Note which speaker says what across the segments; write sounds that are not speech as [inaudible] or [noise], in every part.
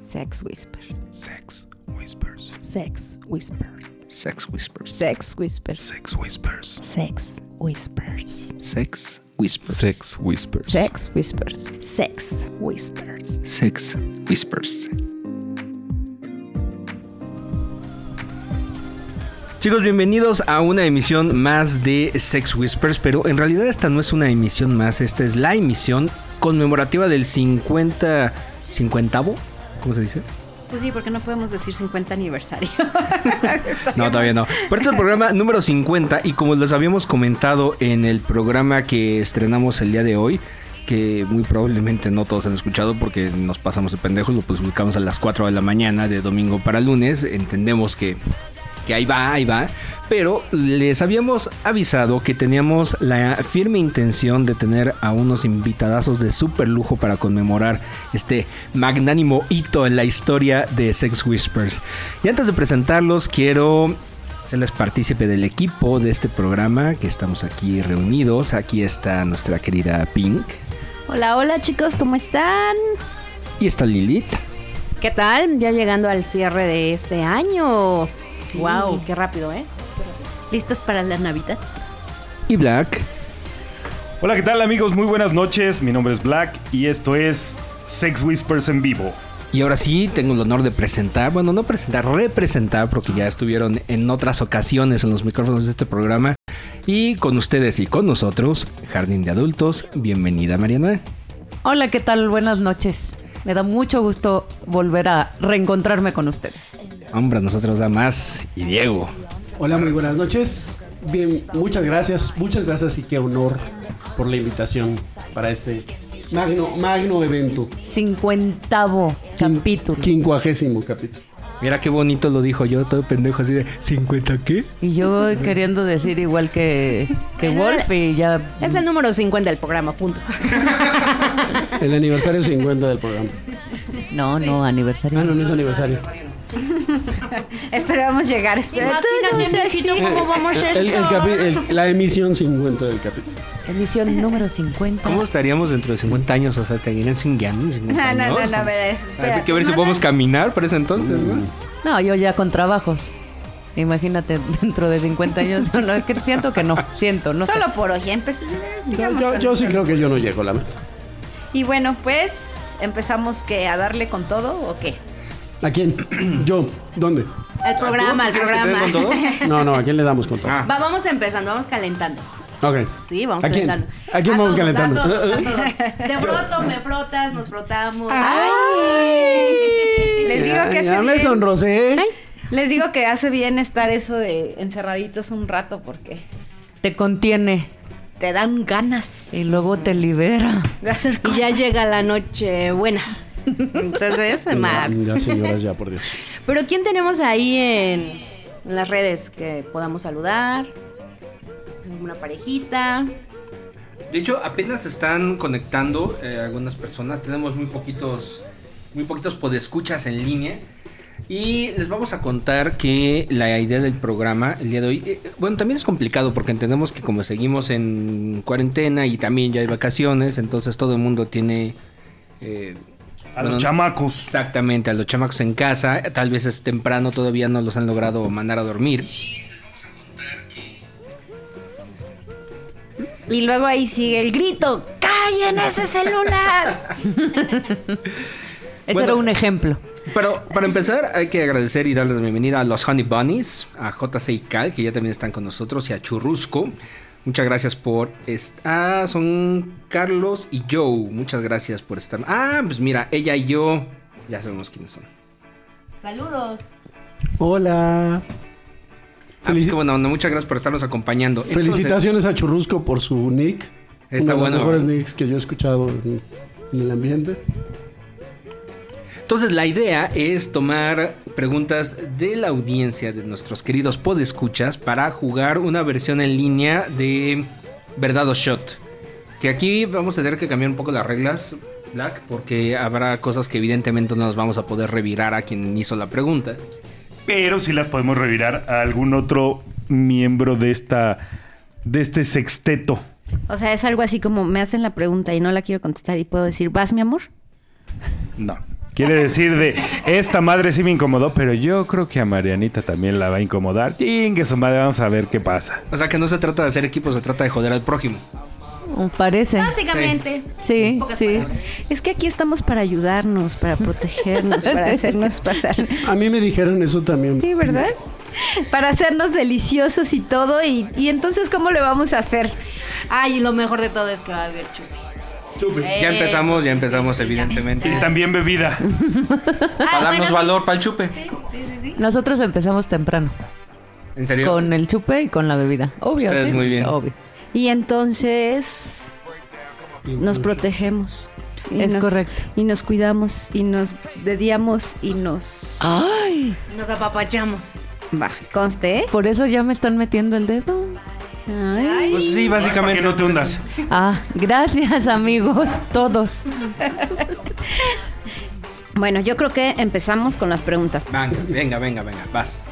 Speaker 1: Sex Whispers.
Speaker 2: Sex Whispers.
Speaker 3: Sex Whispers.
Speaker 2: Sex Whispers.
Speaker 1: Sex Whispers.
Speaker 2: Sex Whispers.
Speaker 3: Sex Whispers.
Speaker 2: Sex Whispers.
Speaker 4: Sex Whispers.
Speaker 1: Sex Whispers.
Speaker 3: Sex Whispers.
Speaker 2: Sex Whispers. Chicos, bienvenidos a una emisión más de Sex Whispers, pero en realidad esta no es una emisión más, esta es la emisión conmemorativa del 50 50avo, ¿cómo se dice?
Speaker 1: Pues sí, porque no podemos decir 50 aniversario.
Speaker 2: No, todavía no. Pero este es el programa número 50 y como les habíamos comentado en el programa que estrenamos el día de hoy, que muy probablemente no todos han escuchado porque nos pasamos de pendejos, lo publicamos a las 4 de la mañana de domingo para lunes, entendemos que, que ahí va, ahí va, pero les habíamos avisado que teníamos la firme intención de tener a unos invitadazos de super lujo para conmemorar este magnánimo hito en la historia de Sex Whispers. Y antes de presentarlos, quiero hacerles partícipe del equipo de este programa que estamos aquí reunidos. Aquí está nuestra querida Pink
Speaker 3: Hola, hola chicos, ¿cómo están?
Speaker 2: y está Lilith.
Speaker 3: ¿Qué tal? Ya llegando al cierre de este año.
Speaker 1: Sí.
Speaker 3: Wow, qué rápido, ¿eh?
Speaker 1: ¿Listos para la Navidad?
Speaker 2: Y Black,
Speaker 4: Hola, ¿qué tal amigos? Muy buenas noches. Mi nombre es Black y esto es Sex Whispers en vivo.
Speaker 2: Y ahora sí, tengo el honor de presentar, bueno, no presentar, representar, porque ya estuvieron en otras ocasiones en los micrófonos de este programa. Y con ustedes y con nosotros, Jardín de Adultos, bienvenida Mariana.
Speaker 5: Hola, ¿qué tal? Buenas noches. Me da mucho gusto volver a reencontrarme con ustedes.
Speaker 2: Hombre, a nosotros da más. Y Diego.
Speaker 6: Hola, muy buenas noches. Bien, muchas gracias, muchas gracias y qué honor por la invitación para este magno, magno evento.
Speaker 5: Cincuentavo capítulo.
Speaker 6: Quincuagésimo capítulo.
Speaker 2: Mira qué bonito lo dijo yo, todo pendejo así de 50 qué.
Speaker 5: Y yo queriendo decir igual que, que Wolf y ya...
Speaker 3: Es el número 50 del programa, [laughs] punto.
Speaker 6: El aniversario 50 del programa.
Speaker 5: No, no, aniversario.
Speaker 6: Ah, no, no es aniversario.
Speaker 1: Esperamos llegar. Espera, tú no seas así.
Speaker 6: Eh, El- el capi- el- la emisión 50 del capítulo.
Speaker 5: Emisión número 50.
Speaker 2: ¿Cómo estaríamos dentro de 50 años? O sea, ¿te irán cingueando en 50
Speaker 1: [laughs] No,
Speaker 2: años?
Speaker 1: no, no, no, a
Speaker 2: Hay
Speaker 1: ver,
Speaker 2: que ver si
Speaker 1: espérate,
Speaker 2: podemos caminar para ese entonces, ¿no?
Speaker 5: No, yo ya con trabajos. Imagínate dentro de 50 años. No, no, es que siento que no, siento, no sé.
Speaker 1: Solo por hoy, ya empecé.
Speaker 6: Yo,
Speaker 1: sigamos
Speaker 6: yo-
Speaker 1: con
Speaker 6: yo
Speaker 1: el
Speaker 6: sí
Speaker 1: programa.
Speaker 6: creo que yo no llego a la meta.
Speaker 1: Y bueno, pues empezamos que a darle con todo o qué?
Speaker 6: ¿A quién? ¿Yo? ¿Dónde?
Speaker 3: Al programa, al
Speaker 2: ¿Quieres que te dé
Speaker 3: programa.
Speaker 2: con todo?
Speaker 6: No, no, ¿a quién le damos con todo?
Speaker 2: Ah.
Speaker 3: [laughs] Va- vamos empezando, vamos calentando.
Speaker 6: Ok.
Speaker 3: Sí, vamos
Speaker 6: ¿A quién?
Speaker 3: calentando.
Speaker 6: ¿A quién vamos
Speaker 3: todos,
Speaker 6: calentando?
Speaker 3: a todos, a todos.
Speaker 6: [laughs]
Speaker 3: Te froto, me frotas, nos frotamos.
Speaker 1: Les digo
Speaker 6: Ya-
Speaker 1: que hace
Speaker 6: ya me
Speaker 1: bien.
Speaker 6: sonrosé.
Speaker 1: Les digo que hace bien estar eso de encerraditos un rato porque
Speaker 5: Te contiene
Speaker 1: te dan ganas
Speaker 5: y luego te libera.
Speaker 1: de hacer
Speaker 3: Y
Speaker 1: cosas.
Speaker 3: ya llega la noche buena. Entonces, más.
Speaker 6: Ya, señoras, ya, por Dios.
Speaker 3: Pero ¿quién tenemos ahí en, en las redes que podamos saludar? ¿Alguna parejita?
Speaker 2: De hecho, apenas se están conectando eh, algunas personas. Tenemos muy poquitos, muy poquitos podescuchas en línea. Y les vamos a contar que la idea del programa el día de hoy, eh, bueno, también es complicado porque entendemos que como seguimos en cuarentena y también ya hay vacaciones, entonces todo el mundo tiene... eh,
Speaker 4: A
Speaker 2: bueno,
Speaker 4: los chamacos.
Speaker 2: Exactamente, a los chamacos en casa, tal vez es temprano, todavía no los han logrado mandar a dormir.
Speaker 1: Y luego ahí sigue el grito, ¡callen ese celular!
Speaker 5: Ese
Speaker 2: Bueno.
Speaker 5: era un ejemplo.
Speaker 2: Pero para empezar, hay que agradecer y darles la bienvenida a los Honey Bunnies, a JC y Cal, que ya también están con nosotros, y a Churrusco. Muchas gracias por estar. Ah, son Carlos y Joe. Muchas gracias por estar. Ah, pues mira, ella y yo ya sabemos quiénes son.
Speaker 3: Saludos.
Speaker 6: Hola.
Speaker 2: Ah, pues, qué buena onda. Muchas gracias por estarnos acompañando. Entonces,
Speaker 6: Felicitaciones a Churrusco por su nick.
Speaker 2: Está
Speaker 6: Uno de los
Speaker 2: bueno.
Speaker 6: mejores nicks que yo he escuchado en, en el ambiente.
Speaker 2: Entonces la idea es tomar preguntas de la audiencia de nuestros queridos podescuchas para jugar una versión en línea de Verdad o Shot. Que aquí vamos a tener que cambiar un poco las reglas, Black, porque habrá cosas que evidentemente no las vamos a poder revirar a quien hizo la pregunta.
Speaker 4: Pero sí las podemos revirar a algún otro miembro de esta. de este sexteto.
Speaker 1: O sea, es algo así como me hacen la pregunta y no la quiero contestar y puedo decir, ¿vas mi amor?
Speaker 4: No.
Speaker 7: [laughs]
Speaker 4: Quiere decir de, esta madre sí me incomodó, pero yo creo que a Marianita también la va a incomodar. Chingue su madre, vamos a ver qué pasa.
Speaker 2: O sea que no se trata de hacer equipo, se trata de joder al prójimo.
Speaker 5: Parece.
Speaker 3: Básicamente.
Speaker 5: Sí, sí.
Speaker 1: Es que aquí estamos para ayudarnos, para
Speaker 6: [laughs]
Speaker 1: protegernos, para hacernos pasar.
Speaker 6: A mí me dijeron eso también.
Speaker 1: Sí, ¿verdad? Para hacernos deliciosos y todo. Y, y entonces, ¿cómo le vamos a hacer?
Speaker 3: Ay, y lo mejor de todo es que va a haber chupi.
Speaker 2: Ya empezamos, ya empezamos, evidentemente.
Speaker 7: Ah,
Speaker 4: Y también bebida.
Speaker 3: Ah,
Speaker 2: Para darnos valor para el chupe.
Speaker 3: Sí, sí, sí.
Speaker 5: Nosotros empezamos temprano.
Speaker 2: En serio.
Speaker 5: Con el chupe y con la bebida. Obvio,
Speaker 2: Ustedes
Speaker 5: sí,
Speaker 2: muy
Speaker 5: pues,
Speaker 2: bien.
Speaker 5: obvio.
Speaker 1: Y entonces nos protegemos. Y
Speaker 5: Es
Speaker 1: nos-
Speaker 5: correcto.
Speaker 1: Y nos cuidamos y nos dediamos y nos...
Speaker 5: Ah. Ay,
Speaker 3: Nos apapachamos.
Speaker 1: Va, conste, ¿eh?
Speaker 5: por eso ya me están metiendo el dedo.
Speaker 1: Ay.
Speaker 2: Pues sí,
Speaker 4: Para
Speaker 2: básicamente.
Speaker 4: que no te hundas.
Speaker 5: Ah, gracias amigos, todos.
Speaker 1: Bueno, yo creo que empezamos con las preguntas.
Speaker 2: Venga, venga, venga, venga, vas.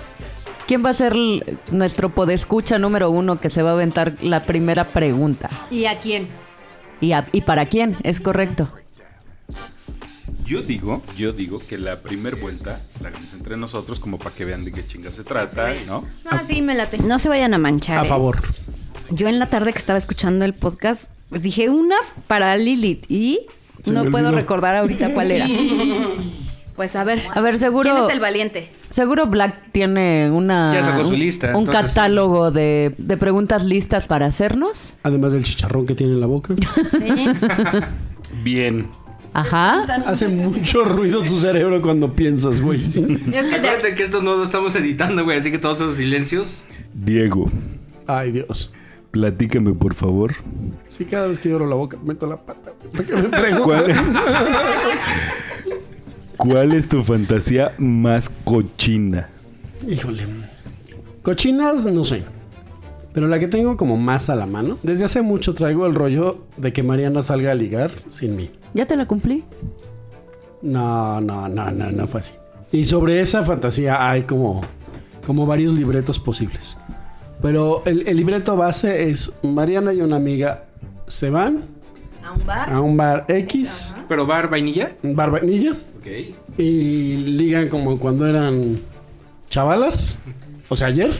Speaker 5: ¿Quién va a ser l- nuestro podescucha número uno que se va a aventar la primera pregunta?
Speaker 3: ¿Y a quién?
Speaker 5: ¿Y, a- y para quién? Es correcto.
Speaker 7: [laughs] Yo digo, yo digo que la primer vuelta la hagamos entre nosotros como para que vean de qué chingas se trata, ¿no?
Speaker 3: Ah, sí, me late.
Speaker 1: No se vayan a manchar.
Speaker 6: A
Speaker 1: ¿eh?
Speaker 6: favor.
Speaker 1: Yo en la tarde que estaba escuchando el podcast pues, dije una para Lilith y
Speaker 6: Se
Speaker 1: no
Speaker 6: me
Speaker 1: puedo
Speaker 6: olvidó.
Speaker 1: recordar ahorita cuál era. Pues a ver.
Speaker 5: A ver, seguro-
Speaker 1: ¿Quién es el valiente?
Speaker 5: Seguro Black tiene una...
Speaker 2: Ya sacó su
Speaker 5: un-
Speaker 2: lista,
Speaker 5: Un,
Speaker 2: entonces-
Speaker 5: catálogo de, de preguntas listas para hacernos.
Speaker 6: Además del chicharrón que tiene en la boca.
Speaker 7: Bien.
Speaker 5: Ajá.
Speaker 6: Hace mucho ruido tu cerebro cuando piensas, güey.
Speaker 3: Es que te-
Speaker 2: Acuérdate que esto no lo estamos editando, güey, así que todos esos silencios.
Speaker 4: Diego,
Speaker 6: Ay, Dios.
Speaker 4: platícame por favor.
Speaker 6: Sí, cada vez que lloro la boca, meto la pata. ¿Por qué me preguntas?
Speaker 4: ¿Cuál es tu fantasía más cochina?
Speaker 6: Híjole. Cochinas, no sé. Pero la que tengo como más a la mano. Desde hace mucho traigo el rollo de que Mariana salga a ligar sin mí.
Speaker 5: ¿Ya te la cumplí?
Speaker 6: No, no, no, no, no fue así. Y sobre esa fantasía hay como, como varios libretos posibles. Pero el, el libreto base es Mariana y una amiga se van
Speaker 3: A un bar.
Speaker 6: a un bar X,
Speaker 2: Pero bar vainilla.
Speaker 6: un bar vainilla,
Speaker 2: Ok.
Speaker 6: y ligan como cuando eran chavalas, o sea, ayer,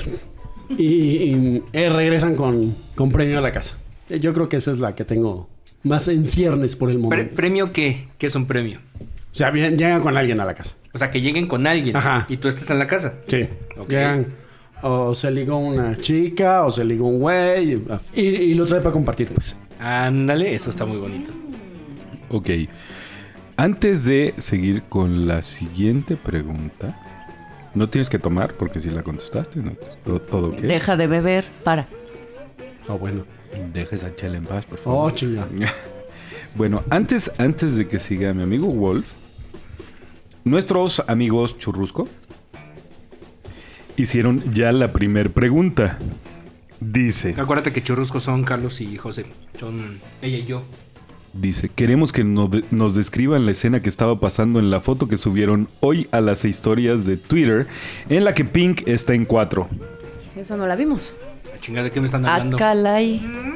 Speaker 6: y, y, eh, regresan con, con premio a la casa. Eh, Yo creo que esa es la que tengo más en ciernes por el
Speaker 2: Pre-
Speaker 6: momento.
Speaker 2: ¿Premio qué? ¿Qué es un premio?
Speaker 6: O sea, bien, llegan con alguien a la casa.
Speaker 2: O sea, que lleguen con alguien
Speaker 6: Ajá.
Speaker 2: y tú estés en la casa.
Speaker 6: Sí.
Speaker 2: Ok.
Speaker 6: Llegan, o se ligó una chica, o se ligó un güey, y, y lo trae para compartir, pues.
Speaker 2: Ándale, eso está muy bonito.
Speaker 7: Ok. Antes de seguir con la siguiente pregunta, no tienes que tomar porque si la contestaste, no, todo, todo ok.
Speaker 5: Deja de beber, para.
Speaker 6: Ah, bueno.
Speaker 7: Deja esa chela en paz, por
Speaker 6: Oh,
Speaker 7: favor.
Speaker 6: chinga.
Speaker 7: [laughs] Bueno, antes, antes de que siga mi amigo Wolf, nuestros amigos Churrusco
Speaker 4: Hicieron ya la primer pregunta. Dice,
Speaker 2: Acuérdate que churruscos son Carlos y José. Son ella y yo.
Speaker 7: dice, queremos que no- nos describan la escena que estaba pasando en la foto que subieron hoy a las historias de Twitter, en la que Pink está en cuatro.
Speaker 3: Eso no la vimos.
Speaker 2: La chingada, ¿de qué me están hablando?
Speaker 5: Acalay. Ah,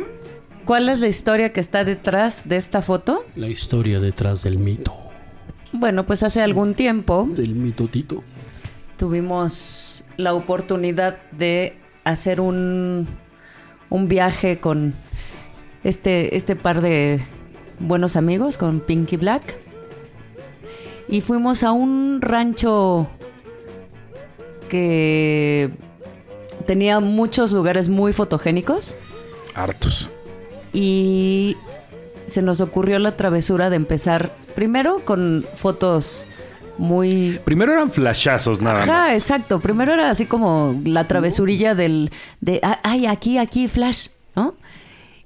Speaker 5: ¿Cuál es la historia que está detrás de esta foto?
Speaker 6: La historia detrás del mito.
Speaker 5: Bueno, pues hace algún tiempo
Speaker 6: Del mitotito.
Speaker 5: tuvimos la oportunidad de hacer un, un viaje con este, este par de buenos amigos, con Pinky Black. Y fuimos a un rancho que tenía muchos lugares muy fotogénicos.
Speaker 7: Hartos.
Speaker 5: y se nos ocurrió la travesura de empezar primero con fotos muy...
Speaker 7: Primero eran flashazos nada
Speaker 5: Ajá,
Speaker 7: más.
Speaker 5: exacto. Primero era así como la travesurilla del... de, "Ah, ay, aquí, aquí, flash, ¿no?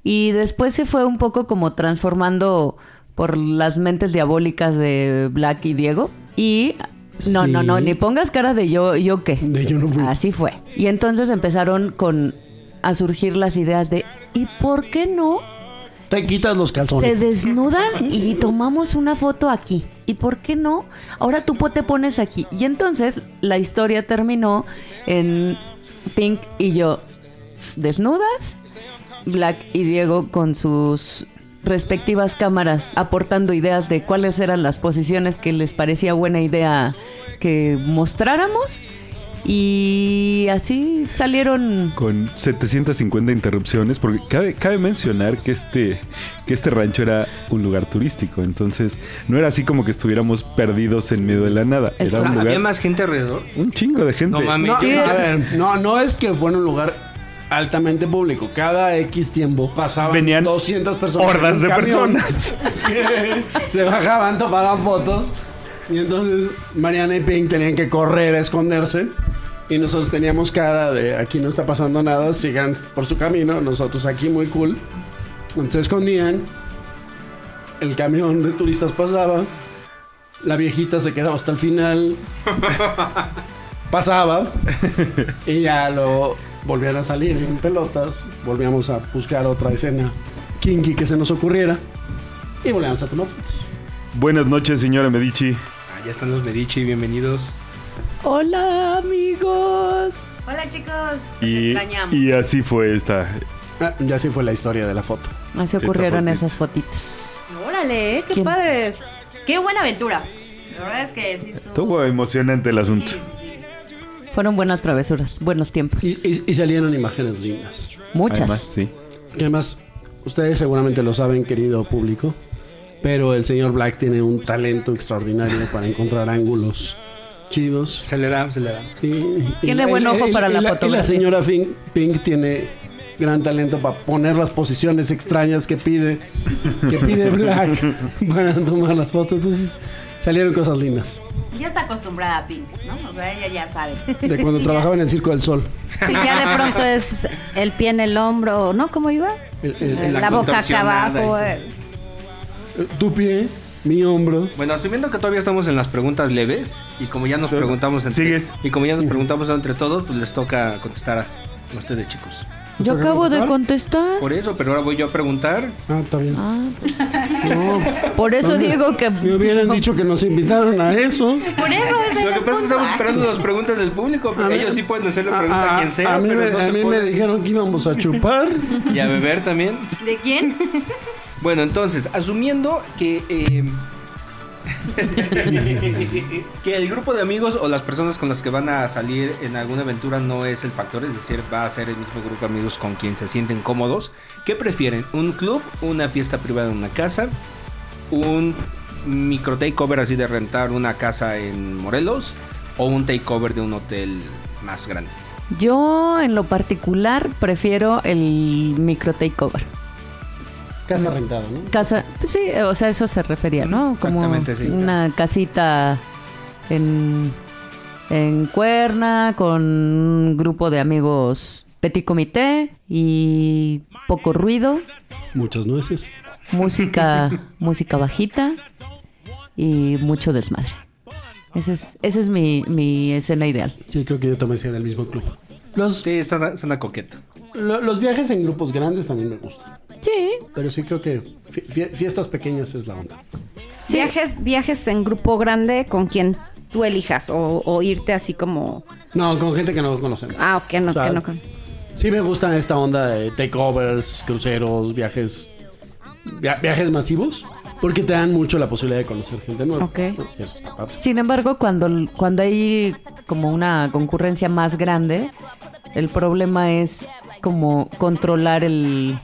Speaker 5: Y después se fue un poco como transformando por las mentes diabólicas de Black y Diego. Y... No, no, no,
Speaker 6: Sí.
Speaker 5: ni pongas cara de yo, yo qué.
Speaker 6: De yo no fui.
Speaker 5: Así fue. Y entonces empezaron con a surgir las ideas de ¿y por qué no
Speaker 6: Te quitas los
Speaker 5: se
Speaker 6: calzones.
Speaker 5: desnudan y tomamos una foto aquí. ¿Y por qué no? Ahora tú po- te pones aquí. Y entonces la historia terminó en Pink y yo desnudas, Black y Diego con sus respectivas cámaras aportando ideas de cuáles eran las posiciones que les parecía buena idea que mostráramos y así salieron
Speaker 7: Con 750 interrupciones, porque cabe, cabe mencionar que este, que este rancho era un lugar turístico, entonces no era así como que estuviéramos perdidos en medio de la nada,
Speaker 5: Es-
Speaker 7: era un
Speaker 2: Ah, ¿Había
Speaker 7: lugar,
Speaker 2: más gente alrededor?
Speaker 7: un chingo de gente.
Speaker 2: No mames.
Speaker 6: No,
Speaker 5: Sí.
Speaker 6: a ver, no, no es que fuera un lugar altamente público. Cada X tiempo pasaban
Speaker 4: Venían
Speaker 6: 200 personas. en
Speaker 4: Hordas
Speaker 6: un
Speaker 4: de
Speaker 6: camión.
Speaker 4: personas.
Speaker 6: [laughs] Se bajaban, tomaban fotos. Y entonces Mariana y Pink tenían que correr a esconderse. Y nosotros teníamos cara de aquí no está pasando nada, sigan por su camino. Nosotros aquí muy cool. Entonces se escondían. El camión de turistas pasaba. La viejita se quedaba hasta el
Speaker 4: [laughs]
Speaker 6: final. pasaba. Y ya lo volvían a salir en pelotas. Volvíamos a buscar otra escena kinky que se nos ocurriera. Y volvíamos a tomar fotos.
Speaker 4: Buenas noches, señora Medici.
Speaker 2: Ah, ya están los Medici, bienvenidos.
Speaker 5: hola amigos
Speaker 3: Hola chicos,
Speaker 4: Y,
Speaker 3: extrañamos.
Speaker 4: y así fue esta.
Speaker 6: Ah, ya sí fue la historia de la foto.
Speaker 5: así
Speaker 4: Esta
Speaker 5: ocurrieron
Speaker 4: fotito.
Speaker 5: esas fotitos
Speaker 3: Órale, ¿eh? qué
Speaker 5: ¿Quién?
Speaker 3: padre. Qué buena aventura. La verdad es que sí estuvo.
Speaker 4: Estuvo emocionante el
Speaker 3: Sí,
Speaker 4: asunto.
Speaker 3: sí, sí.
Speaker 5: fueron buenas travesuras buenos tiempos
Speaker 6: Y, y- y salieron imágenes lindas.
Speaker 5: muchas
Speaker 7: Además, sí.
Speaker 6: Y además, ustedes seguramente lo saben, querido público, pero el señor Black tiene un talento extraordinario para encontrar ángulos chidos.
Speaker 2: Se le da, se le da.
Speaker 6: Y- y-
Speaker 5: Tiene
Speaker 6: y-
Speaker 5: buen
Speaker 6: y-
Speaker 5: ojo
Speaker 6: y-
Speaker 5: para
Speaker 6: y
Speaker 5: la
Speaker 6: y
Speaker 5: fotografía.
Speaker 6: la señora Fink- Pink tiene gran talento para poner las posiciones extrañas que pide, que
Speaker 2: [laughs]
Speaker 6: pide Black para tomar las fotos. Entonces salieron cosas lindas.
Speaker 3: Ya está acostumbrada a Pink, ¿no? O sea, ella ya sabe.
Speaker 6: De cuando
Speaker 5: [laughs]
Speaker 6: trabajaba en el Circo del Sol.
Speaker 1: Sí, ya de pronto es el pie en el hombro, ¿no? ¿Cómo iba?
Speaker 6: El- el- el-
Speaker 1: la boca acá
Speaker 2: contorsionada
Speaker 1: abajo.
Speaker 2: y todo.
Speaker 1: eh.
Speaker 6: eh, tu pie, mi hombro.
Speaker 2: Bueno, asumiendo que todavía estamos en las preguntas leves y como ya nos preguntamos entre
Speaker 4: Sigues.
Speaker 2: y como ya nos preguntamos entre todos, pues les toca contestar a a ustedes, chicos.
Speaker 5: yo acabo de contestar
Speaker 2: Pues, Por eso, pero ahora voy yo a preguntar.
Speaker 6: Ah, está bien.
Speaker 5: por pues. eso digo que
Speaker 6: Me hubieran dicho que nos invitaron a eso.
Speaker 3: Por eso es
Speaker 2: Lo que pasa es que estamos esperando las preguntas del público, porque ellos sí pueden hacerle pregunta a, quien sea,
Speaker 6: a mí,
Speaker 2: pero
Speaker 6: me,
Speaker 2: no
Speaker 6: a
Speaker 2: se
Speaker 6: mí me
Speaker 2: puede.
Speaker 6: dijeron que íbamos a chupar.
Speaker 2: Y a beber también.
Speaker 3: ¿De quién?
Speaker 2: Bueno, entonces, asumiendo que. eh, que el grupo de amigos o las personas con las que van a salir en alguna aventura no es el factor, es decir, va a ser el mismo grupo de amigos con quien se sienten cómodos. ¿Qué prefieren? ¿Un club? ¿Una fiesta privada en una casa? ¿Un micro takeover así de rentar una casa en Morelos? ¿O un takeover de un hotel más grande?
Speaker 5: yo en lo particular prefiero el micro takeover
Speaker 6: Casa rentada, ¿no?
Speaker 5: Casa, pues sí, o sea, eso se refería, ¿no? Como
Speaker 2: Mm, Exactamente, sí.
Speaker 5: una casita en, en cuerna con un grupo de amigos petit comité y poco ruido,
Speaker 6: Muchas nueces.
Speaker 5: música, música bajita y mucho desmadre. Ese es, ese es mi, mi escena ideal.
Speaker 6: Sí, creo que yo también soy del mismo club. Los,
Speaker 2: Sí, suena, suena coqueto.
Speaker 6: lo- los viajes en grupos grandes también me gustan.
Speaker 5: Sí,
Speaker 6: Pero sí creo que fie- fie- fiestas pequeñas es la onda.
Speaker 5: Sí.
Speaker 1: Viajes, viajes en grupo grande con quien tú elijas o, o irte así como...
Speaker 6: No, con gente que no conocemos.
Speaker 1: Ah, ok, no,
Speaker 6: O sea,
Speaker 1: que no. con-
Speaker 6: Sí me gustan esta onda de takeovers, cruceros, viajes via- viajes masivos, porque te dan mucho la posibilidad de conocer gente nueva.
Speaker 1: Ok.
Speaker 6: Y eso está padre.
Speaker 5: Sin embargo, cuando, cuando hay como una concurrencia más grande, el problema es como controlar el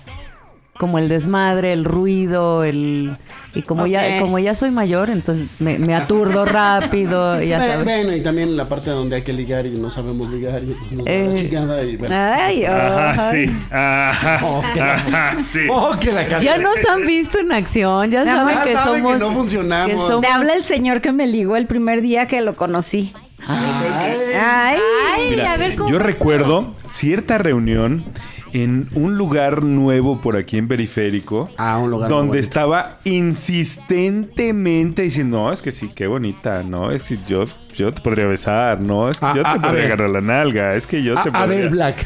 Speaker 5: como el desmadre, el ruido, el y como ya
Speaker 3: Ok.
Speaker 5: como ya soy mayor, entonces me, me aturdo rápido, y ya
Speaker 6: Bueno,
Speaker 5: sabes.
Speaker 6: bueno, y también la parte donde hay que ligar y no sabemos ligar y entonces nos da la
Speaker 5: Eh.
Speaker 6: chingada y bueno.
Speaker 1: Ay, oh,
Speaker 4: Ajá,
Speaker 1: ajá.
Speaker 4: sí. Ajá, [laughs]
Speaker 6: Oh, qué la-
Speaker 4: ajá, sí.
Speaker 6: [laughs] Oh, que la casa.
Speaker 5: Ya nos han visto en acción, ya
Speaker 1: Ya
Speaker 5: saben que
Speaker 6: saben que
Speaker 5: somos
Speaker 6: no funcionamos.
Speaker 5: que somos-
Speaker 1: Te habla el señor que me ligó el primer día que lo conocí.
Speaker 6: Ah,
Speaker 1: Ay,
Speaker 3: Ay,
Speaker 7: Mira,
Speaker 3: a ver cómo.
Speaker 7: Eh, yo recuerdo cierta reunión en un lugar nuevo por aquí en Periférico.
Speaker 6: Ah, un lugar muy
Speaker 7: Donde
Speaker 6: bonito.
Speaker 7: estaba insistentemente diciendo, no, es que sí, qué bonita, no, es que yo, yo te podría besar, no, es que
Speaker 6: Ah,
Speaker 7: yo te
Speaker 6: ah, a
Speaker 7: podría
Speaker 6: ver.
Speaker 7: agarrar la nalga, es que yo
Speaker 6: A,
Speaker 7: te
Speaker 6: a
Speaker 7: podría...
Speaker 6: ver, Black,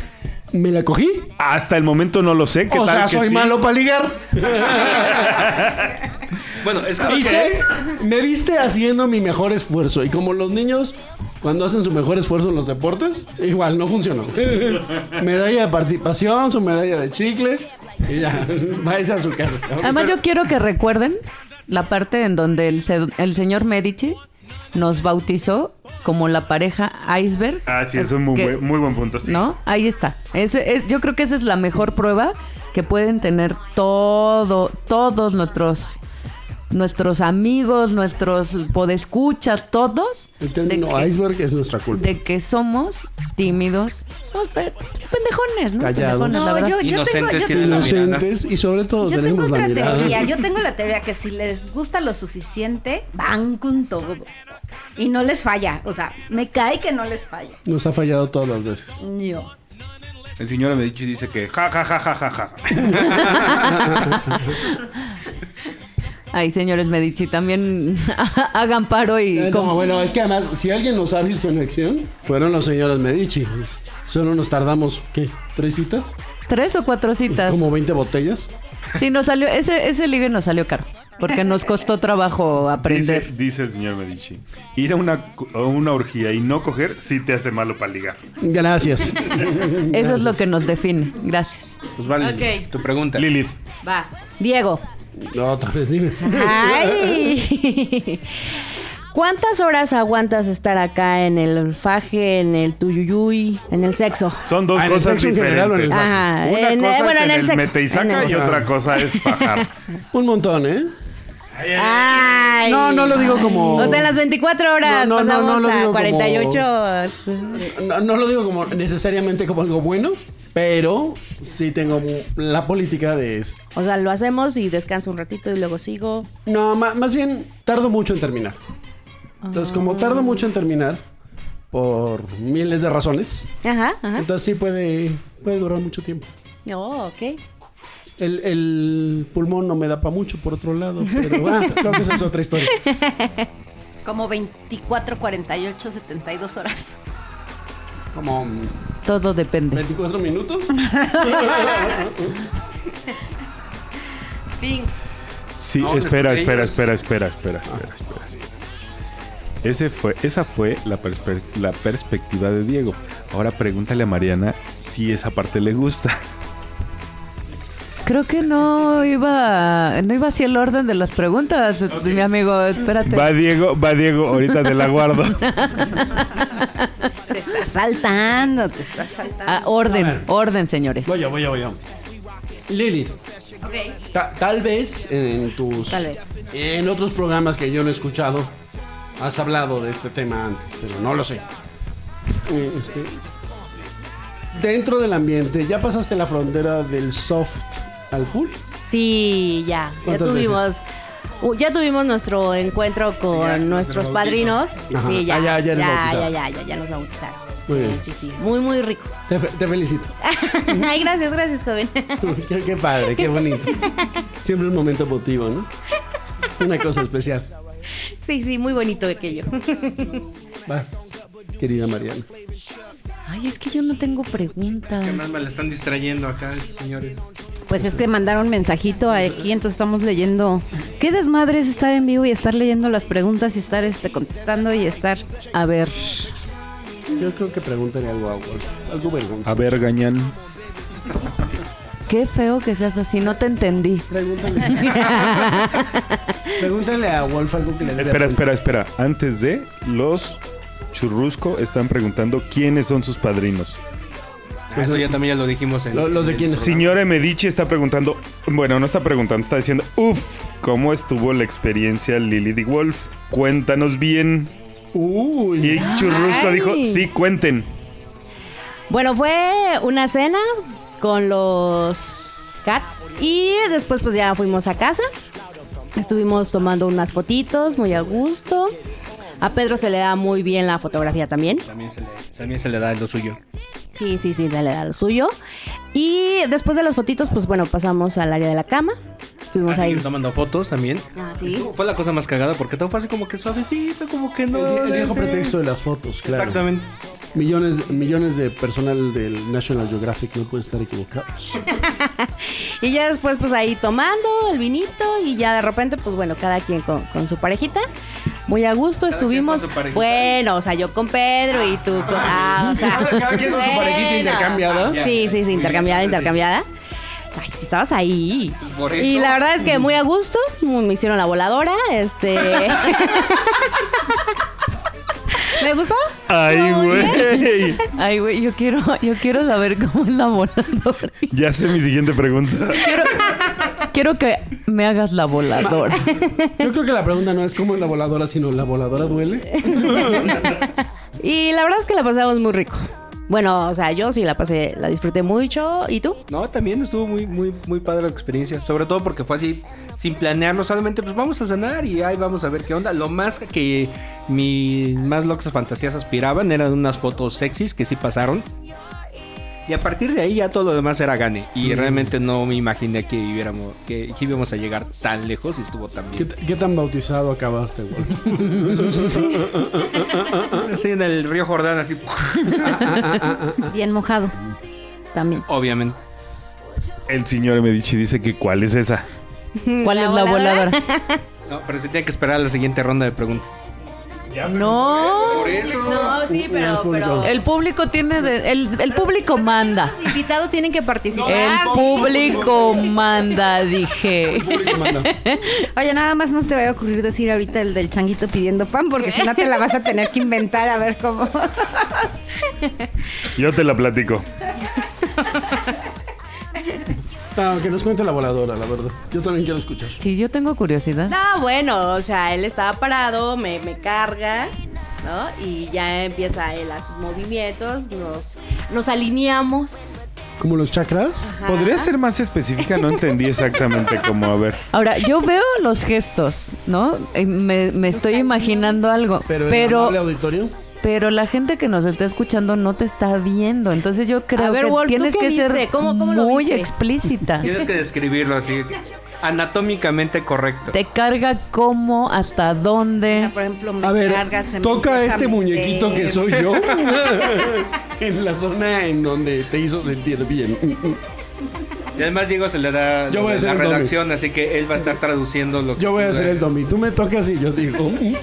Speaker 6: ¿me la cogí?
Speaker 7: Hasta el momento no lo sé, ¿qué
Speaker 6: O
Speaker 7: tal
Speaker 6: sea,
Speaker 7: que
Speaker 6: soy
Speaker 7: sí?
Speaker 6: malo
Speaker 7: [laughs]
Speaker 6: para ligar.
Speaker 2: Bueno, es que.
Speaker 6: Hice, me viste haciendo mi mejor esfuerzo. Y como los niños, cuando hacen su mejor esfuerzo en los [laughs] deportes, igual no funcionó. medalla de participación, su medalla de chicle. Y ya, [laughs] váyase a su casa.
Speaker 5: Además, yo quiero que recuerden la parte en donde el, se- el señor Medici nos bautizó como la pareja iceberg.
Speaker 4: Ah, sí, es un muy,
Speaker 5: Que-
Speaker 4: buen, muy buen punto. Sí.
Speaker 5: ¿No? Ahí está. Ese es- yo creo que esa es la mejor prueba que pueden tener todo, todos nuestros nuestros amigos, nuestros podescuchas, todos,
Speaker 6: El
Speaker 5: de
Speaker 6: término
Speaker 5: que,
Speaker 6: iceberg es nuestra culpa.
Speaker 5: de que somos tímidos, somos pe- pendejones, ¿no?
Speaker 6: Callados.
Speaker 5: Pendejones, la
Speaker 1: No,
Speaker 5: verdad.
Speaker 1: yo, yo tengo,
Speaker 2: Inocentes
Speaker 1: yo
Speaker 2: tienen
Speaker 1: tengo-
Speaker 2: la mirada.
Speaker 6: Inocentes y sobre todo
Speaker 1: yo tengo
Speaker 6: tenemos la
Speaker 1: otra
Speaker 6: mirada.
Speaker 1: teoría. Yo tengo la teoría que si les gusta lo suficiente, van con todo. Y no les falla. O sea, me cae que no les falla.
Speaker 6: Nos ha fallado todas las veces.
Speaker 1: No.
Speaker 7: El señor Medici dice que ja,
Speaker 4: Ja, ja, ja, ja, ja, ja.
Speaker 5: [laughs] Ay, señores Medici, también [laughs] hagan paro y
Speaker 6: Eh,
Speaker 5: con-
Speaker 6: No, bueno, es que además, si alguien nos ha visto en acción, fueron los señores Medici. Solo nos tardamos, ¿qué? ¿Tres citas?
Speaker 5: tres o cuatro citas.
Speaker 6: Como 20 botellas.
Speaker 5: Sí, nos salió ese ese ligue nos salió caro, porque nos costó trabajo aprender.
Speaker 4: Dice, dice el señor Medici. Ir a una, co- a una orgía y no coger sí te hace malo para ligar.
Speaker 6: Gracias.
Speaker 5: [laughs] Eso es lo que nos define. Gracias.
Speaker 2: Pues vale,
Speaker 3: Ok.
Speaker 2: tu pregunta.
Speaker 4: Lilith.
Speaker 3: Va. Diego.
Speaker 6: Otra vez, dime.
Speaker 3: Ay. [laughs] ¿Cuántas horas aguantas estar acá en el faje, en el tuyuyuy, en el sexo?
Speaker 4: Son dos
Speaker 6: Ah, ¿en el
Speaker 4: cosas
Speaker 6: sexo en
Speaker 4: diferentes.
Speaker 6: general o en el
Speaker 3: Ajá.
Speaker 4: Una
Speaker 3: en-
Speaker 4: cosa
Speaker 3: eh, bueno,
Speaker 4: es
Speaker 3: en el, sexo.
Speaker 4: mete y saca
Speaker 3: En el-
Speaker 4: y otra cosa es bajar.
Speaker 6: Un montón, ¿eh?
Speaker 3: Ay.
Speaker 6: No, no lo digo como.
Speaker 3: O sea, en las 24 horas
Speaker 6: No, no, no, no
Speaker 3: pasamos
Speaker 6: lo digo
Speaker 3: a
Speaker 6: como-
Speaker 3: 48.
Speaker 6: No, no lo digo como necesariamente como algo bueno, pero sí tengo la política de. es-
Speaker 3: O sea, lo hacemos y descanso un ratito y luego sigo.
Speaker 6: No, ma- más bien tardo mucho en terminar. Entonces, como tardo mucho en terminar, por miles de razones,
Speaker 3: Ajá, ajá.
Speaker 6: entonces sí puede, puede durar mucho tiempo.
Speaker 3: Oh, ok.
Speaker 6: El, el pulmón no me da para mucho, por otro lado, pero ah, creo que esa es otra
Speaker 5: [laughs]
Speaker 6: historia.
Speaker 1: Como 24, 48, 72 horas.
Speaker 6: Como mm,
Speaker 5: Todo depende. [laughs]
Speaker 6: 24 minutos.
Speaker 4: [laughs] Sí,
Speaker 2: No,
Speaker 4: espera,
Speaker 2: desde
Speaker 4: espera,
Speaker 2: ellos.
Speaker 4: espera, espera, espera, espera, espera, espera. Ese fue, esa fue la, perspe- la perspectiva de Diego. Ahora pregúntale a Mariana si esa parte le gusta.
Speaker 5: Creo que no iba, no iba así el orden de las preguntas, mi amigo. Espérate.
Speaker 4: Va Diego, va Diego, ahorita te la [laughs] guardo.
Speaker 1: Te estás saltando, te estás saltando.
Speaker 5: Ah, orden, orden, señores.
Speaker 6: Voy yo, voy yo, voy yo. Lilith, ta- tal vez en tus.
Speaker 3: Tal vez.
Speaker 6: En otros programas que yo no he escuchado, has hablado de este tema antes, pero no lo sé. Eh, este, dentro del ambiente, ¿ya pasaste la frontera del soft al full?
Speaker 3: Sí, ya. Ya
Speaker 6: ¿Cuántas
Speaker 3: tuvimos. uh, Ya tuvimos nuestro encuentro con nuestros padrinos.
Speaker 6: Ajá.
Speaker 3: Sí, ya.
Speaker 6: Ah, ya, ya
Speaker 3: ya,
Speaker 6: nos
Speaker 3: ya,
Speaker 6: bautizaron.
Speaker 3: ya, ya, ya nos bautizaron.
Speaker 6: Muy
Speaker 3: sí,
Speaker 6: bien.
Speaker 3: sí, sí. Muy, muy rico. [laughs]
Speaker 6: Te, fe- te felicito.
Speaker 3: Ay, gracias, gracias, joven. [laughs]
Speaker 6: qué, qué padre, qué bonito. Siempre un momento emotivo, ¿no? Una cosa especial.
Speaker 3: Sí, sí, muy bonito aquello.
Speaker 6: Vas, querida Mariana.
Speaker 5: Ay, es que yo no tengo preguntas.
Speaker 2: Además me la están distrayendo acá, señores.
Speaker 1: Pues es que mandaron mensajito aquí, entonces estamos leyendo. Qué desmadre es estar en vivo y estar leyendo las preguntas y estar este, contestando y estar.
Speaker 5: A ver,
Speaker 6: Yo creo que pregúntale algo a Wolf. Algo vergonzoso.
Speaker 7: a ver, gañán.
Speaker 5: qué feo que seas así, no te entendí.
Speaker 6: Pregúntale. Pregúntale a Wolf algo que le dé
Speaker 4: espera,
Speaker 6: vergüenza.
Speaker 4: espera, espera. Antes de los churrusco están preguntando quiénes son sus padrinos.
Speaker 2: Ah, Eso ya también ya lo dijimos en.
Speaker 6: Lo- ¿Los de quiénes?
Speaker 4: Señora Medici está preguntando, bueno, no está preguntando, está diciendo, uff, ¿cómo estuvo la experiencia Lilith y Wolf? Cuéntanos bien.
Speaker 6: Uy.
Speaker 4: Y Churrusco
Speaker 3: Ay.
Speaker 4: dijo, sí, cuenten.
Speaker 3: Bueno, fue una cena con los cats y después pues ya fuimos a casa. Estuvimos tomando unas fotitos muy a gusto. A Pedro se le da muy bien la fotografía también.
Speaker 2: También se, le, también se le da lo suyo.
Speaker 3: Sí, sí, sí, dale, da lo suyo. Y después de las fotitos, pues bueno, pasamos al área de la cama. Estuvimos
Speaker 2: Así
Speaker 3: ahí.
Speaker 2: ir tomando fotos también.
Speaker 3: Ah, sí.
Speaker 2: Estuvo- Fue la cosa más cagada porque todo fue así como que suavecito, como que no.
Speaker 6: El, el
Speaker 2: desde-
Speaker 6: viejo pretexto de las fotos, claro.
Speaker 2: Exactamente.
Speaker 6: Millones, millones de personal del National Geographic no pueden estar equivocados.
Speaker 3: Y ya después, pues ahí tomando el vinito y ya de repente, pues bueno, cada quien con, con su parejita. Muy a gusto
Speaker 2: Cada quien con
Speaker 3: estuvimos.
Speaker 2: su parejita.
Speaker 3: Bueno, o sea, yo con Pedro y tú con. Ah, o sea.
Speaker 6: Cada quien con su parejita intercambiada.
Speaker 3: Sí, sí, sí, intercambiada, intercambiada. Ay, si estabas ahí. Y la verdad es que
Speaker 2: Mm.
Speaker 3: muy a gusto. mm, Me hicieron la voladora.
Speaker 2: [laughs]
Speaker 3: Este. ¿Me gustó?
Speaker 7: Ay,
Speaker 4: [laughs]
Speaker 3: Muy
Speaker 7: güey.
Speaker 5: Ay, güey, yo quiero, [laughs] yo quiero saber cómo es la
Speaker 3: [laughs]
Speaker 5: voladora.
Speaker 7: Ya sé mi siguiente pregunta.
Speaker 5: Quiero, quiero que me hagas la
Speaker 3: [laughs]
Speaker 5: voladora.
Speaker 6: Yo creo que la pregunta no es cómo es la voladora, sino la voladora duele.
Speaker 3: Y la verdad es que la pasamos muy rico. Bueno, o sea, yo sí la pasé, la disfruté mucho. ¿Y tú?
Speaker 2: No, también estuvo muy, muy, muy padre la experiencia. Sobre todo porque fue así, sin planearlo, solamente pues vamos a cenar y ahí vamos a ver qué onda. Lo más que mis más locas fantasías aspiraban eran unas fotos sexys que sí pasaron. Y a partir de ahí ya todo lo demás era gane. Y realmente no me imaginé que, viviéramos, que, que íbamos a llegar tan lejos y estuvo tan
Speaker 6: ¿Qué,
Speaker 2: bien.
Speaker 6: qué tan bautizado acabaste, güey?
Speaker 2: Así en el río Jordán, así.
Speaker 1: Bien mojado. También.
Speaker 2: Obviamente.
Speaker 7: El señor Medici dice que cuál es esa.
Speaker 5: ¿Cuál
Speaker 3: ¿La
Speaker 5: es la voladora?
Speaker 3: voladora? [laughs]
Speaker 2: No, pero se tiene que esperar a la siguiente ronda de preguntas.
Speaker 5: No.
Speaker 3: No, sí,
Speaker 6: pero- pero-
Speaker 5: El público tiene de- el, el público manda.
Speaker 3: Los invitados tienen que participar.
Speaker 5: El público manda, dije.
Speaker 1: Oye, nada más no te vaya a ocurrir decir ahorita el del changuito pidiendo pan, porque si no te la vas a tener que inventar a ver cómo.
Speaker 7: Yo te la platico.
Speaker 6: Ah, que nos cuente la voladora, la verdad. Yo también quiero escuchar.
Speaker 5: Sí, yo tengo curiosidad.
Speaker 3: No, bueno, o sea, él estaba parado, me, me carga, ¿no? Y ya empieza él a sus movimientos, nos, nos alineamos.
Speaker 6: ¿Como los chakras?
Speaker 3: Ajá.
Speaker 7: ¿Podrías ser más específica? No entendí exactamente cómo. A ver.
Speaker 5: Ahora, yo veo los gestos, ¿no? Eh, Me, me estoy imaginando algo.
Speaker 6: Pero, el amable
Speaker 5: Pero,
Speaker 6: auditorio.
Speaker 5: pero la gente que nos está escuchando no te está viendo. Entonces yo creo
Speaker 3: ver,
Speaker 5: que
Speaker 3: Wolf, ¿tú
Speaker 5: tienes
Speaker 3: qué
Speaker 5: que
Speaker 3: viste?
Speaker 5: ser
Speaker 3: ¿Cómo- cómo lo
Speaker 5: muy
Speaker 3: viste?
Speaker 5: explícita.
Speaker 2: Tienes que describirlo así, anatómicamente correcto.
Speaker 5: Te carga cómo, hasta dónde.
Speaker 1: Por ejemplo, me
Speaker 6: A ver,
Speaker 1: cargas, se me
Speaker 6: toca a
Speaker 1: empieza
Speaker 6: este
Speaker 1: a
Speaker 6: muñequito
Speaker 1: meter.
Speaker 6: que soy
Speaker 3: [laughs]
Speaker 6: yo. en la zona en donde te hizo sentir bien.
Speaker 2: Y además Diego se le da
Speaker 6: Yo voy a
Speaker 2: la,
Speaker 6: ser el Tommy.
Speaker 2: redacción, así que él va a estar traduciendo lo que...
Speaker 6: Yo voy a ser el domi. Tú me tocas y yo digo. "Mm,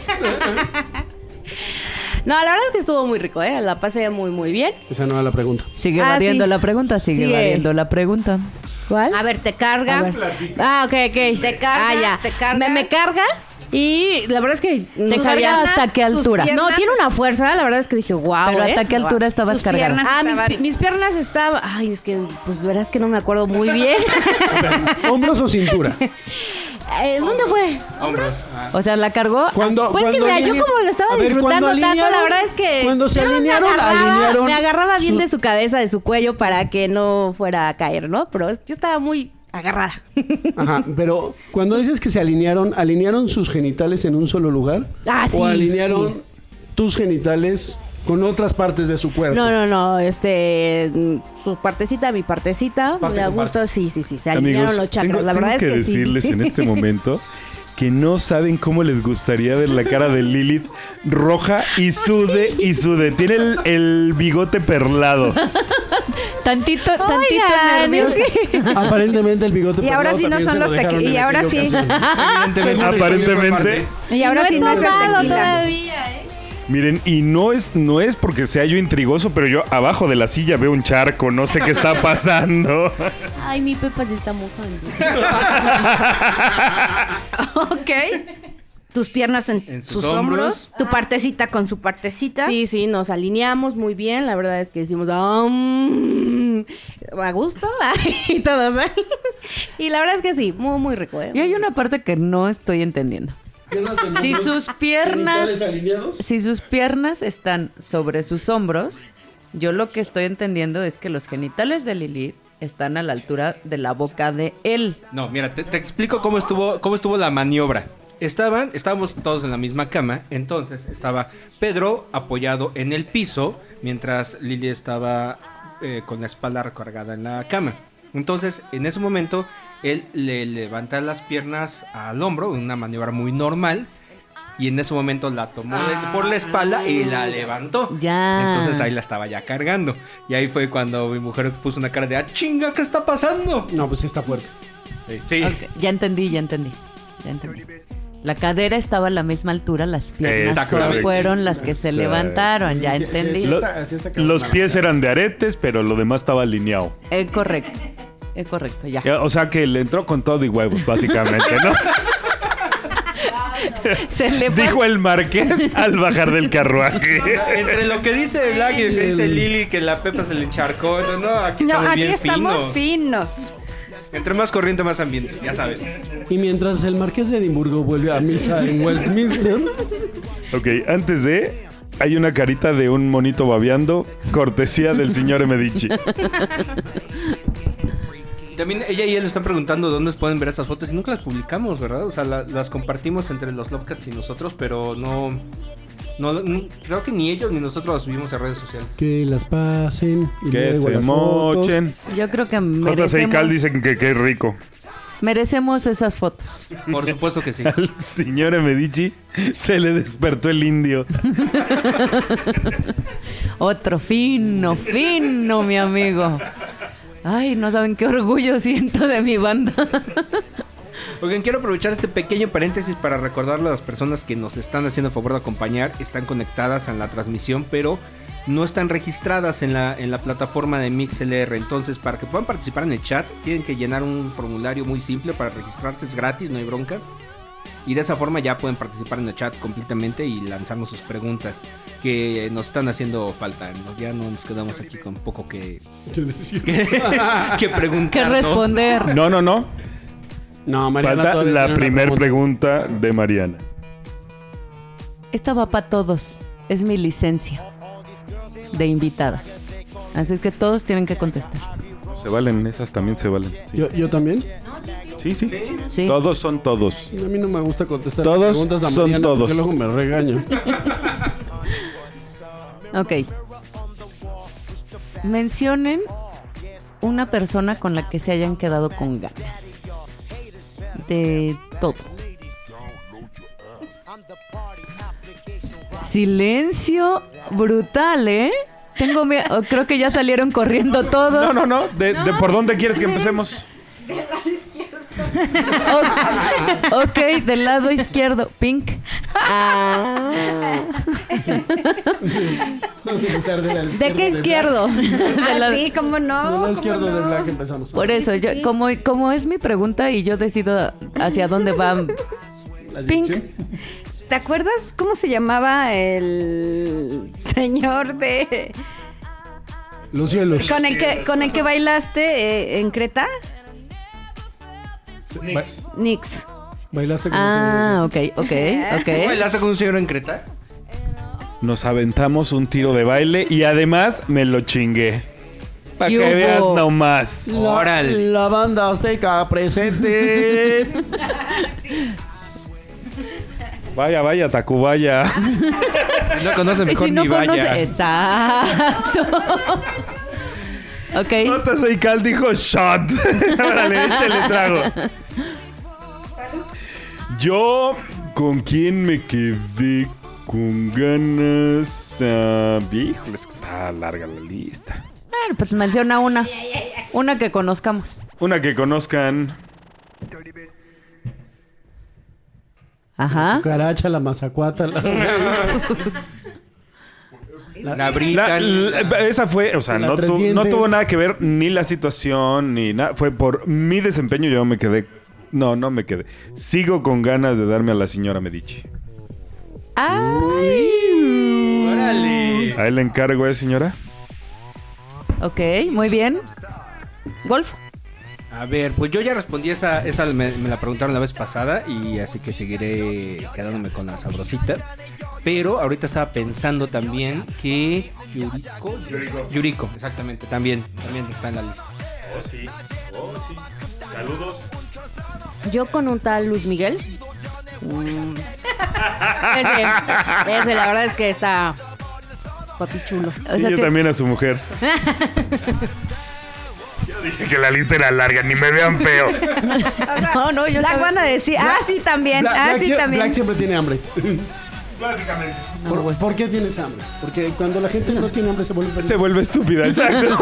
Speaker 3: No, la verdad es que estuvo muy rico, ¿eh? La pasé muy, muy bien.
Speaker 6: Esa no era
Speaker 3: [laughs]
Speaker 6: la pregunta.
Speaker 5: Sigue
Speaker 3: Ah,
Speaker 5: variando
Speaker 3: sí.
Speaker 5: la pregunta, sigue,
Speaker 3: Sigue.
Speaker 5: variando la pregunta.
Speaker 3: ¿Cuál? A ver, te carga. Ah, ok, ok.
Speaker 1: Te carga,
Speaker 3: Ah, ya.
Speaker 1: te carga.
Speaker 3: Me, me carga y la verdad es que no
Speaker 5: carga
Speaker 3: sabía
Speaker 5: hasta qué
Speaker 1: tus
Speaker 5: altura.
Speaker 1: piernas-
Speaker 3: No, tiene una fuerza, la verdad es que dije, wow.
Speaker 5: Pero hasta qué altura estabas
Speaker 1: Tus
Speaker 5: cargando.
Speaker 1: piernas
Speaker 3: Ah, mis,
Speaker 1: estaban-
Speaker 3: pi- mis piernas estaban. Ay, es que, pues verás que no me acuerdo muy bien.
Speaker 6: ¿Hombros o cintura?
Speaker 3: [laughs] Eh, ¿Dónde fue?
Speaker 2: Hombros. Ah.
Speaker 5: O sea, la cargó.
Speaker 6: Cuando,
Speaker 3: Pues que
Speaker 6: cuando
Speaker 3: mira, yo
Speaker 6: alinea-
Speaker 3: como lo estaba
Speaker 6: A ver,
Speaker 3: disfrutando
Speaker 6: cuando
Speaker 3: tanto, la
Speaker 6: alinearon-
Speaker 3: verdad es que
Speaker 6: Cuando se
Speaker 3: yo
Speaker 6: alinearon,
Speaker 3: me agarraba,
Speaker 6: alinearon.
Speaker 3: me agarraba bien
Speaker 6: su-
Speaker 3: de su cabeza, de su cuello para que no fuera a caer, ¿no? Pero yo estaba muy agarrada.
Speaker 6: [laughs] Ajá, pero cuando dices que se alinearon, ¿alinearon sus genitales en un solo lugar?
Speaker 3: Ah, sí,
Speaker 6: ¿O alinearon
Speaker 3: sí.
Speaker 6: tus genitales con otras partes de su cuerpo?
Speaker 3: No, no, no, este mm, su partecita, mi partecita,
Speaker 6: Parte
Speaker 3: me a
Speaker 6: con
Speaker 3: gusto, sí, sí, sí, se alinearon los chakras,
Speaker 7: tengo,
Speaker 3: la verdad
Speaker 7: tengo
Speaker 3: es que
Speaker 7: decirles
Speaker 3: sí.
Speaker 7: en
Speaker 3: [laughs]
Speaker 7: este momento que no saben cómo les gustaría ver la cara de Lilith roja y sude y sude. Tiene el, el bigote perlado.
Speaker 5: Tantito, tantito
Speaker 1: Oigan, es
Speaker 5: nerviosa.
Speaker 1: que-
Speaker 6: Aparentemente el bigote
Speaker 1: Y ahora
Speaker 6: pelado
Speaker 1: sí no
Speaker 6: también
Speaker 1: son
Speaker 6: se
Speaker 1: los tequi-
Speaker 6: dejaron en
Speaker 1: y ahora
Speaker 6: aquella
Speaker 1: sí.
Speaker 6: ocasión.
Speaker 7: Aparentemente.
Speaker 1: Y ahora sí no es el tequila.
Speaker 3: todavía, ¿eh?
Speaker 7: Miren, y no es, no es porque sea yo intrigoso, pero yo abajo de la silla veo un charco, no sé qué está pasando.
Speaker 3: Ay, mi pepa se está mojando.
Speaker 1: Ok. Tus piernas en,
Speaker 2: En
Speaker 1: sus, hombros, tu partecita con su partecita.
Speaker 3: Sí, sí, nos alineamos muy bien. La verdad es que hicimos "Am", a gusto [laughs] y todos. ¿eh? Y la verdad es que sí, muy, muy rico. ¿eh?
Speaker 5: Y hay una parte que no estoy entendiendo. [laughs] Si sus piernas,
Speaker 6: ¿Genitales alineados?
Speaker 5: si sus piernas están sobre sus hombros, yo lo que estoy entendiendo es que los genitales de Lilith están a la altura de la boca de él.
Speaker 2: No, mira, te, te explico cómo estuvo, cómo estuvo la maniobra. Estaban, estábamos todos en la misma cama, entonces estaba Pedro apoyado en el piso, mientras Lili estaba eh, con la espalda recargada en la cama. Entonces, en ese momento, él le levanta las piernas al hombro, una maniobra muy normal, y en ese momento la tomó de- por la espalda y la levantó.
Speaker 5: Ya.
Speaker 2: Entonces ahí la estaba ya cargando. Y ahí fue cuando mi mujer puso una cara de, ¡ah, chinga, qué está pasando!
Speaker 6: No, pues sí está fuerte.
Speaker 2: Sí.
Speaker 5: Ok, ya entendí, ya entendí, ya entendí. La cadera estaba a la misma altura, las piernas solo
Speaker 2: Exactamente.
Speaker 5: fueron las que se
Speaker 7: Exacto.
Speaker 5: levantaron, ya
Speaker 6: Sí, sí,
Speaker 5: entendí.
Speaker 6: sí, sí.
Speaker 7: Lo-
Speaker 6: Así está, así está cabrón,
Speaker 7: los
Speaker 6: la
Speaker 7: pies eran de aretes, pero lo demás estaba alineado.
Speaker 5: Eh, correcto. Es correcto, ya.
Speaker 7: O sea que le entró con todo y huevos, básicamente, ¿no?
Speaker 5: Se le fue.
Speaker 7: Dijo el
Speaker 5: [laughs]
Speaker 7: marqués al bajar del carruaje.
Speaker 2: Entre lo que dice Black y lo que dice Lili, que la Pepa se le encharcó. No, no, aquí
Speaker 1: No,
Speaker 2: estamos
Speaker 1: aquí
Speaker 2: bien
Speaker 1: estamos
Speaker 2: finos.
Speaker 1: finos.
Speaker 2: Entre más corriente, más ambiente, ya saben.
Speaker 6: Y mientras el marqués de Edimburgo vuelve a misa en Westminster,
Speaker 7: Ok, antes de. Hay una carita de un monito babeando, cortesía del señor
Speaker 5: [laughs]
Speaker 7: Medici.
Speaker 2: También ella y él están preguntando dónde pueden ver esas fotos y nunca las publicamos, ¿verdad? O sea, la- las compartimos entre los Lovecats y nosotros, pero no, no, no- Creo que ni ellos ni nosotros las subimos a redes sociales.
Speaker 6: que las pasen. Y
Speaker 7: Que
Speaker 6: luego
Speaker 7: se
Speaker 6: las fotos.
Speaker 7: mochen.
Speaker 5: Yo creo que
Speaker 7: JC y Cal
Speaker 5: merecemos,
Speaker 7: dicen que qué rico.
Speaker 5: merecemos esas fotos.
Speaker 2: Por supuesto que sí.
Speaker 7: Al señor Medici se le despertó el indio.
Speaker 5: Otro fino, fino, mi amigo. Ay, no saben qué orgullo siento de mi banda.
Speaker 2: Oigan, quiero aprovechar este pequeño paréntesis para recordarle a las personas que nos están haciendo el favor de acompañar, están conectadas en la transmisión, pero no están registradas en la, en la plataforma de MixLR. Entonces, para que puedan participar en el chat, tienen que llenar un formulario muy simple para registrarse, es gratis, no hay bronca. Y de esa forma ya pueden participar en el chat completamente y lanzarnos sus preguntas que nos están haciendo falta. ¿no? Ya no nos quedamos aquí con poco que, [laughs]
Speaker 7: [laughs]
Speaker 2: que preguntar.
Speaker 5: ¿Qué responder?
Speaker 7: No, no, no.
Speaker 6: No, [laughs] Mariana
Speaker 7: Falta
Speaker 6: todavía tiene
Speaker 7: la
Speaker 6: una
Speaker 7: primer pregunta de Mariana.
Speaker 5: Esta va para todos. Es mi licencia de invitada. Así es que todos tienen que contestar.
Speaker 7: Se valen, esas también se valen. Sí,
Speaker 6: Yo, yo también.
Speaker 7: sí. sí.
Speaker 5: Sí.
Speaker 7: Todos son todos.
Speaker 6: A mí no me gusta contestar
Speaker 7: Todos
Speaker 6: preguntas a
Speaker 7: son
Speaker 6: Mariana
Speaker 7: todos.
Speaker 6: porque luego me regaño.
Speaker 7: [laughs]
Speaker 5: Ok. Mencionen una persona con la que se hayan quedado con ganas. De todo. Silencio brutal, ¿eh? Tengo mie- oh, creo que ya salieron corriendo
Speaker 7: No,
Speaker 5: todos.
Speaker 7: no, no. ¿De, de por dónde quieres que empecemos?
Speaker 5: O- ok, del lado izquierdo, Pink.
Speaker 1: ¿De qué [laughs] izquierdo?
Speaker 5: la-
Speaker 8: Así, ¿cómo no?
Speaker 6: Del lado
Speaker 8: ¿Cómo
Speaker 6: izquierdo
Speaker 8: no?
Speaker 6: de Black empezamos.
Speaker 5: Por eso, yo, como, como es mi pregunta y yo decido hacia dónde van.
Speaker 6: La
Speaker 5: Pink.
Speaker 6: dirección.
Speaker 1: ¿Te acuerdas cómo se llamaba el señor de
Speaker 6: Los cielos.
Speaker 1: con el que con el que bailaste eh, en Creta?
Speaker 6: Ba-
Speaker 1: Nix.
Speaker 6: bailaste con
Speaker 5: Ah,
Speaker 6: los
Speaker 5: ok, ok,
Speaker 2: ¿Cómo
Speaker 5: ok.
Speaker 2: bailaste con un señor en Creta?
Speaker 7: Nos aventamos un tiro de baile y además me lo chingué. Para
Speaker 5: ¿Qué
Speaker 7: que
Speaker 5: hubo?
Speaker 7: veas nomás.
Speaker 6: cielos. La,
Speaker 2: Órale.
Speaker 6: la banda azteca presente.
Speaker 8: [laughs]
Speaker 7: Vaya, vaya, Tacubaya.
Speaker 5: [laughs]
Speaker 2: Si no conoce
Speaker 5: Y
Speaker 2: mejor
Speaker 5: si no
Speaker 2: ni vaya.
Speaker 5: conoce, exacto. ok,
Speaker 7: Notas y Cal dijo shot. [laughs] Órale, échale trago. Yo, ¿con quién me quedé con ganas? Ah, híjole, es que está larga la lista.
Speaker 5: Bueno, pues menciona una. Una que conozcamos.
Speaker 7: Una que conozcan.
Speaker 5: Ajá.
Speaker 6: Caracha, la mazacuata. La,
Speaker 2: La brita.
Speaker 7: La- la- esa fue, o sea,
Speaker 6: La
Speaker 7: no,
Speaker 6: tres
Speaker 7: tu- no
Speaker 6: dientes.
Speaker 7: tuvo nada que ver ni la situación ni nada. Fue por mi desempeño, yo me quedé. No, no me quedé. Sigo con ganas de darme a la señora Medici.
Speaker 5: Ay.
Speaker 2: ¡Órale!
Speaker 7: A él le encargo, ¿eh, señora?
Speaker 5: Ok, muy bien. Golf.
Speaker 2: A ver, pues yo ya respondí esa, esa me, me la preguntaron la vez pasada y así que seguiré quedándome con la sabrosita. Pero ahorita estaba pensando también que Yuriko, Yuriko, exactamente, también, también está en la lista.
Speaker 3: Yo con un tal Luis Miguel. Mm. Ese, ese, la verdad es que está papi chulo.
Speaker 5: O
Speaker 7: Sí,
Speaker 5: sea,
Speaker 7: yo
Speaker 5: ti-
Speaker 7: también a su mujer. yo dije que la lista era larga, ni me vean feo.
Speaker 5: No, no, yo
Speaker 8: Black
Speaker 5: también.
Speaker 8: van a decir, ah, sí, también,
Speaker 6: Bla-
Speaker 8: ah,
Speaker 6: Black
Speaker 8: sí,
Speaker 6: sie-
Speaker 8: también.
Speaker 6: Black siempre tiene hambre. ¿Por, por qué tienes hambre? Porque cuando la gente no tiene hambre se vuelve
Speaker 7: Se vuelve estúpida,
Speaker 1: [laughs]
Speaker 7: exacto.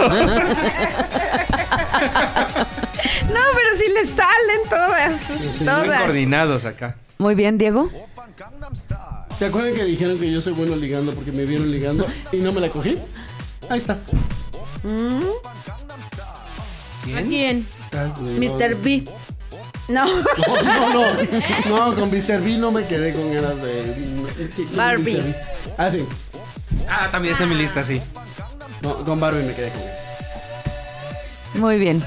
Speaker 8: No, pero sí le salen todas,
Speaker 2: Bien
Speaker 8: todas.
Speaker 2: coordinados acá.
Speaker 5: Muy bien, Diego.
Speaker 6: ¿Se acuerdan que dijeron que yo soy bueno ligando porque me vieron ligando y no me la cogí? Ahí está.
Speaker 3: ¿A quién?
Speaker 1: Mr. B. No,
Speaker 6: No, no, no. No, con Mr. B no me quedé con ganas de.
Speaker 1: Barbie.
Speaker 6: Mr. B. Ah, sí.
Speaker 2: Ah, también está en mi lista, sí.
Speaker 6: No, con Barbie me quedé con ganas.
Speaker 5: Muy bien.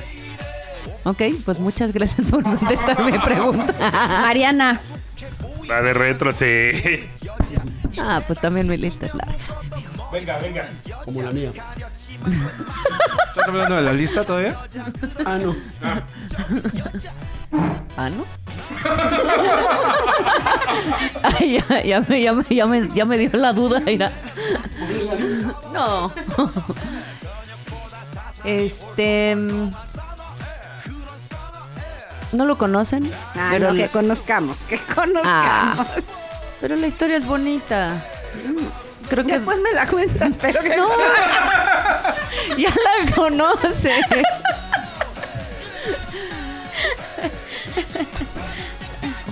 Speaker 5: Ok, pues muchas gracias por contestar mi pregunta. [laughs]
Speaker 1: Mariana.
Speaker 7: La de retro, sí.
Speaker 5: Ah, pues también mi lista es larga.
Speaker 6: Como la mía.
Speaker 2: ¿Estás hablando de la lista todavía?
Speaker 6: Ah, no.
Speaker 5: Ah, ¿no? [laughs] Ay, ya, ya me, ya, me, ya, me, ya me dio la duda. mira. No. Este. mm, No lo conocen,
Speaker 9: Ah,
Speaker 5: pero,
Speaker 9: no,
Speaker 5: la-
Speaker 9: que conozcamos, que conozcamos.
Speaker 5: Ah. [laughs] pero la historia es bonita. Creo que
Speaker 9: Después me la cuentas, pero que
Speaker 5: No. [laughs] ya la conoce.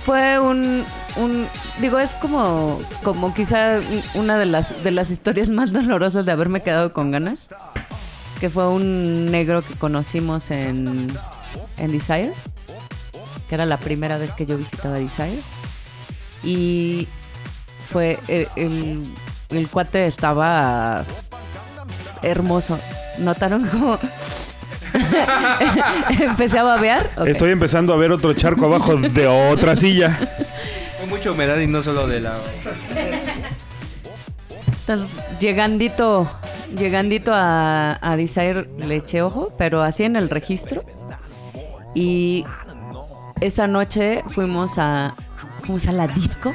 Speaker 5: Fue un, un- digo es como como quizá una de las de las historias más dolorosas de haberme quedado con ganas, que fue un negro que conocimos en en Desire, que era la primera vez que yo visitaba Desire y fue el, el- el cuate estaba hermoso. ¿Notaron cómo [laughs] empecé a babear? Ok.
Speaker 4: Estoy empezando a ver otro charco abajo de otra silla.
Speaker 2: Con mucha humedad y no solo de la...
Speaker 5: Entonces, llegandito, llegandito a, a Desire le eché ojo, pero así en el registro. Y esa noche fuimos a, fuimos a la disco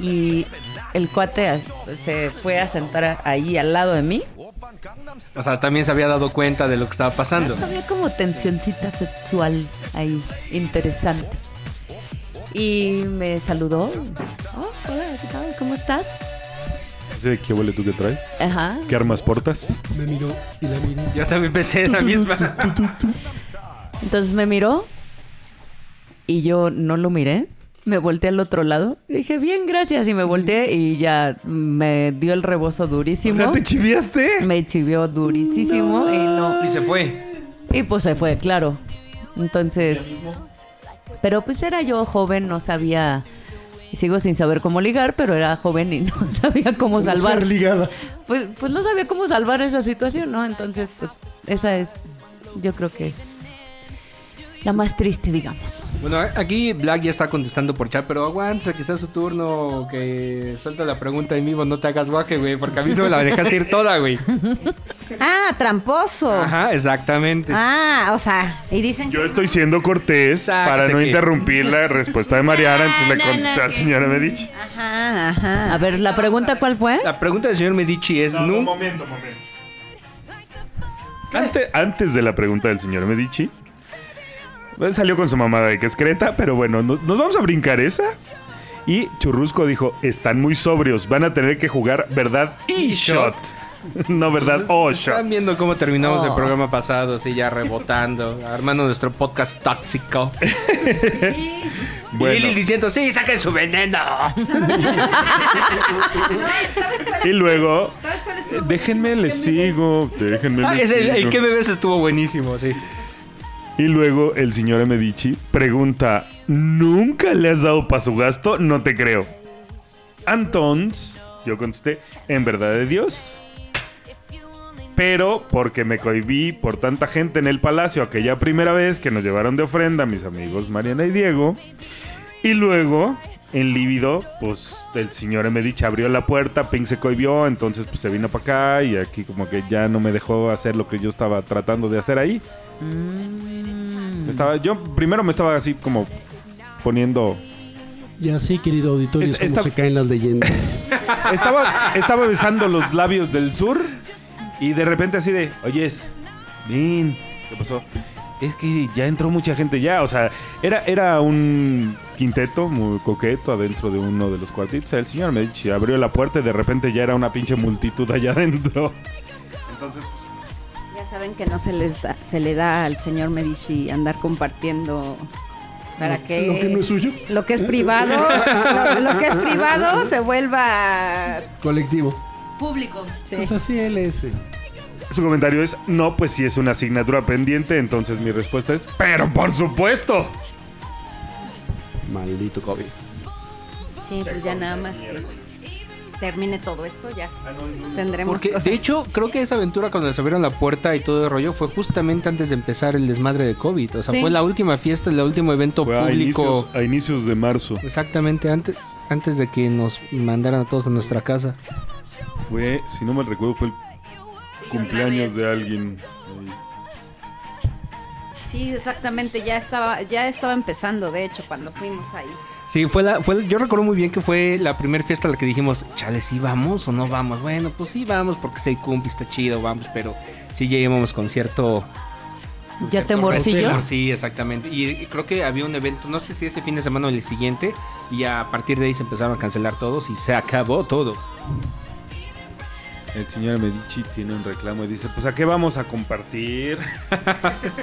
Speaker 5: y el cuate as- se fue a sentar ahí al lado de mí.
Speaker 2: O sea, también se había dado cuenta de lo que estaba pasando.
Speaker 5: Pues Había como tensioncita sexual ahí, interesante. Y me saludó. Oh, hola, ¿qué tal? ¿Cómo estás?
Speaker 4: Así de, ¿Qué huele tú que traes?
Speaker 5: Ajá.
Speaker 4: ¿Qué armas portas?
Speaker 6: Me miró y la miré.
Speaker 2: Yo también pensé esa misma.
Speaker 5: Entonces me miró y yo no lo miré. Me volteé al otro lado. Dije, bien, gracias. Y me volteé y ya me dio el rebozo
Speaker 4: O
Speaker 5: durísimo.
Speaker 4: sea, ¿te chiviaste?
Speaker 5: [laughs] Me chivió durísimo y no.
Speaker 2: Y se fue.
Speaker 5: Y pues se fue, claro. Entonces. Pero pues era yo joven, no sabía. y Sigo sin saber cómo ligar, pero era joven y [laughs] no sabía cómo salvar.
Speaker 6: Ser ligada.
Speaker 5: Pues, pues no sabía cómo salvar esa situación, ¿no? Entonces, pues esa es, yo creo que, la más triste, digamos.
Speaker 2: Bueno, a- aquí Black ya está contestando por chat, pero aguanta que sea su turno, que suelta la pregunta en vivo, no te hagas guaje, güey, porque a mí se me la dejaste ir toda, güey.
Speaker 1: Ah, tramposo.
Speaker 2: Ajá, exactamente.
Speaker 1: Ah, o sea, y dicen
Speaker 7: Yo estoy siendo cortés
Speaker 2: Sáquese
Speaker 7: para no
Speaker 2: que-
Speaker 7: interrumpir la respuesta de Mariana, entonces le
Speaker 1: No, no,
Speaker 7: contesté al
Speaker 1: que-
Speaker 7: señor Medici.
Speaker 1: Ajá, ajá.
Speaker 5: A ver, la pregunta, ¿cuál fue?
Speaker 2: La pregunta del señor Medici es,
Speaker 7: No,
Speaker 2: ¿nun-
Speaker 7: momento, momento. Ante- antes de la pregunta del señor Medici, eh, salió con su mamada de que es creta, pero bueno, no- nos vamos a brincar esa. Y Churrusco dijo, están muy sobrios, van a tener que jugar verdad y shot. [laughs] No verdad o shot.
Speaker 2: Están viendo cómo terminamos el
Speaker 5: Oh.
Speaker 2: programa pasado, así ya rebotando, armando nuestro podcast
Speaker 7: [laughs]
Speaker 2: tóxico. Y
Speaker 7: Bueno,
Speaker 2: Lili diciendo, sí, saquen su veneno.
Speaker 9: ¿Sabes cuál,
Speaker 7: y luego,
Speaker 9: ¿sabes cuál es
Speaker 7: eh, déjenme, les sigo, déjenme,
Speaker 2: Ah, [laughs]
Speaker 7: les
Speaker 2: es el, el
Speaker 7: sigo.
Speaker 2: que bebes estuvo buenísimo, sí.
Speaker 7: Y luego el señor Medici pregunta, ¿nunca le has dado para su gasto? No te creo. Antons, yo contesté, en verdad de Dios. Pero porque me cohibí por tanta gente en el palacio aquella primera vez que nos llevaron de ofrenda mis amigos Mariana y Diego. Y luego, en lívido, pues el señor Medici abrió la puerta, Pink se cohibió, entonces pues se vino para acá y aquí como que ya no me dejó hacer lo que yo estaba tratando de hacer ahí. Me Estaba, yo primero me estaba así como poniendo.
Speaker 6: Y así, querido auditorio, es
Speaker 7: Esta-
Speaker 6: como
Speaker 7: esta-
Speaker 6: se caen las leyendas.
Speaker 7: Estaba, estaba besando los labios del sur y de repente así de, oyes, ven, ¿qué pasó? Es que ya entró mucha gente ya, o sea, era, era un quinteto muy coqueto adentro de uno de los cuartitos. El señor Medici abrió la puerta y de repente ya era una pinche multitud allá [laughs] adentro. Entonces,
Speaker 1: Ya saben que no se les da, se le da al señor Medici andar compartiendo para
Speaker 6: [laughs]
Speaker 1: que
Speaker 6: Lo que no es suyo.
Speaker 1: lo que es privado, lo, lo que es privado se vuelva
Speaker 6: Colectivo.
Speaker 1: público.
Speaker 6: Pues así él es. eh.
Speaker 10: Su comentario es, no, pues si es una asignatura pendiente, entonces mi respuesta es, pero por supuesto.
Speaker 6: Maldito COVID.
Speaker 1: Sí, pues ya Ah, nada más que termine todo esto, ya tendremos
Speaker 2: Porque
Speaker 1: cosas.
Speaker 2: de hecho, creo que esa aventura cuando les abrieron la puerta y todo el rollo fue justamente antes de empezar el desmadre de COVID. O sea,
Speaker 1: Sí.
Speaker 2: fue la última fiesta, el último evento
Speaker 7: Fue a
Speaker 2: público.
Speaker 7: inicios, a inicios de marzo.
Speaker 2: Exactamente, antes, antes de que nos mandaran a todos a nuestra casa.
Speaker 7: Fue, si no mal recuerdo, fue el cumpleaños de alguien. Eh,
Speaker 1: Sí, exactamente, ya estaba ya estaba empezando de hecho cuando fuimos ahí.
Speaker 2: Sí, fue la, fue, yo recuerdo muy bien que fue la primera fiesta a la que dijimos, chale, ¿sí vamos o no vamos? Bueno, pues sí vamos porque se cumple, está chido, vamos, pero sí llevamos con cierto... con
Speaker 5: ¿Ya te
Speaker 2: cierto
Speaker 5: morcillo?
Speaker 2: respeto. Sí, exactamente. Y, y creo que había un evento, no sé si ese fin de semana o el siguiente, y a partir de ahí se empezaron a cancelar todos y se acabó todo.
Speaker 7: El señor Medici tiene un reclamo y dice, pues ¿a qué vamos a compartir?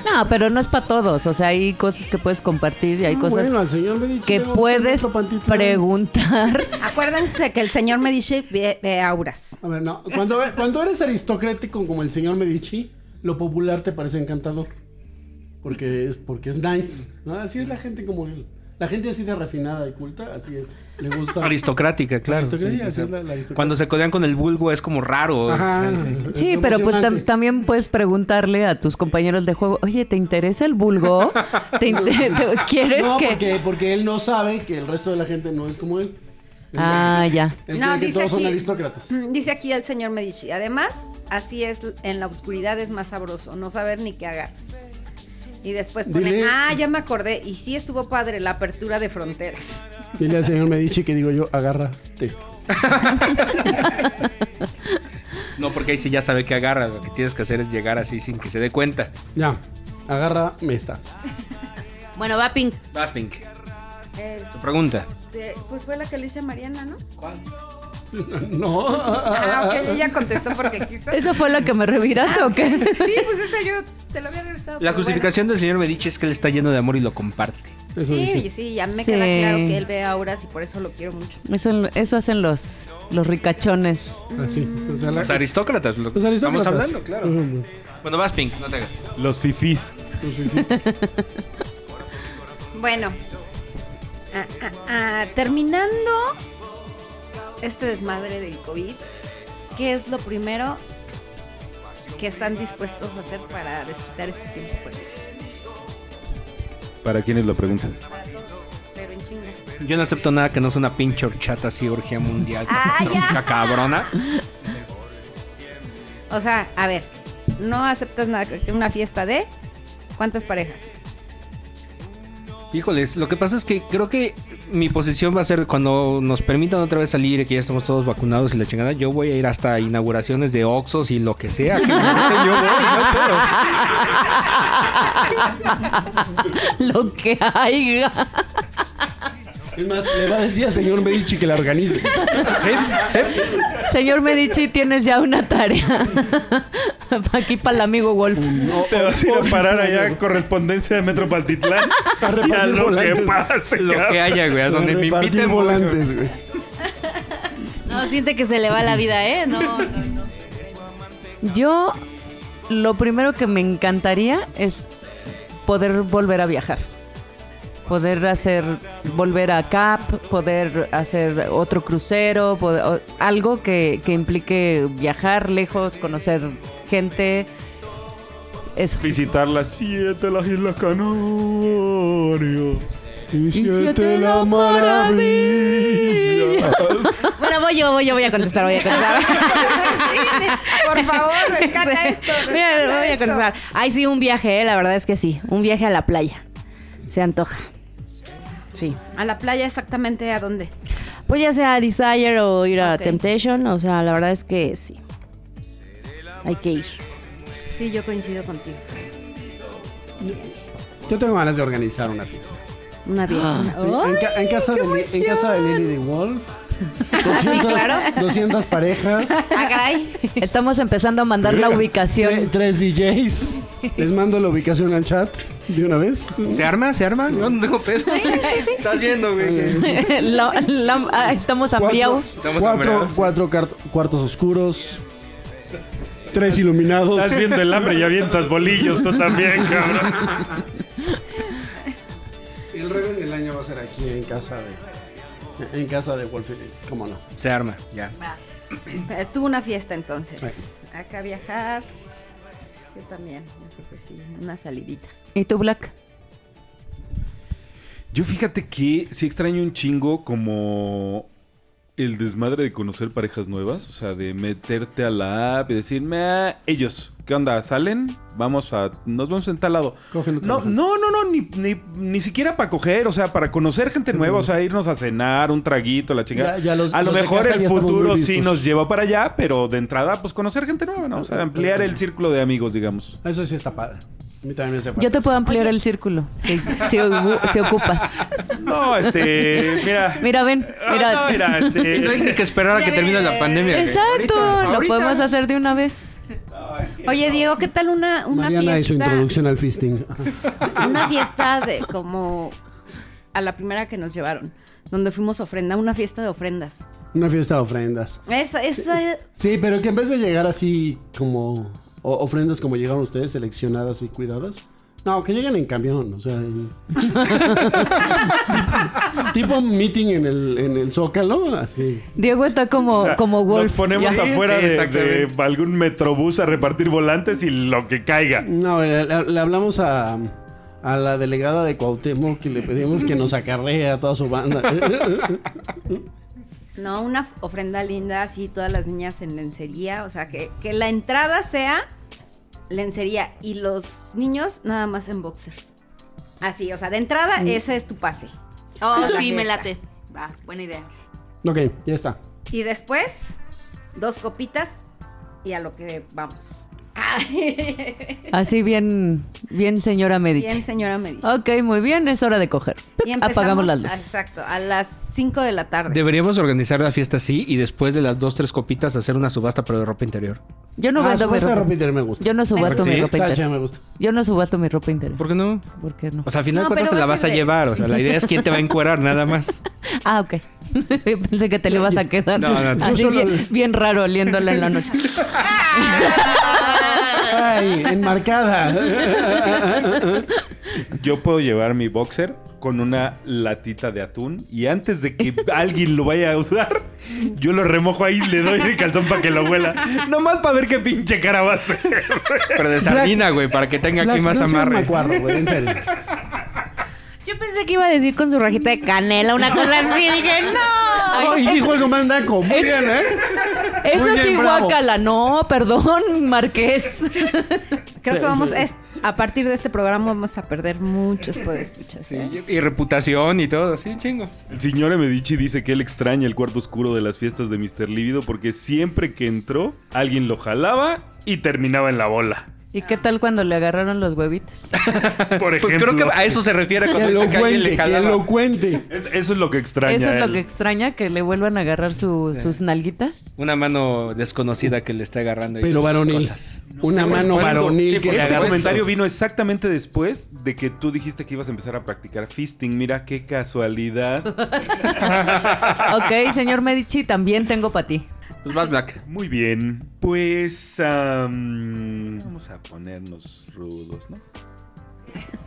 Speaker 5: No, pero no es para todos. O sea, hay cosas que puedes compartir y hay
Speaker 6: Ah,
Speaker 5: cosas
Speaker 6: bueno, al señor me dice,
Speaker 5: que
Speaker 6: luego
Speaker 5: puedes
Speaker 6: otro pantito.
Speaker 5: preguntar.
Speaker 1: Acuérdense que el señor Medici ve, ve auras.
Speaker 6: A ver, no. Cuando, cuando eres aristocrático como el señor Medici, lo popular te parece encantador. Porque es, porque es nice. ¿no? Así es la gente como él. La gente así de refinada y culta, así es. Le [laughs] gusta.
Speaker 2: Aristocrática, claro. sí,
Speaker 6: Aristocracia,
Speaker 2: sí,
Speaker 6: así
Speaker 2: sí.
Speaker 6: es la- la aristocracia.
Speaker 2: Cuando se codean con el vulgo es como raro.
Speaker 6: Ajá,
Speaker 2: es- es-
Speaker 6: es
Speaker 5: Sí, pero pues tam-
Speaker 6: emocionante.
Speaker 5: también puedes preguntarle a tus compañeros de juego, oye, ¿te interesa el vulgo? ¿Te
Speaker 6: [laughs]
Speaker 5: inte- te- ¿Quieres
Speaker 6: no,
Speaker 5: que...?
Speaker 6: Porque, porque él no sabe que el resto de la gente no es como él. Él-
Speaker 5: Ah, ya.
Speaker 6: él
Speaker 1: No,
Speaker 6: cree que
Speaker 1: dice
Speaker 6: todos son
Speaker 1: aquí-
Speaker 6: aristócratas.
Speaker 1: Mm, Dice aquí el señor Medici. Además, así es, en la oscuridad es más sabroso, no saber ni qué agarras. Y después pone,
Speaker 6: Dile-
Speaker 1: ah, ya me acordé. Y sí estuvo padre la apertura de fronteras.
Speaker 6: Dile al señor Medici que digo yo, agarra testa.
Speaker 2: No, porque ahí sí ya sabe que agarra. Lo que tienes que hacer es llegar así sin que se dé cuenta.
Speaker 6: Ya, agarra mesta.
Speaker 1: Bueno, va Pink.
Speaker 2: Vas, Pink. Tu pregunta.
Speaker 1: pues fue la que le hice a Mariana, ¿no?
Speaker 6: [laughs] No.
Speaker 8: Ah, ok, ella contestó porque quiso.
Speaker 5: ¿Eso fue lo que me reviraste o qué?
Speaker 8: Sí, pues esa yo te la había regresado. pero
Speaker 2: La
Speaker 8: bueno.
Speaker 2: justificación del señor Medici es que él está lleno de amor y lo comparte.
Speaker 6: Eso
Speaker 1: Sí,
Speaker 6: dice.
Speaker 1: y sí, ya me
Speaker 5: Sí.
Speaker 1: queda claro que él ve auras y por eso lo quiero mucho.
Speaker 5: Eso, eso hacen los, los ricachones.
Speaker 6: Así. O sea, la-
Speaker 2: Los aristócratas. Lo,
Speaker 6: los aristócratas.
Speaker 2: Estamos hablando, claro.
Speaker 6: Ujú.
Speaker 2: Bueno, vas, Pink, no te hagas.
Speaker 7: Los fifís.
Speaker 6: Los fifís.
Speaker 1: Bueno, ah, ah, ah, terminando este desmadre del COVID, ¿qué es lo primero que están dispuestos a hacer para desquitar este tiempo? con él?
Speaker 7: Para quienes lo preguntan.
Speaker 1: Para todos, pero en chinga.
Speaker 2: Yo no acepto nada que no sea una pinche horchata así, orgía mundial. [laughs]
Speaker 1: Ah, ya.
Speaker 2: Tronca cabrona.
Speaker 1: O sea, a ver, no aceptas nada que una fiesta de cuántas [laughs] parejas.
Speaker 2: Híjoles, lo que pasa es que creo que mi posición va a ser cuando nos permitan otra vez salir y que ya estamos todos vacunados y la chingada, yo voy a ir hasta inauguraciones de Oxos y lo que sea. que me inviten, yo voy, no hay pedo.
Speaker 5: [laughs] Lo que haya.
Speaker 6: Es más, le va a decir al señor Medici que la organice.
Speaker 5: Señor Medici, tienes ya una tarea. [laughs] Aquí para el amigo Wolf.
Speaker 10: Te vas a ir a parar allá en correspondencia de Metro Paltitlán y a
Speaker 6: repartir
Speaker 10: lo que
Speaker 6: volantes.
Speaker 10: pase.
Speaker 2: Lo que
Speaker 10: cabrón.
Speaker 2: haya, güey, a donde me
Speaker 6: Repartir
Speaker 2: inviten. voy, güey.
Speaker 6: volantes, güey.
Speaker 1: No, siente que se le va la vida, ¿eh? [laughs] No.
Speaker 5: Yo lo primero que me encantaría es poder volver a viajar. Poder hacer, volver a CAP, poder hacer otro crucero, poder- o- algo que, que implique viajar lejos, conocer gente.
Speaker 7: [laughs]
Speaker 5: Eso.
Speaker 10: Visitar las siete las Islas Canarias.
Speaker 6: Y
Speaker 5: siete la maravilla.
Speaker 1: Bueno, voy yo, voy yo, voy a contestar, voy a [laughs] contestar.
Speaker 8: Por favor,
Speaker 3: [laughs]
Speaker 8: rescata esto.
Speaker 1: Mira,
Speaker 8: rescata
Speaker 1: voy a
Speaker 8: esto.
Speaker 1: contestar. Ay, sí, un viaje, eh, la verdad es que sí. Un viaje a la playa. Se antoja. Sí. ¿A la playa exactamente a dónde?
Speaker 3: Pues ya sea Desire o ir a
Speaker 1: Ok.
Speaker 3: Temptation, o sea, la verdad es que sí. Hay que ir.
Speaker 1: Sí, yo coincido contigo.
Speaker 6: Yo tengo ganas de organizar una fiesta.
Speaker 1: Una vieja.
Speaker 6: En, ca- en casa de, en casa de Lily de Wolf. 200,
Speaker 1: Ah, claro.
Speaker 6: 200 parejas,
Speaker 1: Ah, caray.
Speaker 5: Estamos empezando a mandar la
Speaker 6: tre-
Speaker 5: ubicación. [laughs]
Speaker 6: tres DJs. Les mando la ubicación al chat de una vez.
Speaker 2: ¿Se arma? ¿Se arma? Yo no tengo pesos. Estás viendo, güey. que-
Speaker 5: La- la- ah, estamos
Speaker 6: Cuatro,
Speaker 5: ampliados.
Speaker 2: Estamos
Speaker 6: cuatro,
Speaker 2: hambreados.
Speaker 6: cuatro cart- cuartos oscuros. Tres iluminados.
Speaker 10: Estás viendo el hambre y avientas bolillos, tú también, cabrón.
Speaker 6: El Reven del año va a ser aquí en casa de. En casa de Wolf ¿Cómo no?
Speaker 2: Se arma, ya.
Speaker 1: Pero Tuvo Eh, una fiesta entonces. Acá a viajar. Yo también, yo creo que sí, una salidita.
Speaker 5: ¿Y tú, Black?
Speaker 7: Yo fíjate que sí extraño un chingo como el desmadre de conocer parejas nuevas, o sea, de meterte a la app y decir, "Meh, ellos, ¿qué onda? ¿Salen? Vamos a, nos vamos en tal lado.
Speaker 6: Cogen otro
Speaker 7: No,
Speaker 6: lado.
Speaker 7: no, no, no, ni, ni, ni siquiera para coger, o sea, para conocer gente nueva, o sea, irnos a cenar, un traguito, la chingada.
Speaker 6: Ya- ya los-
Speaker 7: a lo
Speaker 6: los de
Speaker 7: mejor
Speaker 6: casa
Speaker 7: el
Speaker 6: ya estamos
Speaker 7: futuro
Speaker 6: muy
Speaker 7: sí
Speaker 6: vistos.
Speaker 7: nos lleva para allá, pero de entrada, pues conocer gente nueva, ¿no? O sea, ampliar el círculo de amigos, digamos.
Speaker 6: Eso sí está padre. A mí también me hace falta.
Speaker 5: Yo te puedo ampliar el círculo. Si, si ocu- si ocupas.
Speaker 7: No, este, mira.
Speaker 5: Mira, ven. [laughs] Mira.
Speaker 7: Ah, no, mira,
Speaker 6: [laughs]
Speaker 7: este,
Speaker 2: No hay ni que esperar a que termine la pandemia. güey.
Speaker 5: Exacto.
Speaker 2: Ahorita,
Speaker 5: Lo
Speaker 2: ahorita.
Speaker 5: podemos hacer de una vez.
Speaker 1: Oye, Diego, ¿qué tal una, una
Speaker 6: Mariana y su
Speaker 1: fiesta?
Speaker 6: introducción
Speaker 5: [laughs]
Speaker 6: al fisting.
Speaker 1: Una fiesta de como a la primera que nos llevaron, donde fuimos ofrenda, una fiesta de ofrendas.
Speaker 6: Una fiesta de ofrendas.
Speaker 1: Esa, esa,
Speaker 6: Sí, pero que en vez de llegar así como o- ofrendas como llegaron ustedes, seleccionadas y cuidadas. No, que lleguen en camión, o sea.
Speaker 5: [laughs]
Speaker 6: en- [laughs] tipo meeting en el, en el Zócalo, así.
Speaker 5: Diego está como,
Speaker 10: O sea,
Speaker 5: como
Speaker 10: Nos
Speaker 5: Wolf.
Speaker 10: ponemos
Speaker 5: ya.
Speaker 10: afuera
Speaker 2: Sí,
Speaker 10: de- de,
Speaker 2: exactamente.
Speaker 10: algún metrobús a repartir volantes y lo que caiga.
Speaker 6: No, le, le- le hablamos a, a la delegada de Cuauhtémoc y le pedimos que nos acarree a toda
Speaker 5: [laughs]
Speaker 6: su banda.
Speaker 1: no, una ofrenda linda, así todas las niñas en lencería, o sea, que, que la entrada sea lencería y los niños nada más en boxers. Así, o sea, de entrada
Speaker 6: Mm.
Speaker 1: ese es tu pase.
Speaker 11: Oh,
Speaker 1: Es la
Speaker 11: sí, me
Speaker 1: fiesta.
Speaker 11: late. Va, buena idea.
Speaker 6: ok, ya está.
Speaker 1: Y después, dos copitas y a lo que vamos.
Speaker 5: Así bien, bien señora Medici.
Speaker 1: [laughs] Bien, señora me dice.
Speaker 5: Ok, muy bien. Es hora de coger.
Speaker 1: Y empezamos-
Speaker 5: Apagamos las luces.
Speaker 1: Exacto, a las 5 de la tarde.
Speaker 2: Deberíamos organizar la fiesta así y después de las dos, tres copitas hacer una subasta pero de ropa interior.
Speaker 5: Yo no
Speaker 6: ah,
Speaker 5: vendo mi
Speaker 6: subasta de
Speaker 5: ropa.
Speaker 6: ropa interior me gusta.
Speaker 5: Yo no subasto
Speaker 2: ¿Sí?
Speaker 5: mi ropa
Speaker 6: Está
Speaker 5: interior.
Speaker 6: chida, me gusta.
Speaker 5: Yo no subasto mi ropa interior.
Speaker 2: ¿Por qué no?
Speaker 5: ¿Por qué no?
Speaker 2: O sea, al final
Speaker 1: No,
Speaker 2: cuentas
Speaker 1: pero
Speaker 2: te la
Speaker 1: va a
Speaker 2: vas a
Speaker 1: ser de-
Speaker 2: llevar. O sea, la idea es quién te va a encuerar nada más.
Speaker 5: Ah, ok. [laughs] Yo Pensé que te le vas a quedar.
Speaker 2: No, no, no.
Speaker 5: Así
Speaker 6: Yo solo-
Speaker 5: bien, bien raro oliéndola en
Speaker 2: [laughs]
Speaker 5: la noche.
Speaker 6: Ay, enmarcada.
Speaker 7: Yo puedo llevar mi boxer con una latita de atún y antes de
Speaker 5: [laughs]
Speaker 7: que alguien lo vaya a usar, yo lo remojo ahí y le doy el calzón para que lo huela. Nomás para ver qué pinche cara va a hacer.
Speaker 2: Pero de sardina, güey, para [laughs] que tenga aquí
Speaker 6: Black,
Speaker 2: más
Speaker 6: no seas
Speaker 2: amarre.
Speaker 6: macuarro, güey, en serio.
Speaker 3: Yo pensé que iba a decir con su rajita de canela, una cosa así. Dije, no.
Speaker 6: Ay, y dijo el comandanco. Muy bien, ¿eh?
Speaker 5: Eso
Speaker 6: Muy bien,
Speaker 5: sí,
Speaker 6: bravo.
Speaker 5: guácala. No, perdón, Marqués.
Speaker 2: [laughs]
Speaker 1: Creo que vamos a, es- a partir de este programa vamos a perder muchos podescuchas. ¿eh?
Speaker 2: Y reputación y todo, así, chingo.
Speaker 7: El señor Medici dice que él extraña el cuarto oscuro de las fiestas de Mr. Lívido porque siempre que entró, alguien lo jalaba y terminaba en la bola.
Speaker 5: ¿Y qué
Speaker 3: Ah.
Speaker 5: tal cuando le agarraron los huevitos?
Speaker 10: Por ejemplo.
Speaker 2: Pues creo que a eso se refiere
Speaker 6: Que
Speaker 2: cuando
Speaker 6: lo
Speaker 2: dice que alguien este le
Speaker 6: cuente, que
Speaker 2: jalaba.
Speaker 6: lo cuente.
Speaker 7: Es- eso es lo que extraña.
Speaker 5: Eso es lo
Speaker 7: él.
Speaker 5: que extraña, que le vuelvan a agarrar su- sus nalguitas.
Speaker 2: Una mano desconocida que le está agarrando. ahí
Speaker 6: Pero
Speaker 2: sus
Speaker 6: varonil.
Speaker 2: cosas.
Speaker 6: Una mano
Speaker 7: Por ejemplo,
Speaker 6: varonil
Speaker 2: sí,
Speaker 6: que
Speaker 2: por
Speaker 6: le
Speaker 7: Este
Speaker 6: agarre.
Speaker 7: comentario vino exactamente después de que tú dijiste que ibas a empezar a practicar fisting. Mira qué casualidad.
Speaker 5: Ok, señor Medici, también tengo para ti.
Speaker 2: Pues vas, Black.
Speaker 7: Muy bien. Pues am, vamos a ponernos rudos, ¿no?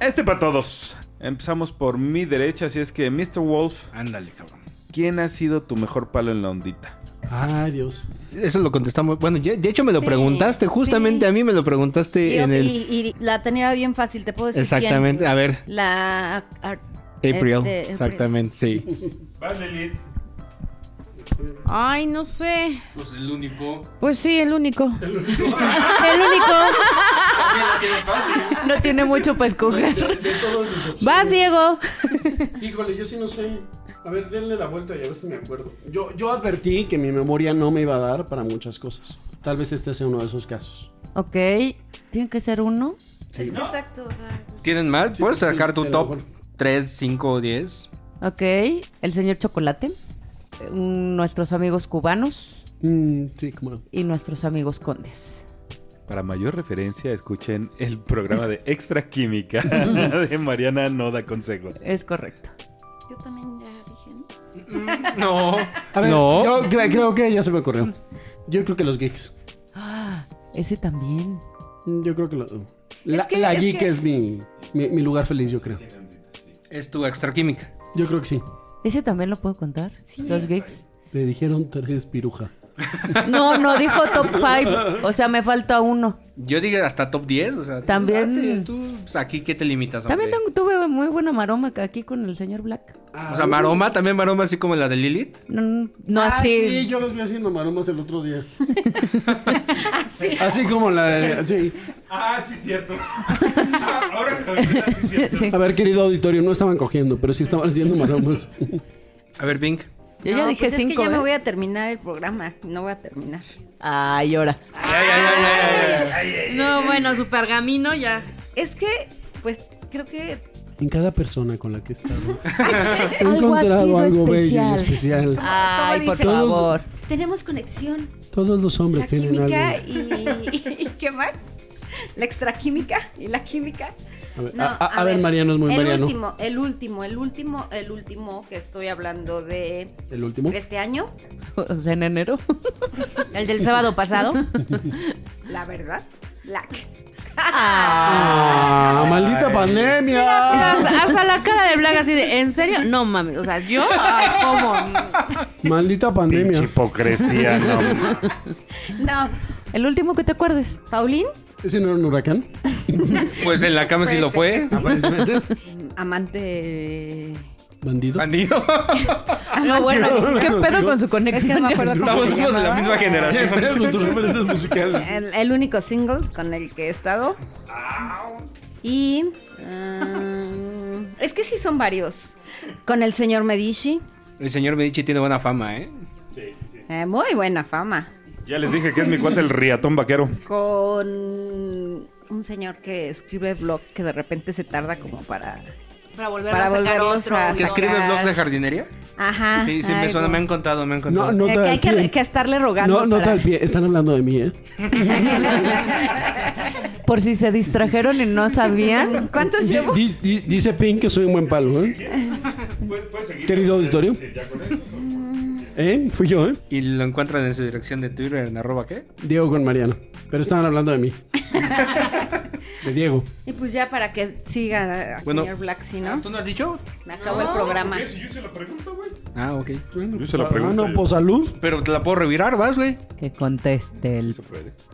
Speaker 7: Este para todos. Empezamos por mi derecha, así es que Mr. Wolf,
Speaker 2: Ándale, cabrón.
Speaker 7: ¿quién ha sido tu mejor palo en la ondita?
Speaker 6: Ay, Dios.
Speaker 2: Eso lo contestamos. Bueno, ya- de hecho me lo
Speaker 1: Sí,
Speaker 2: preguntaste. Justamente
Speaker 1: sí.
Speaker 2: a mí me lo preguntaste
Speaker 1: Y,
Speaker 2: en el.
Speaker 1: y- y la tenía bien fácil, te puedo decir. quién.
Speaker 2: exactamente. A ver,
Speaker 1: La. ar-
Speaker 2: April.
Speaker 1: este, April.
Speaker 2: exactamente, sí.
Speaker 3: Ay, no sé.
Speaker 2: Pues el
Speaker 5: [laughs]
Speaker 2: único.
Speaker 3: Pues sí, el único. El único.
Speaker 5: No tiene mucho para escoger.
Speaker 3: Vas, Diego.
Speaker 6: [laughs] Híjole, yo sí no sé. A ver, denle la vuelta y a ver si me acuerdo. Yo, yo advertí que mi memoria no me iba a dar para muchas cosas. Tal vez este sea uno de esos casos.
Speaker 5: Ok, tiene que ser uno.
Speaker 1: Es que exacto, o sea,
Speaker 2: ¿Tienen más?
Speaker 6: Sí,
Speaker 2: ¿Puedes
Speaker 6: sí,
Speaker 2: sacar tu
Speaker 6: te lo
Speaker 2: top
Speaker 6: juro.
Speaker 2: 3, 5, 10?
Speaker 5: Ok, el señor Chocolate, eh, un- nuestros amigos cubanos
Speaker 6: Mm, sí, cómo no.
Speaker 5: y nuestros amigos condes.
Speaker 7: Para mayor referencia, escuchen el programa de Extra Química de Mariana No da consejos.
Speaker 5: Es correcto.
Speaker 1: yo también ya dije. ¿no?
Speaker 2: No.
Speaker 6: A ver,
Speaker 2: no.
Speaker 6: yo cre- creo que ya se me ocurrió. Yo creo que los geeks.
Speaker 5: Ah, Ese también.
Speaker 6: Mm, Yo creo que lo. La,
Speaker 1: que-
Speaker 6: la
Speaker 1: es
Speaker 6: geek
Speaker 1: que-
Speaker 6: es mi, mi, mi lugar feliz, yo creo.
Speaker 2: Es tu extra química.
Speaker 6: Yo creo que sí.
Speaker 5: ¿Ese también lo puedo contar? Los geeks.
Speaker 6: Le dijeron tres piruja.
Speaker 5: No, no dijo top 5. O sea, me falta uno.
Speaker 2: Yo dije hasta top 10, o sea, tú
Speaker 5: También-
Speaker 2: date, tú, pues, aquí qué te limitas,
Speaker 6: Ah,
Speaker 5: También
Speaker 2: hombre?
Speaker 5: tengo- tuve muy buena maroma aquí con el señor Black.
Speaker 2: O sea, Maroma, también Maroma así como la de Lilith.
Speaker 5: No, no
Speaker 6: Ah,
Speaker 5: así.
Speaker 6: Sí, yo los vi haciendo maromas el otro día. así. como la de. Sí.
Speaker 10: Ah, sí, cierto. Ahora que lo mencionas, sí, cierto.
Speaker 5: Sí.
Speaker 6: A ver, querido auditorio, no estaban cogiendo, pero sí estaban haciendo maromas.
Speaker 2: A ver, Pink.
Speaker 5: Yo ya
Speaker 1: No,
Speaker 5: dije
Speaker 1: pues
Speaker 5: cinco.
Speaker 1: Es que ya me
Speaker 5: ¿eh?
Speaker 1: voy a terminar el programa. No voy a terminar.
Speaker 5: Ay, ahora.
Speaker 3: No, bueno, su pergamino ya.
Speaker 1: Es que, pues, creo que
Speaker 6: en cada persona con la que he estado. He
Speaker 5: Algo ha
Speaker 6: encontrado
Speaker 5: sido
Speaker 6: algo bello
Speaker 5: especial.
Speaker 6: y especial.
Speaker 1: Ah.
Speaker 5: Ay, por
Speaker 6: Ah, dice?
Speaker 5: favor.
Speaker 1: tenemos conexión.
Speaker 6: Todos los
Speaker 1: La
Speaker 6: hombres tienen Pues algo.
Speaker 1: química y, y ¿Qué más? La extraquímica y la química.
Speaker 6: A ver,
Speaker 1: No,
Speaker 6: a- a- a ver, Mariano es muy
Speaker 1: el
Speaker 6: Mariano.
Speaker 1: Último, el último, el último, el último que estoy hablando de
Speaker 6: El último.
Speaker 1: este año,
Speaker 5: O sea, en enero. [laughs]
Speaker 3: El del sábado [laughs] pasado.
Speaker 1: la verdad. La
Speaker 6: ¡Ah! ¡Maldita pandemia!
Speaker 3: hasta, hasta la cara de Black así de, ¿en serio? No mames, o sea, yo, ay, ¿cómo?
Speaker 6: ¡Maldita
Speaker 10: Pinche
Speaker 6: pandemia!
Speaker 10: hipocresía, no.
Speaker 1: No,
Speaker 5: El último que te acuerdes.
Speaker 1: Paulín,
Speaker 6: ¿Ese no era un huracán?
Speaker 2: Pues en la cama sí lo fue. Aparentemente.
Speaker 1: amante.
Speaker 2: [laughs]
Speaker 6: ¿Bandido?
Speaker 2: Bandido.
Speaker 6: Ah,
Speaker 5: No, bueno, [laughs] ¿qué pedo con su
Speaker 1: Es que no
Speaker 5: conexión?
Speaker 1: me acuerdo cómo
Speaker 2: Estamos
Speaker 1: se
Speaker 2: somos de la
Speaker 1: llamaba.
Speaker 2: misma generación.
Speaker 6: tus referentes musicales.
Speaker 1: El, el único single con el que he estado. Y. mm, es que sí son varios. Con el señor Medici.
Speaker 2: El señor Medici tiene buena fama, ¿eh?
Speaker 1: eh, muy buena fama.
Speaker 10: Ya les dije que es mi cuate el riatón vaquero.
Speaker 1: Con un señor que escribe blog que de repente se tarda como para.
Speaker 3: Para volver
Speaker 1: Para
Speaker 3: a sacar
Speaker 1: volverlos
Speaker 3: otro.
Speaker 1: a-
Speaker 2: ¿Que escribe
Speaker 1: Total.
Speaker 2: blogs de jardinería?
Speaker 1: Ajá.
Speaker 2: Sí, sí, me
Speaker 1: algo.
Speaker 2: suena, me han contado, me han
Speaker 6: No,
Speaker 2: contado.
Speaker 6: no
Speaker 1: Eh,
Speaker 6: te
Speaker 1: que hay
Speaker 6: al
Speaker 1: que,
Speaker 6: pie.
Speaker 1: que estarle rogando.
Speaker 6: No, no te
Speaker 1: para-
Speaker 6: al pie. Están hablando de mí, ¿eh?
Speaker 5: [laughs] Por si se distrajeron y no sabían.
Speaker 1: ¿Cuántos llevo?
Speaker 6: Di- di- dice Pink que soy un buen palo, ¿eh? Querido auditorio.
Speaker 3: Mm,
Speaker 6: ¿Eh? Fui yo, ¿eh?
Speaker 2: Y lo encuentran en su dirección de Twitter, en arroba qué.
Speaker 6: Diego con Mariano. Pero estaban hablando
Speaker 5: [laughs]
Speaker 6: de mí. De Diego.
Speaker 1: Y pues ya para que siga, eh,
Speaker 2: Bueno.
Speaker 1: señor Black, si no,
Speaker 2: Ah, ¿Tú no has dicho?
Speaker 1: me acabó el programa.
Speaker 10: yo se lo pregunto, güey.
Speaker 2: Ah, ok.
Speaker 6: Bueno,
Speaker 10: Yo se la pregunto
Speaker 6: Bueno,
Speaker 10: yo.
Speaker 6: pues salud.
Speaker 2: Pero te la puedo revirar, vas, güey.
Speaker 5: Que conteste el.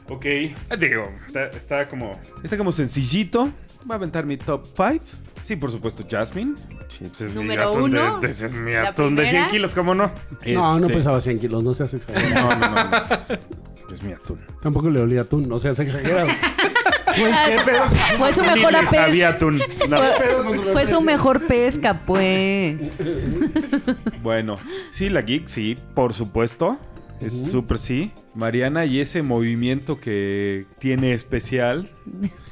Speaker 10: Ok, Ah, digo, está, está como...
Speaker 7: Está como sencillito. Voy a aventar mi top 5. Sí, por supuesto, Jasmine.
Speaker 10: Sí, pues es
Speaker 3: Número
Speaker 10: mi atún
Speaker 3: uno,
Speaker 7: pues
Speaker 10: de, ese es mi
Speaker 3: la
Speaker 10: atún de 100
Speaker 3: primera.
Speaker 10: kilos, ¿cómo no?
Speaker 6: No, no pues,
Speaker 7: Este,
Speaker 6: pesaba 100 kilos, no seas exagerado.
Speaker 10: No, no, no. no. Es mi
Speaker 3: [laughs]
Speaker 10: atún.
Speaker 6: Tampoco le olía atún, no seas exagerado. Güey, ¿qué pedo?
Speaker 5: Fue su
Speaker 10: Ni
Speaker 5: mejor
Speaker 10: le
Speaker 5: apego.
Speaker 10: sabía
Speaker 3: [laughs]
Speaker 10: atún. No.
Speaker 5: [laughs] Fue, fue su mejor pesca, pues.
Speaker 7: Bueno, sí, la geek, sí, por supuesto. Es súper sí. Mariana y ese movimiento que tiene especial.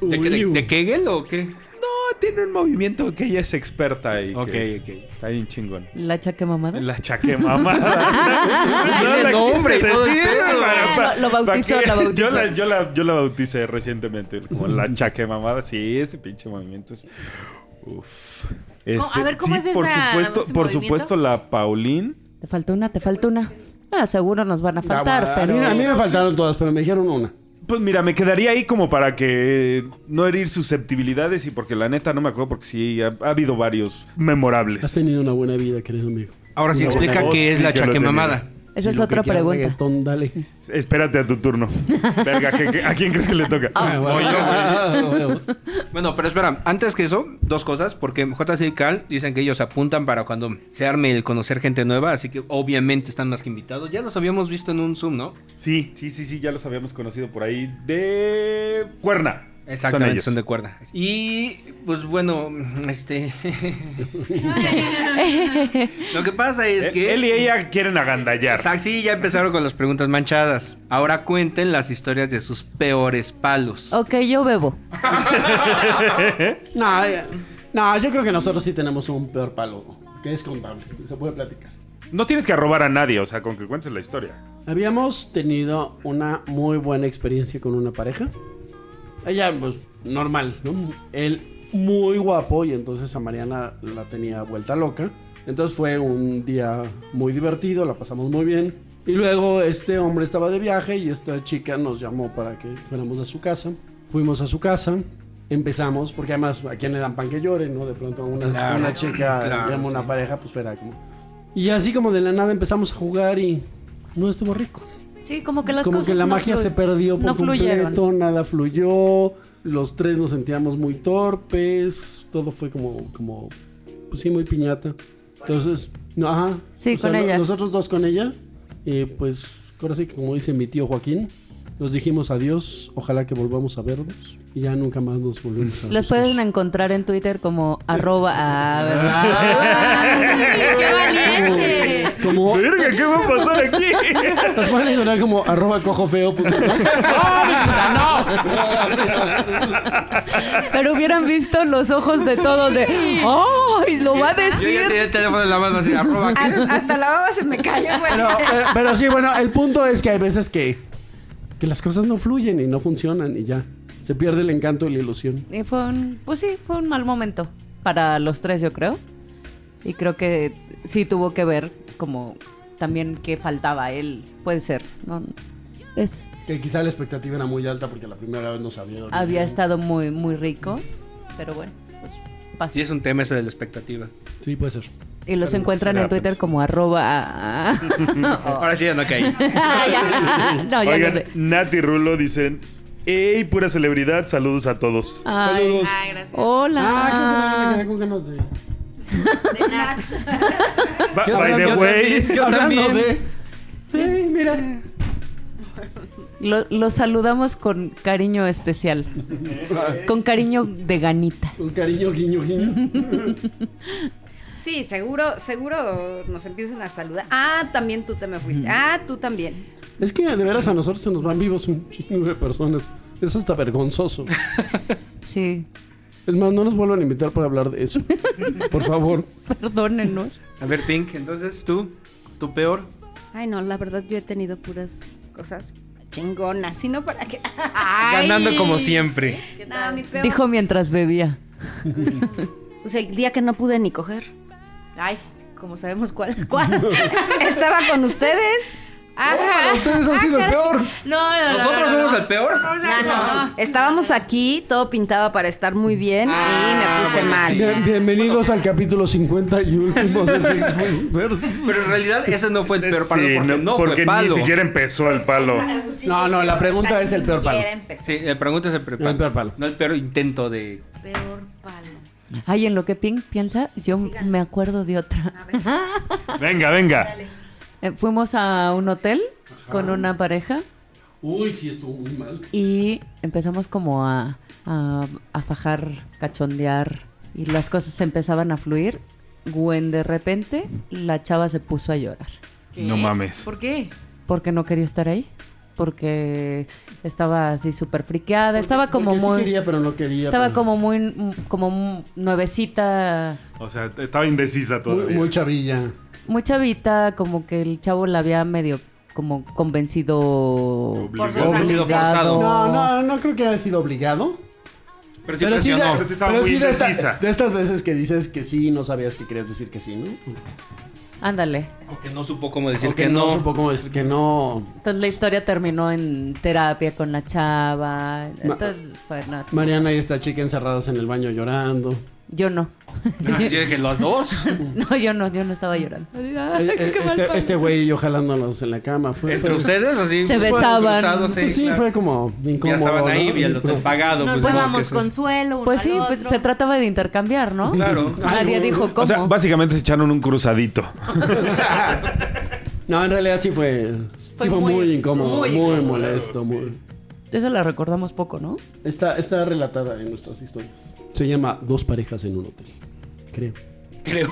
Speaker 2: ¿De, qué- de,
Speaker 6: Uy,
Speaker 2: de Kegel o qué?
Speaker 7: No, tiene un movimiento que ella es experta y
Speaker 2: Ok,
Speaker 7: que
Speaker 2: ok.
Speaker 7: está bien chingón.
Speaker 5: La chaque mamada.
Speaker 7: La chaquemamada. [laughs]
Speaker 2: Dale
Speaker 7: la
Speaker 2: nombre y
Speaker 7: quise
Speaker 2: todo el
Speaker 7: decir,
Speaker 2: pedo.
Speaker 7: para- para-
Speaker 5: Lo- lo
Speaker 7: para
Speaker 5: bautizó,
Speaker 7: que-
Speaker 5: la
Speaker 7: [laughs]
Speaker 5: bautizó.
Speaker 7: Yo la, yo, la, yo la bauticé recientemente como la chaquemamada. Sí, ese pinche movimiento es... Uf. Este,
Speaker 3: ver, ¿cómo
Speaker 7: sí,
Speaker 3: es
Speaker 7: por
Speaker 3: esa-
Speaker 7: supuesto,
Speaker 3: ese
Speaker 7: Por
Speaker 3: movimiento?
Speaker 7: supuesto, la Pauline.
Speaker 5: Te falta una, te falta una. Ah, seguro nos van a faltar,
Speaker 6: a
Speaker 5: pero.
Speaker 6: mí- a mí me faltaron todas, pero me dijeron una.
Speaker 7: Pues mira, me quedaría ahí como para que no herir susceptibilidades y porque la neta no me acuerdo porque sí, ha, ha habido varios
Speaker 6: Has
Speaker 2: Este.
Speaker 7: memorables.
Speaker 6: tenido una buena vida, querido amigo.
Speaker 2: Ahora sí
Speaker 6: Una buena
Speaker 2: explica
Speaker 6: voz.
Speaker 2: qué es
Speaker 7: sí
Speaker 2: la
Speaker 7: que lo tenía.
Speaker 2: chaquemamada.
Speaker 5: Esa
Speaker 6: Si
Speaker 5: es
Speaker 6: lo
Speaker 5: otra
Speaker 6: que quieras,
Speaker 5: pregunta.
Speaker 6: reggaetón, dale.
Speaker 10: Espérate a tu turno. Verga, ¿qué- qué- ¿a quién crees que le toca?
Speaker 2: voy yo, güey.
Speaker 6: Ah, bueno.
Speaker 2: Bueno, pero espera, antes que eso, dos cosas, porque JC y Cal dicen que ellos apuntan para cuando se arme el conocer gente nueva, así que obviamente están más que invitados. Ya los habíamos visto en un Zoom, ¿no?
Speaker 7: Sí, sí, sí, sí, ya los habíamos conocido por ahí de Cuerna.
Speaker 2: Exactamente,
Speaker 7: ellos.
Speaker 2: son, de cuerda. Y pues bueno, [laughs] este. Lo que pasa es
Speaker 10: Eh,
Speaker 2: que.
Speaker 10: Él y ella quieren agandallar.
Speaker 2: Exacto, sí, ya empezaron con las preguntas manchadas. Ahora cuenten las historias de sus peores palos.
Speaker 5: Ok, yo bebo.
Speaker 6: No, ya- no, yo creo que nosotros sí tenemos un peor palo, que es contable, se puede platicar.
Speaker 10: No tienes que arrobar a nadie, o sea, con que cuentes la historia.
Speaker 6: Habíamos tenido una muy buena experiencia con una pareja. Ella, pues, normal, ¿no? Él muy guapo y entonces a Mariana la tenía vuelta loca. Entonces fue un día muy divertido, la pasamos muy bien. Y luego este hombre estaba de viaje y esta chica nos llamó para que fuéramos a su casa. Fuimos a su casa, empezamos, porque además a quién le dan pan que llore, ¿no? De pronto una,
Speaker 2: Claro,
Speaker 6: una chica
Speaker 2: claro,
Speaker 6: llama a una
Speaker 2: sí.
Speaker 6: pareja, pues fuera como... Y así como de la nada empezamos a jugar y no estuvo rico.
Speaker 5: Sí, como que las
Speaker 6: como
Speaker 5: cosas
Speaker 6: que la
Speaker 5: no
Speaker 6: magia
Speaker 5: flu-
Speaker 6: se perdió por
Speaker 5: no fluyeron.
Speaker 6: completo, nada fluyó, los tres nos sentíamos muy torpes, todo fue como, como, pues sí, muy piñata. Entonces, no, ajá.
Speaker 5: Sí, con
Speaker 6: no-
Speaker 5: ella.
Speaker 6: Nosotros dos con ella, y pues ahora sí que como dice mi tío Joaquín, nos dijimos adiós, ojalá que volvamos a vernos, y ya nunca más nos volvemos a ver.
Speaker 5: Los pueden encontrar en Twitter como arroba. Ah, ¿verdad?
Speaker 3: Ah, ¡Qué valiente!
Speaker 6: Como,
Speaker 10: Verga, ¿qué va a pasar aquí?
Speaker 6: los pueden encontrar como arroba cojo feo. punto com.
Speaker 5: Pero hubieran visto los ojos de todos de ¡ay! Lo va a
Speaker 2: Yo ya
Speaker 5: decir.
Speaker 2: tenía el teléfono en la mano así, arroba aquí.
Speaker 8: Hasta, hasta la baba se me cayó,
Speaker 1: pues.
Speaker 8: güey.
Speaker 6: Pero, pero- pero sí, bueno, el punto es que hay veces que, que las cosas no fluyen y no funcionan y ya. Se pierde el encanto y la ilusión.
Speaker 5: Y fue un, pues sí, fue un mal momento para los tres, yo creo. Y creo que sí tuvo que ver como también que faltaba él, puede ser. ¿no? Es,
Speaker 6: Que quizá la expectativa era muy alta porque la primera vez no sabía.
Speaker 5: había estado muy, muy rico, pero bueno, pues pasó.
Speaker 2: Sí, es un tema ese de la
Speaker 5: [laughs]
Speaker 2: expectativa.
Speaker 6: Sí, puede ser.
Speaker 5: Y los encuentran en Twitter como arroba.
Speaker 2: Ahora sí ya no caí.
Speaker 5: Ah, ya. [laughs] No, ya no
Speaker 10: Oigan,
Speaker 5: sé.
Speaker 10: Nat y Rulo dicen: ¡Ey, pura celebridad! Saludos a todos.
Speaker 5: Ay,
Speaker 6: Saludos.
Speaker 5: hola.
Speaker 6: Ah, creo que también me quedé con ganas de...
Speaker 1: De nada.
Speaker 10: Ba-
Speaker 6: Yo
Speaker 10: by
Speaker 6: también,
Speaker 10: the
Speaker 6: yo
Speaker 10: way,
Speaker 2: Yo
Speaker 6: Hablando
Speaker 2: también.
Speaker 6: de... Sí, mira.
Speaker 5: Lo- los saludamos con cariño especial. Con cariño de ganitas.
Speaker 6: Un cariño, guiño, guiño.
Speaker 1: Sí, seguro, seguro nos empiezan a saludar. Ah, también tú te me fuiste. Ah, tú también.
Speaker 6: Es que de veras a nosotros se nos van vivos un chingo de personas. Es hasta vergonzoso.
Speaker 5: Sí,
Speaker 6: Es más, no nos vuelvan a invitar para hablar de eso.
Speaker 10: [laughs]
Speaker 6: Por favor.
Speaker 5: perdónenos.
Speaker 2: A ver, Pink, entonces tú, tú peor.
Speaker 1: Ay, no, la verdad yo he tenido puras cosas chingonas, sino para que...
Speaker 2: Ganando como siempre.
Speaker 1: No, mi peor.
Speaker 5: Dijo mientras bebía.
Speaker 1: Pues el día que no pude ni coger. [laughs] Ay, como sabemos cuál. ¿Cuál? Estaba con ustedes.
Speaker 5: Ah,
Speaker 6: Para ustedes han sido el peor.
Speaker 3: No, no, no,
Speaker 2: ¿Nosotros
Speaker 3: no, no.
Speaker 2: somos el peor?
Speaker 1: No, Ah, no. Estábamos aquí, todo pintaba para estar muy bien y me puse
Speaker 5: Ah,
Speaker 1: mal.
Speaker 6: Bien- bienvenidos al capítulo 50 y
Speaker 5: [laughs]
Speaker 6: último de Sex with Birds.
Speaker 2: Pero en realidad ese no fue el peor palo
Speaker 10: Sí,
Speaker 2: porque no,
Speaker 10: porque
Speaker 2: fue palo.
Speaker 10: ni siquiera empezó el palo.
Speaker 6: No, no, la pregunta es el peor palo.
Speaker 1: Quiera empezar.
Speaker 2: Sí, la pregunta es el peor palo.
Speaker 6: El peor palo.
Speaker 2: No el peor intento de...
Speaker 1: Peor palo.
Speaker 5: Ay, en lo que Pink piensa, yo me acuerdo de otra.
Speaker 10: Venga, venga.
Speaker 5: [laughs] Eh, Fuimos a un hotel con una pareja
Speaker 6: Uy, sí, estuvo muy mal.
Speaker 5: y empezamos como a, a, a fajar, cachondear y las cosas empezaban a fluir. Gwen, de repente, la chava se puso a llorar
Speaker 10: No mames.
Speaker 1: ¿Por qué?
Speaker 5: porque no quería estar ahí, porque estaba así súper friqueada, estaba como
Speaker 6: Porque sí
Speaker 5: muy...
Speaker 6: quería, pero no quería.
Speaker 5: Estaba
Speaker 6: pero-
Speaker 5: como muy, como un nuevecita,
Speaker 10: O sea, estaba indecisa
Speaker 6: Muy,
Speaker 10: todavía.
Speaker 6: muy chavilla.
Speaker 5: muy chavita, como que el chavo la había medio como convencido.
Speaker 10: Obligado.
Speaker 2: Convencido forzado.
Speaker 6: No, no, no creo que haya sido obligado.
Speaker 2: Pero sí
Speaker 6: Pero sí, de,
Speaker 2: presionó.
Speaker 10: pero sí estaba
Speaker 6: pero
Speaker 10: muy
Speaker 6: sí de, esta-
Speaker 10: indecisa.
Speaker 6: de estas veces que dices que sí y no sabías que querías decir que sí, ¿no?
Speaker 5: Ándale.
Speaker 2: Porque no supo cómo decir
Speaker 6: O que
Speaker 2: que no.
Speaker 6: [laughs] supo cómo decir que no.
Speaker 5: Entonces la historia terminó en terapia con la chava. Entonces, fue nada.
Speaker 6: Mariana y esta chica encerradas en el baño llorando.
Speaker 5: Yo no.
Speaker 2: Yo dije, los dos.
Speaker 5: [laughs] No, yo no, yo no estaba llorando.
Speaker 6: Eh, eh, este, este güey y yo jalándonos en la cama. Fue,
Speaker 2: Entre
Speaker 6: fue-
Speaker 2: ustedes, así.
Speaker 5: Se
Speaker 2: pues,
Speaker 5: besaban.
Speaker 2: cruzados,
Speaker 6: pues sí,
Speaker 2: claro.
Speaker 6: fue como incómodo.
Speaker 2: Ya estaban
Speaker 6: ¿no?
Speaker 2: ahí, y el hotel pagado.
Speaker 3: Nos
Speaker 2: pues, ni modo que
Speaker 3: dábamos
Speaker 2: eso-
Speaker 3: consuelo. uno
Speaker 5: Pues sí,
Speaker 3: al
Speaker 5: pues,
Speaker 3: otro.
Speaker 5: se trataba de intercambiar, ¿no?
Speaker 2: Claro.
Speaker 5: Nadie dijo cómo.
Speaker 7: O sea, básicamente se echaron un cruzadito.
Speaker 6: No, en realidad sí fue.
Speaker 5: Fue
Speaker 6: sí fue muy,
Speaker 5: muy-
Speaker 6: incómodo,
Speaker 5: muy
Speaker 6: muy,
Speaker 5: incómodo,
Speaker 6: molesto. Muy...
Speaker 5: Eso la recordamos poco, ¿no?
Speaker 6: Está, está relatada en nuestras historias. Se llama Dos parejas en un hotel. Creo.
Speaker 2: Creo.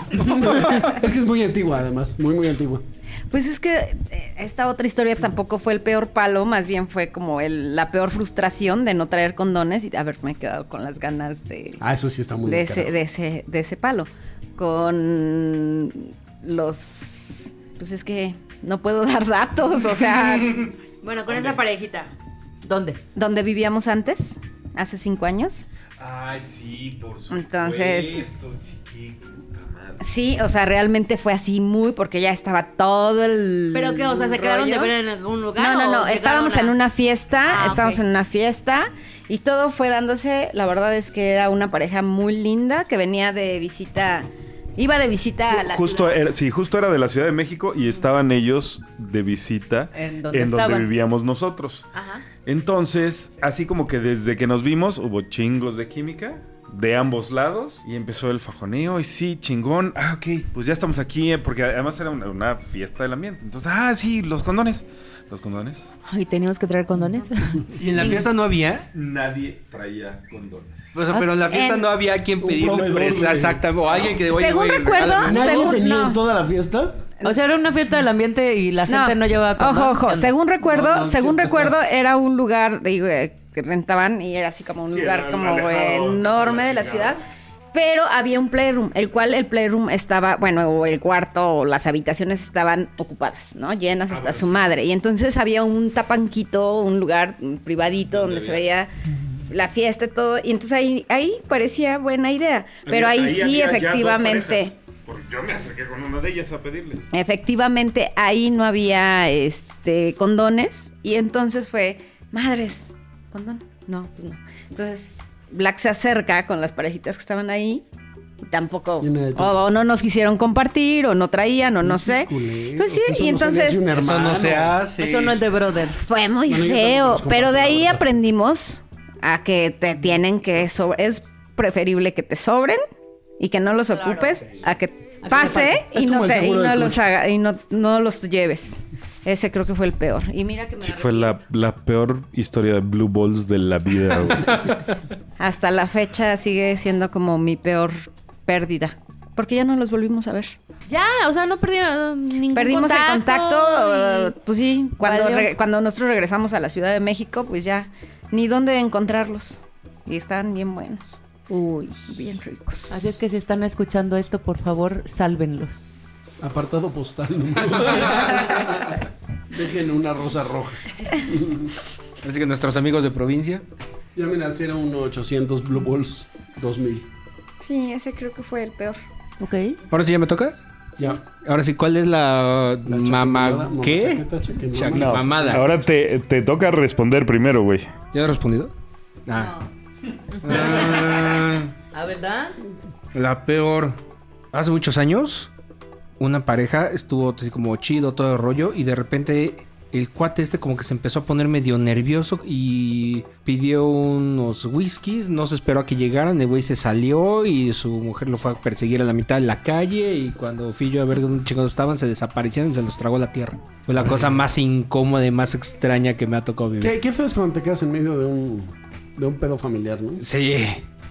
Speaker 6: [laughs] es que es muy antigua, además. Muy, muy antigua.
Speaker 1: Pues es que eh, esta otra historia tampoco fue el peor palo, más bien fue como el- la peor frustración de no traer condones y de haberme quedado con las ganas de,
Speaker 6: Ah, eso sí está muy
Speaker 1: de
Speaker 6: del
Speaker 1: ese,
Speaker 6: carajo.
Speaker 1: de, ese, de ese palo. Con los... Pues es que no puedo [laughs] dar datos, o sea,
Speaker 6: [laughs]
Speaker 3: Bueno, con esa parejita.
Speaker 5: ¿Dónde?
Speaker 1: donde vivíamos antes, hace cinco años.
Speaker 7: Ay, sí, por supuesto.
Speaker 1: Entonces-
Speaker 7: chiqui, puta madre.
Speaker 1: Sí, o sea, realmente fue así muy porque ya estaba todo el.
Speaker 3: ¿Pero qué? O sea, ¿se quedaron de ver en algún lugar?
Speaker 1: No, no,
Speaker 3: o
Speaker 1: no.
Speaker 3: llegaron
Speaker 1: Estábamos
Speaker 3: a-
Speaker 1: en una fiesta,
Speaker 3: Ah, ok.
Speaker 1: estábamos en una fiesta y todo fue dándose. La verdad es que era una pareja muy linda que venía de visita, iba de visita a la
Speaker 10: Justo
Speaker 1: ciudad.
Speaker 10: era, sí, justo era de la Ciudad de México y estaban ellos de visita
Speaker 1: Eh,
Speaker 5: En donde
Speaker 10: en donde
Speaker 5: estaban.
Speaker 10: vivíamos nosotros. Entonces, así como que desde que nos vimos hubo chingos de química de ambos lados y empezó el fajoneo y sí, chingón, ah, ok, pues ya estamos aquí eh, porque además era una, una fiesta del ambiente. Entonces, ah, sí, los condones. Los condones.
Speaker 3: Ay, teníamos que traer condones.
Speaker 2: [laughs] Y en la fiesta no había.
Speaker 10: Nadie traía condones.
Speaker 2: O sea, pero en la fiesta
Speaker 1: En-
Speaker 2: no había quien pedirle
Speaker 6: proveedor,
Speaker 2: presa
Speaker 6: güey.
Speaker 2: exactamente. O alguien que. oye,
Speaker 1: Según
Speaker 2: güey,
Speaker 1: recuerdo,
Speaker 2: regálame.
Speaker 6: ¿Nadie
Speaker 1: Según-
Speaker 6: tenía
Speaker 1: no.
Speaker 6: en toda la fiesta?
Speaker 5: O sea, era una fiesta del ambiente y la gente no, llevaba condón.
Speaker 1: Ojo, ojo. Según recuerdo,
Speaker 6: no,
Speaker 1: según
Speaker 6: siempre
Speaker 1: recuerdo, era un lugar digo, eh, que rentaban y era así como un
Speaker 10: Sí,
Speaker 1: lugar
Speaker 10: era
Speaker 1: como
Speaker 10: alejado,
Speaker 1: enorme de la ciudad. Pero había un playroom, el cual el playroom estaba, bueno, o el cuarto o las habitaciones estaban ocupadas, ¿no? Llenas hasta su madre. Y entonces había un tapanquito, un lugar mm, privadito donde se veía la fiesta y todo. Y entonces ahí, ahí parecía buena idea. Pero ahí, sí, efectivamente.
Speaker 10: Pues yo me acerqué con una de ellas a pedirles.
Speaker 1: Efectivamente, ahí no había este condones y entonces fue, madres, condón. No, pues no. Entonces, Black se acerca con las parejitas que estaban ahí. y Tampoco,
Speaker 6: Y nadie
Speaker 1: o,
Speaker 6: tomó.
Speaker 1: o no nos quisieron compartir, o no traían, o no sé.
Speaker 6: Culero,
Speaker 1: Pues sí,
Speaker 6: eso
Speaker 1: y
Speaker 6: no se le
Speaker 1: entonces
Speaker 6: hace un
Speaker 2: Eso no
Speaker 6: hermano.
Speaker 2: se hace.
Speaker 5: Eso no es de brother.
Speaker 1: fue muy
Speaker 6: Bueno, yo tampoco
Speaker 1: feo.
Speaker 6: los comparto,
Speaker 1: Pero de
Speaker 6: la
Speaker 1: ahí
Speaker 6: verdad.
Speaker 1: aprendimos a que te tienen que sobre. Es preferible que te sobren y que no los ocupes a que pase
Speaker 6: Es
Speaker 1: y no,
Speaker 6: como el
Speaker 1: te- y
Speaker 6: seguro
Speaker 1: no
Speaker 6: del
Speaker 1: los
Speaker 6: coche.
Speaker 1: haga, y no, no los lleves. Ese creo que fue el peor. Y mira que me
Speaker 4: Sí, fue la, la peor historia de Blue Balls de la vida,
Speaker 7: [laughs]
Speaker 4: güey.
Speaker 1: hasta la fecha sigue siendo como mi peor pérdida. Porque ya no los volvimos a ver.
Speaker 3: Ya, o sea, no perdieron ningún
Speaker 1: Perdimos el contacto, eh,
Speaker 3: y-
Speaker 1: pues sí, cuando,
Speaker 3: Valió.
Speaker 1: re- cuando nosotros regresamos a la Ciudad de México, pues ya ni dónde encontrarlos. Y están bien buenos. Uy, bien ricos.
Speaker 5: Así es que si están escuchando esto, por favor, sálvenlos.
Speaker 6: Apartado postal. número-
Speaker 1: [laughs]
Speaker 6: Dejen una rosa roja.
Speaker 2: Así que nuestros amigos de provincia.
Speaker 6: Llamen al 01800 Blue Balls 2000.
Speaker 1: Sí, ese creo que fue el peor.
Speaker 5: ¿Ok?
Speaker 2: Ahora sí ya me toca.
Speaker 6: Ya.
Speaker 2: Ahora sí, ¿cuál es la,
Speaker 6: La
Speaker 2: mamá?
Speaker 6: chaquetonada,
Speaker 2: ¿Qué?
Speaker 6: chaqueta, chaquemamá.
Speaker 2: Chaquemamá. No. Mamada.
Speaker 10: Ahora te, te toca responder primero, güey.
Speaker 2: ¿Ya he respondido? Ah. Ah,
Speaker 5: ¿Ah, verdad?
Speaker 2: la peor. Hace muchos años, una pareja estuvo así como chido, todo el rollo, y de repente el cuate este como que se empezó a poner medio nervioso y pidió unos whiskies, no se esperó a que llegaran, el güey se salió y su mujer lo fue a perseguir a la mitad de la calle y cuando fui yo a ver dónde chingados estaban, se desaparecieron y se los tragó la tierra. Fue la cosa más incómoda y más extraña que me ha tocado vivir.
Speaker 6: ¿Qué, qué feo es cuando te quedas en medio de un, de un pedo familiar, ¿no?
Speaker 2: Sí.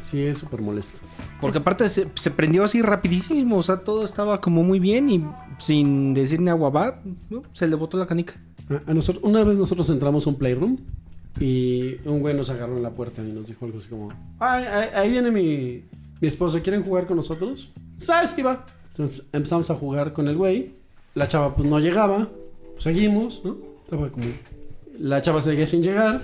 Speaker 6: Sí, es súper molesto.
Speaker 2: Porque aparte se, se prendió así rapidísimo, o sea, todo estaba como muy bien y sin decir ni agua va, ¿no? se le botó la canica.
Speaker 6: A, a nosotros, una vez nosotros entramos a un playroom y un güey nos agarró en la puerta y nos dijo algo así como: "Ay, ay, Ahí viene mi, mi esposo, ¿quieren jugar con nosotros? ¿Sabes qué va? Entonces empezamos a jugar con el güey. La chava pues no llegaba. Seguimos, ¿no? Estaba como- La chava seguía sin llegar.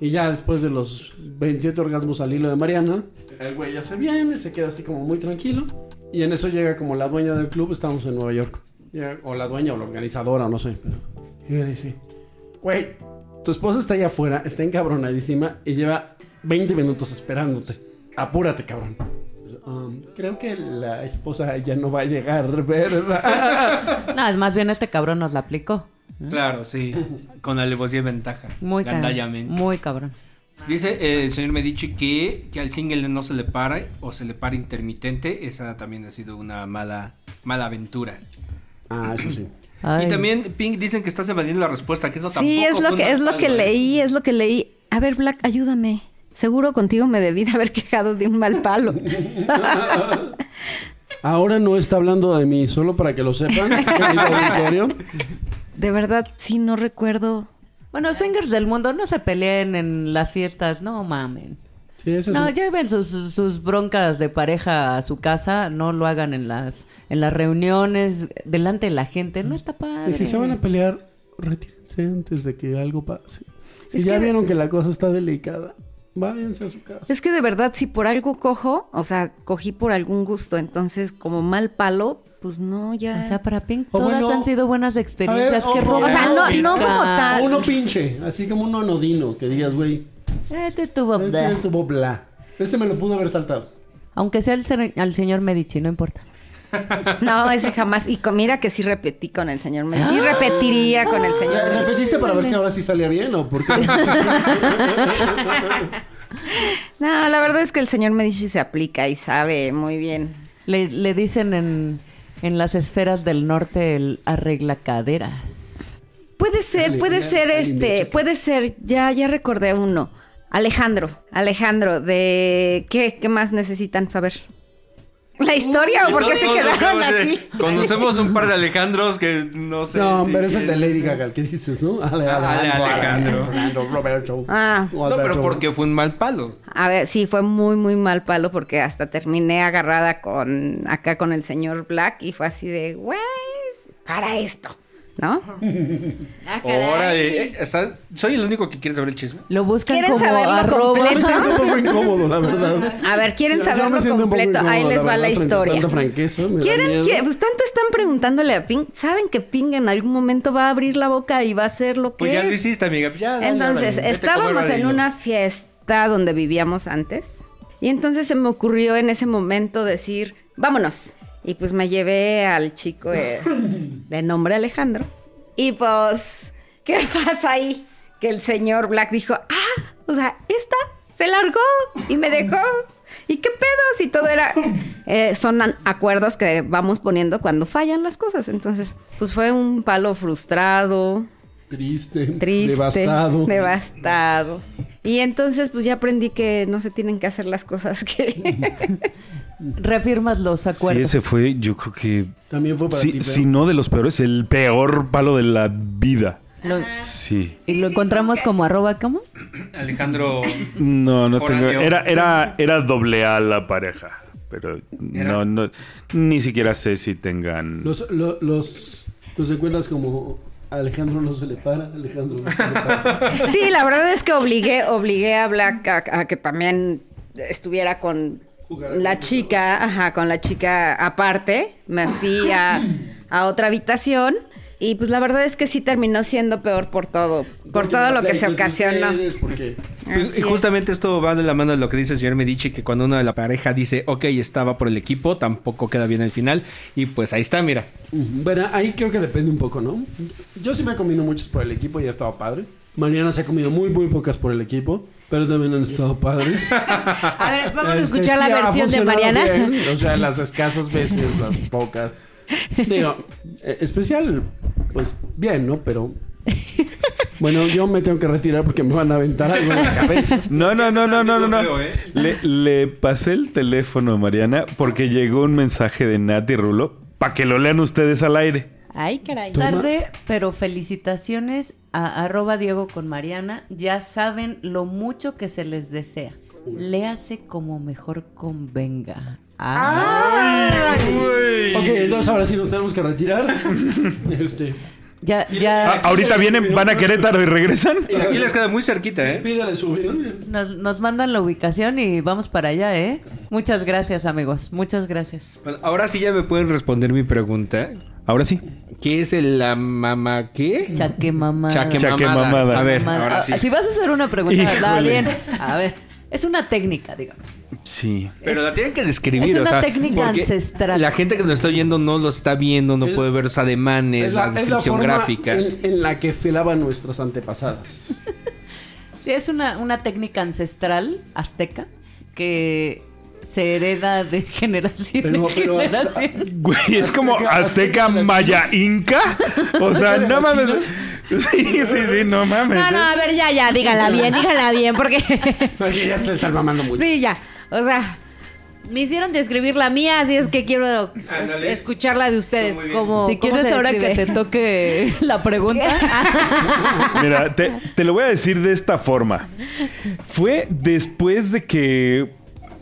Speaker 6: Y ya después de los 27 orgasmos al hilo de Mariana, el güey ya se viene, se queda así como muy tranquilo. Y en eso llega como la dueña del club, estamos en Nueva York. Llega- o la dueña o la organizadora, no sé. Pero... Y me dice, güey, tu esposa está allá afuera, está encabronadísima y lleva 20 minutos esperándote. Apúrate, cabrón. Um, creo que la esposa ya no va a llegar, ¿verdad?
Speaker 5: [laughs] No, es más bien este cabrón nos la aplicó.
Speaker 1: ¿Eh?
Speaker 2: Claro,
Speaker 1: [laughs]
Speaker 2: sí, con alevosía y ventaja.
Speaker 5: Muy cabrón.
Speaker 2: Gandallamente.
Speaker 5: Muy cabrón.
Speaker 2: Dice eh, el señor Medici que, que al single no se le para o se le para intermitente, esa también ha sido una mala, mala aventura.
Speaker 6: ah, eso sí.
Speaker 5: Ay.
Speaker 2: Y también Pink dicen que estás evadiendo la respuesta, que eso tampoco
Speaker 1: Sí, es
Speaker 2: fue
Speaker 1: lo
Speaker 2: una
Speaker 1: que es lo
Speaker 2: respuesta,
Speaker 1: que
Speaker 2: ¿eh?
Speaker 1: leí, es lo que leí. A ver, Black, ayúdame. Seguro contigo me debí de haber quejado de un mal palo.
Speaker 6: Ahora no está hablando de mí, solo para que lo sepan, querido auditorio.
Speaker 1: De verdad, sí, no recuerdo.
Speaker 5: Bueno, swingers del mundo, no se peleen en las fiestas, no mamen.
Speaker 6: Sí, eso
Speaker 5: No,
Speaker 6: sí.
Speaker 5: lleven sus, sus broncas de pareja a su casa, no lo hagan en las, en las reuniones, delante de la gente, no está padre.
Speaker 6: Y si se van a pelear, retírense antes de que algo pase. Si
Speaker 1: Es
Speaker 6: ya
Speaker 1: que-
Speaker 6: vieron que la cosa está delicada, váyanse a su casa.
Speaker 1: Es que de verdad, si por algo cojo, o sea, cogí por algún gusto, entonces como mal palo, pues no, ya.
Speaker 5: O sea, para Pink
Speaker 6: O
Speaker 5: todas
Speaker 6: bueno,
Speaker 5: han sido buenas experiencias.
Speaker 6: a ver,
Speaker 5: Qué Este
Speaker 6: o- o sea, no-
Speaker 1: no como
Speaker 5: romántica.
Speaker 1: tal.
Speaker 6: O uno pinche, así como uno anodino, que digas, güey,
Speaker 5: Este
Speaker 1: Oh,
Speaker 5: estuvo.
Speaker 6: este
Speaker 5: blah.
Speaker 6: estuvo bla. Este me lo pudo haber saltado.
Speaker 5: Aunque sea el ser- al señor Medici, no importa.
Speaker 1: No, ese jamás. Y co- mira que sí repetí con el señor
Speaker 5: Ah.
Speaker 1: Mendy. Y repetiría con el señor Mendy.
Speaker 6: ¿Repetiste para ver si ahora sí salía bien o
Speaker 1: [laughs]
Speaker 6: por qué?
Speaker 1: No, la verdad es que el señor Medici se aplica y sabe muy bien.
Speaker 5: Le, le dicen en, en las esferas del norte el arregla caderas.
Speaker 1: Puede ser,
Speaker 6: Dale,
Speaker 1: puede
Speaker 6: ya,
Speaker 1: ser
Speaker 6: dale,
Speaker 1: este,
Speaker 6: muchacho.
Speaker 1: puede ser, ya, ya recordé uno. Alejandro, Alejandro, de ¿qué, qué más necesitan saber? ¿La historia o por qué se quedaron así?
Speaker 2: [laughs] Conocemos un par de Alejandros que no sé.
Speaker 6: No,
Speaker 2: si-
Speaker 6: pero es el de Lady Gaga, el que dices, ¿no? Ale,
Speaker 2: Ah, Ale, Alejandro.
Speaker 6: Alejandro, Roberto.
Speaker 1: Ah,
Speaker 6: o
Speaker 2: No, pero
Speaker 6: Alberto.
Speaker 2: porque fue un mal palo.
Speaker 1: a ver, sí, fue muy, muy mal palo porque hasta terminé agarrada con, acá con el señor Black y fue así de, güey, para esto, ¿no?
Speaker 2: Órale, eh, está- soy el único que quiere saber el chisme.
Speaker 5: Lo buscan
Speaker 1: ¿Quieren
Speaker 5: como
Speaker 1: saberlo
Speaker 5: arroba.
Speaker 6: [laughs]
Speaker 1: completo?
Speaker 6: Me siento
Speaker 2: [laughs]
Speaker 6: un poco incómodo, la verdad.
Speaker 1: A ver, ¿quieren
Speaker 6: Yo- yo me
Speaker 1: saberlo
Speaker 6: siento un poco
Speaker 1: completo?
Speaker 6: incómodo,
Speaker 1: Ahí les va
Speaker 6: verdad,
Speaker 1: la
Speaker 6: frente a
Speaker 1: historia.
Speaker 6: tanta franqueza, me da
Speaker 1: ¿Quieren
Speaker 6: miedo.
Speaker 1: que, pues tanto están preguntándole a Ping, saben que Ping en algún momento va a abrir la boca y va a hacer lo que
Speaker 2: Pues ya lo
Speaker 1: es.
Speaker 2: hiciste, amiga. ya, dale, órale,
Speaker 1: Entonces,
Speaker 2: vete a comer
Speaker 1: estábamos en
Speaker 2: ladrillo.
Speaker 1: una fiesta donde vivíamos antes. Y entonces se me ocurrió en ese momento decir, vámonos. Y pues me llevé al
Speaker 2: [laughs]
Speaker 1: chico eh, de nombre Alejandro. Y pues, ¿qué pasa ahí? Que el señor Black dijo, ah, o sea, esta se largó y me dejó. ¿Y qué pedos? Y todo era... eh, son an- acuerdos que vamos poniendo cuando fallan las cosas. Entonces, pues fue un palo frustrado.
Speaker 6: Triste,
Speaker 1: Triste.
Speaker 6: devastado.
Speaker 1: devastado. Y entonces, pues ya aprendí que no se tienen que hacer las cosas que. [laughs]
Speaker 5: Refirmas los
Speaker 7: Sí,
Speaker 5: acuerdos.
Speaker 7: ese fue, yo creo que.
Speaker 6: También fue para
Speaker 7: Sí,
Speaker 6: ti, pero-
Speaker 7: si no de los peores, el peor palo de la vida.
Speaker 5: Lo-
Speaker 7: Ah, Sí.
Speaker 5: y lo encontramos como arroba, ¿cómo?
Speaker 1: [laughs]
Speaker 2: Alejandro.
Speaker 7: No, no tengo.
Speaker 2: Horario.
Speaker 7: Era, era, era doble A la pareja. Pero
Speaker 2: Era-
Speaker 7: no, no. Ni siquiera sé si tengan.
Speaker 6: Los, lo- los, los recuerdas como Alejandro no se le para, Alejandro no se le para.
Speaker 1: sí, la verdad es que obligué, obligué a Black a, a que también estuviera con
Speaker 6: Jugara
Speaker 1: la
Speaker 6: con
Speaker 1: chica, ajá, con la chica aparte. Me fui a, a otra habitación. Y pues la verdad es que sí terminó siendo peor por todo, por
Speaker 6: Porque
Speaker 1: todo lo que
Speaker 6: platico
Speaker 1: se
Speaker 6: entre
Speaker 1: ocasionó.
Speaker 6: ustedes, Porque
Speaker 2: Pues,
Speaker 1: Así
Speaker 2: y
Speaker 1: es.
Speaker 2: justamente esto va de la mano de lo que dice el señor Medici, que cuando uno de la pareja dice, ok, estaba por el equipo, tampoco queda bien el final. Y pues ahí está, mira.
Speaker 6: Bueno, ahí creo que depende un poco, ¿no? Yo sí me he comido muchas por el equipo y ha estado padre. Mariana se ha comido muy, muy pocas por el equipo, pero también han estado padres.
Speaker 3: [laughs] A ver, vamos a
Speaker 6: Este,
Speaker 3: escuchar la
Speaker 6: sí ha
Speaker 3: versión de
Speaker 6: funcionado
Speaker 3: Mariana.
Speaker 6: bien,
Speaker 3: [laughs]
Speaker 6: o sea, las escasas veces, las pocas. Digo, eh, especial, pues bien, ¿no? Pero. Bueno, yo me tengo que retirar porque me van a aventar algo en
Speaker 3: [laughs]
Speaker 6: la cabeza.
Speaker 7: No, no, no, no, no, no.
Speaker 2: Creo,
Speaker 7: no.
Speaker 2: ¿eh?
Speaker 7: Le, le pasé el teléfono a Mariana porque llegó un mensaje de Nat y Rulo para que lo lean ustedes al aire.
Speaker 3: Ay, caray.
Speaker 6: Toma.
Speaker 5: Tarde, pero felicitaciones a arroba Diego con Mariana. Ya saben lo mucho que se les desea. Léase como mejor convenga. Ah.
Speaker 6: Ok, entonces ahora sí nos tenemos que retirar. [laughs] Este.
Speaker 5: Ya,
Speaker 7: Ah,
Speaker 5: ya
Speaker 7: ahorita vienen, van a Querétaro y regresan.
Speaker 2: Y aquí les queda muy cerquita, ¿eh?
Speaker 6: Pídale subir.
Speaker 5: nos, nos mandan la ubicación y vamos para allá, ¿eh? Muchas gracias, amigos. Muchas gracias.
Speaker 2: Bueno, ahora sí ya me pueden responder mi pregunta.
Speaker 7: Ahora sí.
Speaker 2: ¿Qué es el la mamá qué?
Speaker 5: Chaque mamá.
Speaker 2: Chaque
Speaker 7: Chaque
Speaker 2: mamada.
Speaker 7: mamada.
Speaker 2: A ver,
Speaker 5: Mamá.
Speaker 2: ahora
Speaker 5: Ah,
Speaker 2: sí.
Speaker 5: Si vas a hacer una pregunta, hazla
Speaker 2: Híjole.
Speaker 5: bien. A ver, es una técnica, digamos.
Speaker 7: Sí.
Speaker 2: Pero la tienen que describir,
Speaker 5: es
Speaker 2: o
Speaker 5: una
Speaker 2: sea,
Speaker 5: técnica
Speaker 2: porque
Speaker 5: ancestral.
Speaker 2: La gente que nos está oyendo no lo está viendo, no
Speaker 6: Es-
Speaker 2: puede ver los ademanes, la, descripción
Speaker 6: forma
Speaker 2: gráfica.
Speaker 6: En, en la que filaban nuestras antepasadas. [laughs]
Speaker 5: Sí, es una, una técnica ancestral azteca que se hereda de [laughs] generación
Speaker 6: Pero-
Speaker 5: en
Speaker 6: pero hasta-
Speaker 5: generación.
Speaker 7: Güey, es como
Speaker 6: Azteca,
Speaker 7: Azteca,
Speaker 6: Azteca de la
Speaker 7: Maya, Inca. O sea, no mames. [laughs] Sí, sí, sí, no mames. ¿eh?
Speaker 3: No, no, a ver, ya, ya, díganla bien, díganla bien, porque.
Speaker 6: Porque ya se están mamando mucho.
Speaker 3: sí, ya. O sea, me hicieron describir la mía, así es que quiero es-
Speaker 2: Ándale.
Speaker 3: escuchar la de ustedes.
Speaker 2: Muy bien.
Speaker 3: Como,
Speaker 5: si quieres ahora que te [laughs] toque la pregunta. Ah,
Speaker 7: Mira, te, te lo voy a decir de esta forma. Fue después de que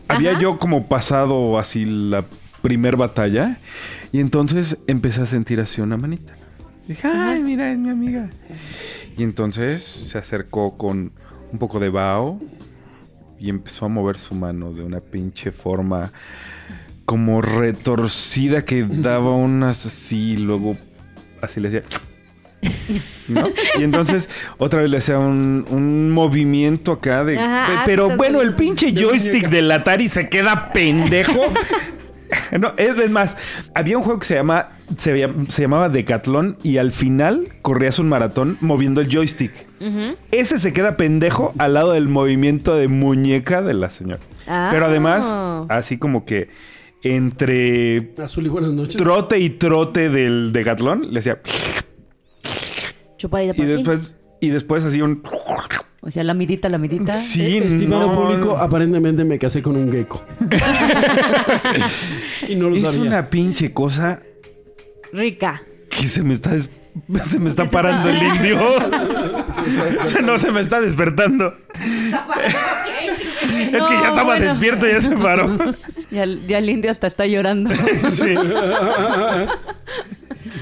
Speaker 7: había yo como pasado así la primer batalla y entonces empecé a sentir así una manita. Dije, ay, mira, es mi amiga. Y entonces se acercó con un poco de vaho y empezó a mover su mano de una pinche forma como retorcida que
Speaker 3: [laughs]
Speaker 7: daba unas así, y luego así le hacía. ¿no? Y entonces otra vez le hacía un, un movimiento acá de.
Speaker 3: Ajá,
Speaker 7: de-
Speaker 3: ah,
Speaker 7: pero
Speaker 3: estás
Speaker 7: bueno,
Speaker 3: bien.
Speaker 7: el pinche joystick del Atari se queda pendejo.
Speaker 3: [laughs]
Speaker 7: [laughs] No, es es más, había un juego que se llama se, veía- se llamaba Decathlon y al final corrías un maratón moviendo el joystick. Ese se queda pendejo al lado del movimiento de muñeca de la señora.
Speaker 3: Ah.
Speaker 7: Pero además, así como que entre
Speaker 6: Azul y buenas noches.
Speaker 7: trote y trote del Decathlon le hacía
Speaker 3: Chupadita
Speaker 7: y
Speaker 3: por aquí.
Speaker 7: después y después hacía un
Speaker 5: O sea, la midita, la
Speaker 3: Ah,
Speaker 5: midita.
Speaker 7: sí,
Speaker 6: Eh, Estimado
Speaker 7: no,
Speaker 6: público, aparentemente me casé con
Speaker 7: [laughs]
Speaker 6: un gecko. y no lo
Speaker 7: es
Speaker 6: sabía.
Speaker 7: una pinche cosa
Speaker 3: Rica.
Speaker 7: que se me está des- [laughs] se me está parando el indio. [laughs] O sea, no se me
Speaker 3: [laughs]
Speaker 7: está despertando. Es que
Speaker 3: No,
Speaker 7: ya estaba
Speaker 3: bueno.
Speaker 7: despierto, ya se
Speaker 3: [laughs]
Speaker 7: paró.
Speaker 5: Ya, ya el indio hasta está llorando.
Speaker 7: Sí.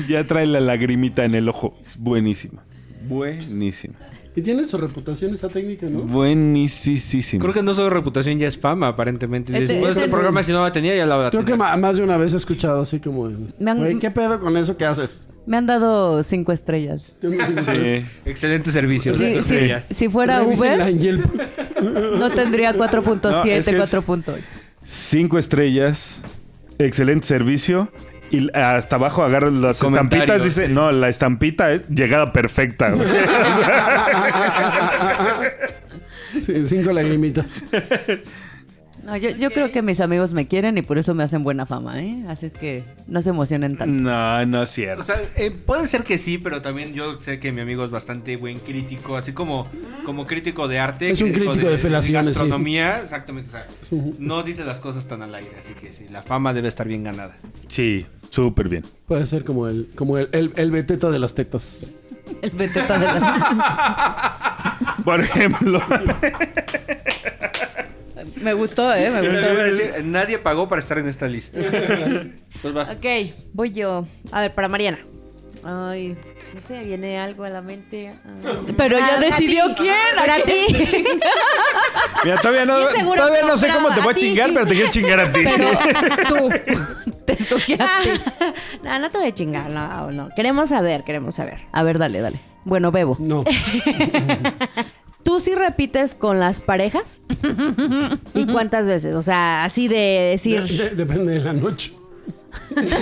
Speaker 7: Ya trae la lagrimita en el ojo. Es buenísima. Buenísima.
Speaker 6: Y tiene su reputación esa técnica, ¿no?
Speaker 7: Buenísima.
Speaker 2: Creo que no solo reputación ya es fama, aparentemente.
Speaker 5: Este-
Speaker 2: Después
Speaker 5: este
Speaker 2: del
Speaker 5: no-
Speaker 2: programa, si no la tenía, ya la va a
Speaker 6: Creo que
Speaker 2: tener.
Speaker 6: ma- más de una vez he escuchado así como...
Speaker 5: Me han-
Speaker 6: "Güey, ¿qué pedo con eso que haces?
Speaker 5: Me han dado cinco estrellas.
Speaker 7: Sí.
Speaker 2: Excelente servicio.
Speaker 5: Sí,
Speaker 2: Cinco
Speaker 5: sí,
Speaker 2: estrellas.
Speaker 5: si fuera
Speaker 6: Revisen
Speaker 5: Uber,
Speaker 6: la Yelp. [laughs]
Speaker 5: no tendría 4.7,
Speaker 7: No, es que es-
Speaker 5: 4.8.
Speaker 7: Cinco estrellas. Excelente servicio. Y hasta abajo agarra las
Speaker 2: Comentarios.
Speaker 7: estampitas. Dice, no, la estampita es
Speaker 2: [laughs]
Speaker 7: llegada perfecta. güey".
Speaker 6: Sí, cinco lagrimitas.
Speaker 5: No, yo, yo creo que mis amigos me quieren y por eso me hacen buena fama, ¿eh? Así es que no se emocionen tanto.
Speaker 7: no, no es cierto.
Speaker 2: O sea, eh, puede ser que sí, pero también yo sé que mi amigo es bastante buen crítico, así como, como crítico de arte.
Speaker 6: Es un crítico de felaciones, sí.
Speaker 2: gastronomía, exactamente. o sea, no dice las cosas tan al aire, así que sí, la fama debe estar bien ganada.
Speaker 7: sí, súper bien.
Speaker 6: Puede ser como el, como el, el, el beteta de las tetas.
Speaker 5: El beteta de [laughs] la-
Speaker 10: [laughs]
Speaker 7: Por ejemplo.
Speaker 5: Me gustó, ¿eh? Me
Speaker 2: Yo les voy a
Speaker 5: gustó.
Speaker 2: decir, nadie pagó para estar en esta lista. Pues vas.
Speaker 3: Ok, voy yo. A ver, para Mariana. Ay, no sé, viene algo a la mente. Ay.
Speaker 5: Pero ya
Speaker 3: Ah, para
Speaker 5: decidió
Speaker 3: ti.
Speaker 5: quién, ¿a
Speaker 3: Para ti.
Speaker 5: [laughs]
Speaker 7: Mira, todavía no,
Speaker 3: Bien seguro
Speaker 7: todavía no sé
Speaker 3: compraba
Speaker 7: cómo te voy
Speaker 3: a
Speaker 7: a
Speaker 3: ti.
Speaker 7: chingar, pero te quiero chingar a ti.
Speaker 5: Tú. [laughs] Te escogí a ti.
Speaker 3: [laughs] no, no te voy a chingar, no, no. Queremos saber, queremos saber.
Speaker 5: A ver, dale, dale. Bueno, bebo.
Speaker 6: No.
Speaker 3: ¿Tú sí repites con las
Speaker 5: [laughs]
Speaker 3: parejas? ¿Y cuántas veces? O sea, así de
Speaker 6: De-
Speaker 3: decir.
Speaker 6: de- depende de la noche.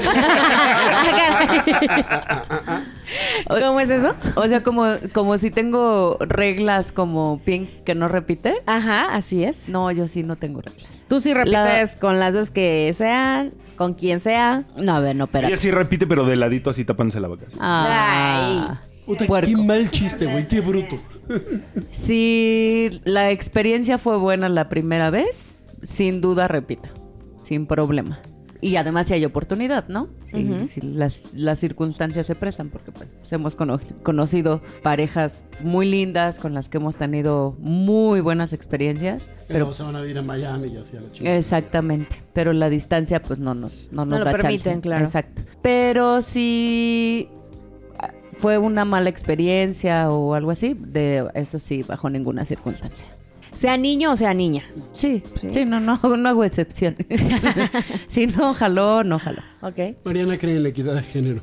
Speaker 3: Ah, [laughs] ¿Cómo es eso?
Speaker 5: O sea, como, como si tengo reglas como Pink que no repite.
Speaker 3: Ajá, así es.
Speaker 5: No, yo sí no tengo reglas.
Speaker 3: Tú sí repites
Speaker 5: La-
Speaker 3: con las dos que sean, con quien sea.
Speaker 5: No, a ver, no, espera.
Speaker 7: Ella sí repite, pero de ladito así tapándose la vacación.
Speaker 5: Ah,
Speaker 6: Puta, qué
Speaker 5: puerco.
Speaker 6: mal chiste, güey. Qué bruto.
Speaker 5: Si la experiencia fue buena la primera vez, sin duda repito, sin problema. Y además si hay oportunidad, ¿no? Si, si las, las circunstancias se prestan, porque pues, hemos cono- conocido parejas muy lindas con las que hemos tenido muy buenas experiencias,
Speaker 6: Pero
Speaker 5: pero
Speaker 6: se van a ir a Miami y así a la chingada.
Speaker 5: Exactamente, pero la distancia pues no nos, no nos
Speaker 3: lo
Speaker 5: da
Speaker 3: permiten,
Speaker 5: chance.
Speaker 3: claro.
Speaker 5: Exacto. Pero si ah, fue una mala experiencia o algo así, de eso sí, bajo ninguna circunstancia.
Speaker 3: Sea niño o sea niña.
Speaker 5: Sí, sí, no, no, [laughs] no
Speaker 3: [laughs]
Speaker 5: hago excepciones. si no, jaló, no jaló.
Speaker 3: Ok.
Speaker 6: Mariana cree en la equidad de género.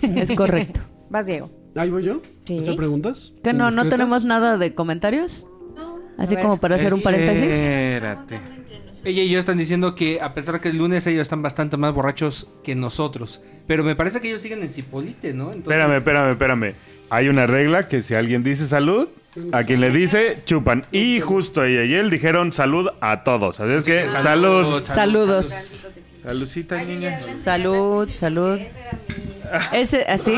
Speaker 5: Es correcto.
Speaker 3: Vas, Diego.
Speaker 6: ¿Ahí voy yo?
Speaker 3: Sí.
Speaker 6: ¿Hacer preguntas?
Speaker 5: Que no, no
Speaker 6: ¿Indiscretas? [laughs]
Speaker 5: tenemos nada de comentarios. Así
Speaker 3: A ver.
Speaker 5: como para hacer un paréntesis.
Speaker 2: Espérate. Ella y yo están diciendo que a pesar que el lunes ellos están bastante más borrachos que nosotros. Pero me parece que ellos siguen en Cipolite, ¿no? Entonces-
Speaker 10: Espérame, espérame, espérame. Hay una regla que si alguien dice salud, a quien le dice, chupan. Y justo ella y él dijeron salud a todos. Así es que salud.
Speaker 5: Saludos.
Speaker 10: Saludcita, niña.
Speaker 5: Salud, salud. Ese, así.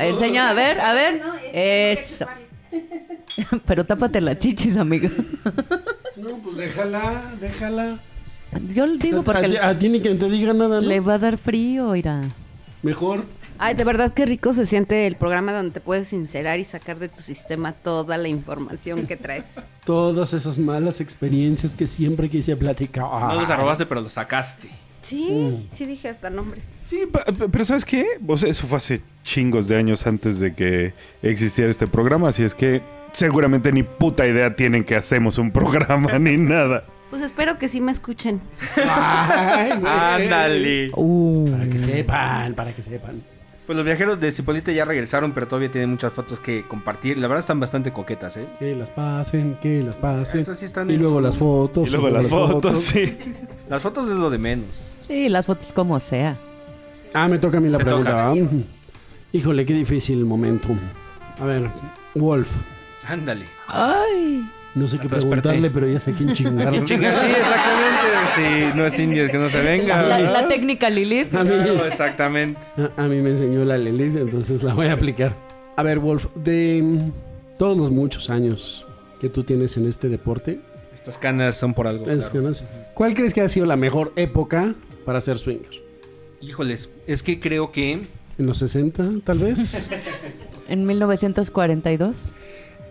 Speaker 5: Enseña, a ver, a ver. Eso. [laughs] Pero tápate las chichis, amigo.
Speaker 6: No, pues déjala, déjala.
Speaker 5: Yo lo digo
Speaker 6: a,
Speaker 5: porque
Speaker 6: ti- a ti ni que te diga nada, ¿no?
Speaker 5: le va a dar frío, irá.
Speaker 6: Mejor.
Speaker 1: Ay, de verdad qué rico se siente el programa donde te puedes sincerar y sacar de tu sistema toda la información que traes.
Speaker 6: Todas esas malas experiencias que siempre quise platicar.
Speaker 2: No los arrobaste, pero los sacaste.
Speaker 1: Sí, sí dije hasta nombres.
Speaker 10: Sí, pa- pa- pero ¿sabes qué? O sea, eso fue hace chingos de años antes de que existiera este programa, así es que seguramente ni puta idea tienen que hacemos un programa [laughs] ni nada.
Speaker 1: Pues espero que sí me escuchen.
Speaker 6: Ay, güey.
Speaker 2: Ándale.
Speaker 5: Uh.
Speaker 6: Para que sepan, para que sepan.
Speaker 2: Pues los viajeros de Cipolite ya regresaron, pero todavía tienen muchas fotos que compartir. La verdad están bastante coquetas, ¿eh?
Speaker 6: Que las pasen, que las pasen.
Speaker 2: Esas sí están
Speaker 6: y
Speaker 2: en
Speaker 6: luego
Speaker 2: su-
Speaker 6: las fotos.
Speaker 10: Y luego las
Speaker 7: [laughs]
Speaker 10: fotos, sí.
Speaker 2: Las fotos es lo de menos.
Speaker 5: Sí, las fotos como sea.
Speaker 6: Ah, me toca a mí la
Speaker 2: Te
Speaker 6: pregunta.
Speaker 2: toca.
Speaker 6: ¿va? [laughs] Híjole, qué difícil el momento. A ver, Wolf.
Speaker 2: Ándale.
Speaker 5: Ay.
Speaker 6: No sé qué
Speaker 2: Hasta desperté.
Speaker 6: preguntarle, pero ya sé
Speaker 2: [laughs]
Speaker 6: quién chingar.
Speaker 2: ¿Quién chinga? Sí, exactamente. Sí, no es indio, que no se venga.
Speaker 5: La,
Speaker 2: ¿verdad?
Speaker 5: la técnica Lilith.
Speaker 6: A mí,
Speaker 2: Claro, pues. exactamente.
Speaker 6: a- a mí me enseñó la Lelith, entonces la voy a aplicar. A ver, Wolf, de mm, todos los muchos años que tú tienes en este deporte,
Speaker 2: Estas canas son por algo.
Speaker 6: es
Speaker 2: claro.
Speaker 6: que no sé, ¿cuál crees que ha sido la mejor época para ser swinger?
Speaker 2: Híjoles, es que creo que.
Speaker 6: ¿En los 60,
Speaker 2: [laughs]
Speaker 6: tal vez?
Speaker 5: En 1942.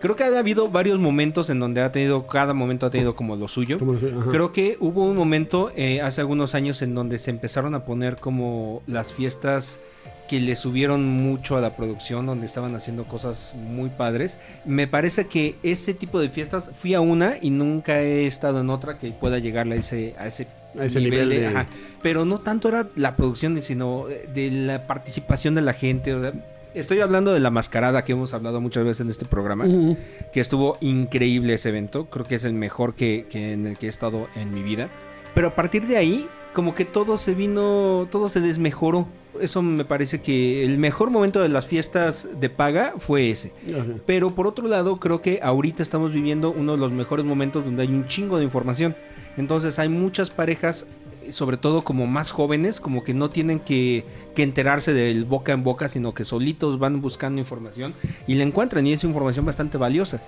Speaker 2: Creo que ha habido varios momentos en donde ha tenido. Cada momento ha tenido como lo suyo.
Speaker 6: ¿Cómo lo sé? Ajá.
Speaker 2: Creo que hubo un momento eh, hace algunos años en donde se empezaron a poner como las fiestas que le subieron mucho a la producción, donde estaban haciendo cosas muy padres. Me parece que ese tipo de fiestas fui a una y nunca he estado en otra que pueda llegarle a ese, a ese,
Speaker 6: A ese nivel de-
Speaker 2: ajá. Pero no tanto era la producción, sino eh, de la participación de la gente. o sea, Estoy hablando de la mascarada que hemos hablado muchas veces en este programa
Speaker 6: Ujú.
Speaker 2: que estuvo increíble ese evento. Creo que es el mejor que, que en el que he estado en mi vida. Pero a partir de ahí, como que todo se vino, todo se desmejoró. Eso me parece que el mejor momento de las fiestas de paga fue ese.
Speaker 6: Ajá.
Speaker 2: Pero por otro lado, creo que ahorita estamos viviendo uno de los mejores momentos donde hay un chingo de información. Entonces hay muchas parejas, sobre todo como más jóvenes, como que no tienen que, que enterarse del boca en boca, sino que solitos van buscando información y la encuentran y es información bastante valiosa.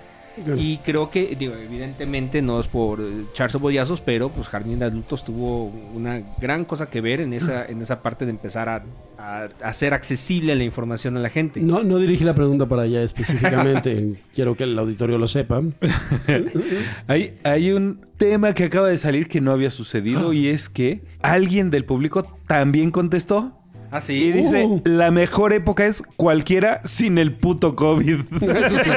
Speaker 2: Y creo que, digo, evidentemente no es por eh, echarse bollazos, pero pues Jardín de Adultos tuvo una gran cosa que ver en esa, en esa parte de empezar a, a hacer accesible la información a la gente.
Speaker 6: No, no dirigí la pregunta para allá específicamente. Quiero que el auditorio lo sepa.
Speaker 7: Hay, hay un tema que acaba de salir que no había sucedido
Speaker 10: Ah.
Speaker 7: y es que alguien del público también contestó.
Speaker 2: Ah,
Speaker 7: Y
Speaker 2: sí, dice.
Speaker 7: dice,
Speaker 6: Uh.
Speaker 7: la mejor época es cualquiera sin el puto COVID. [laughs]
Speaker 6: Eso sí.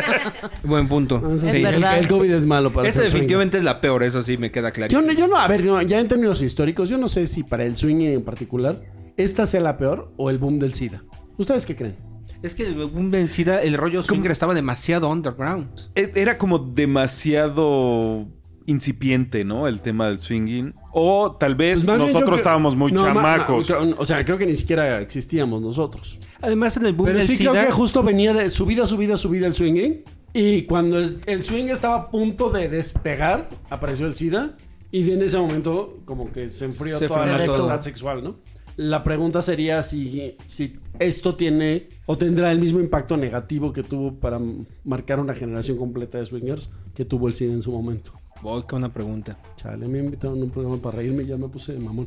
Speaker 2: Buen punto.
Speaker 6: Ah, Eso
Speaker 5: Es
Speaker 6: sí, el-
Speaker 5: verdad.
Speaker 6: El, COVID es malo para
Speaker 2: Esta
Speaker 6: ser swinger.
Speaker 2: definitivamente es la peor, eso sí me queda
Speaker 6: Yo
Speaker 2: clarísimo.
Speaker 6: no, yo no, a ver, no, ya en términos históricos, yo no sé si para el swing en particular, esta sea la peor o el boom del SIDA. ¿Ustedes qué creen?
Speaker 2: Es que un vencida, el rollo swinger estaba demasiado underground.
Speaker 7: E- Era como demasiado incipiente, ¿no? El tema del swinging. O tal vez
Speaker 6: Pues más bien yo
Speaker 7: nosotros
Speaker 6: creo-
Speaker 7: estábamos muy
Speaker 6: No, ma- ma-
Speaker 7: chamacos.
Speaker 6: creo- o sea, creo que ni siquiera existíamos nosotros.
Speaker 2: Además, en el boom
Speaker 6: Pero
Speaker 2: del
Speaker 6: sí creo
Speaker 2: SIDA,
Speaker 6: que justo venía de subida, subida, subida el swinging. Y cuando es- el swing estaba a punto de despegar, apareció el SIDA. Y en ese momento, como que se enfrió
Speaker 2: Se
Speaker 6: toda
Speaker 2: frenó
Speaker 6: la
Speaker 2: todo.
Speaker 6: libertad sexual, ¿no? La pregunta sería si, si esto tiene o tendrá el mismo impacto negativo que tuvo para m- marcar una generación completa de swingers que tuvo el SIDA en su momento.
Speaker 2: voy con una pregunta.
Speaker 6: Chale, me invitaron a un programa para reírme y ya me puse de mamón.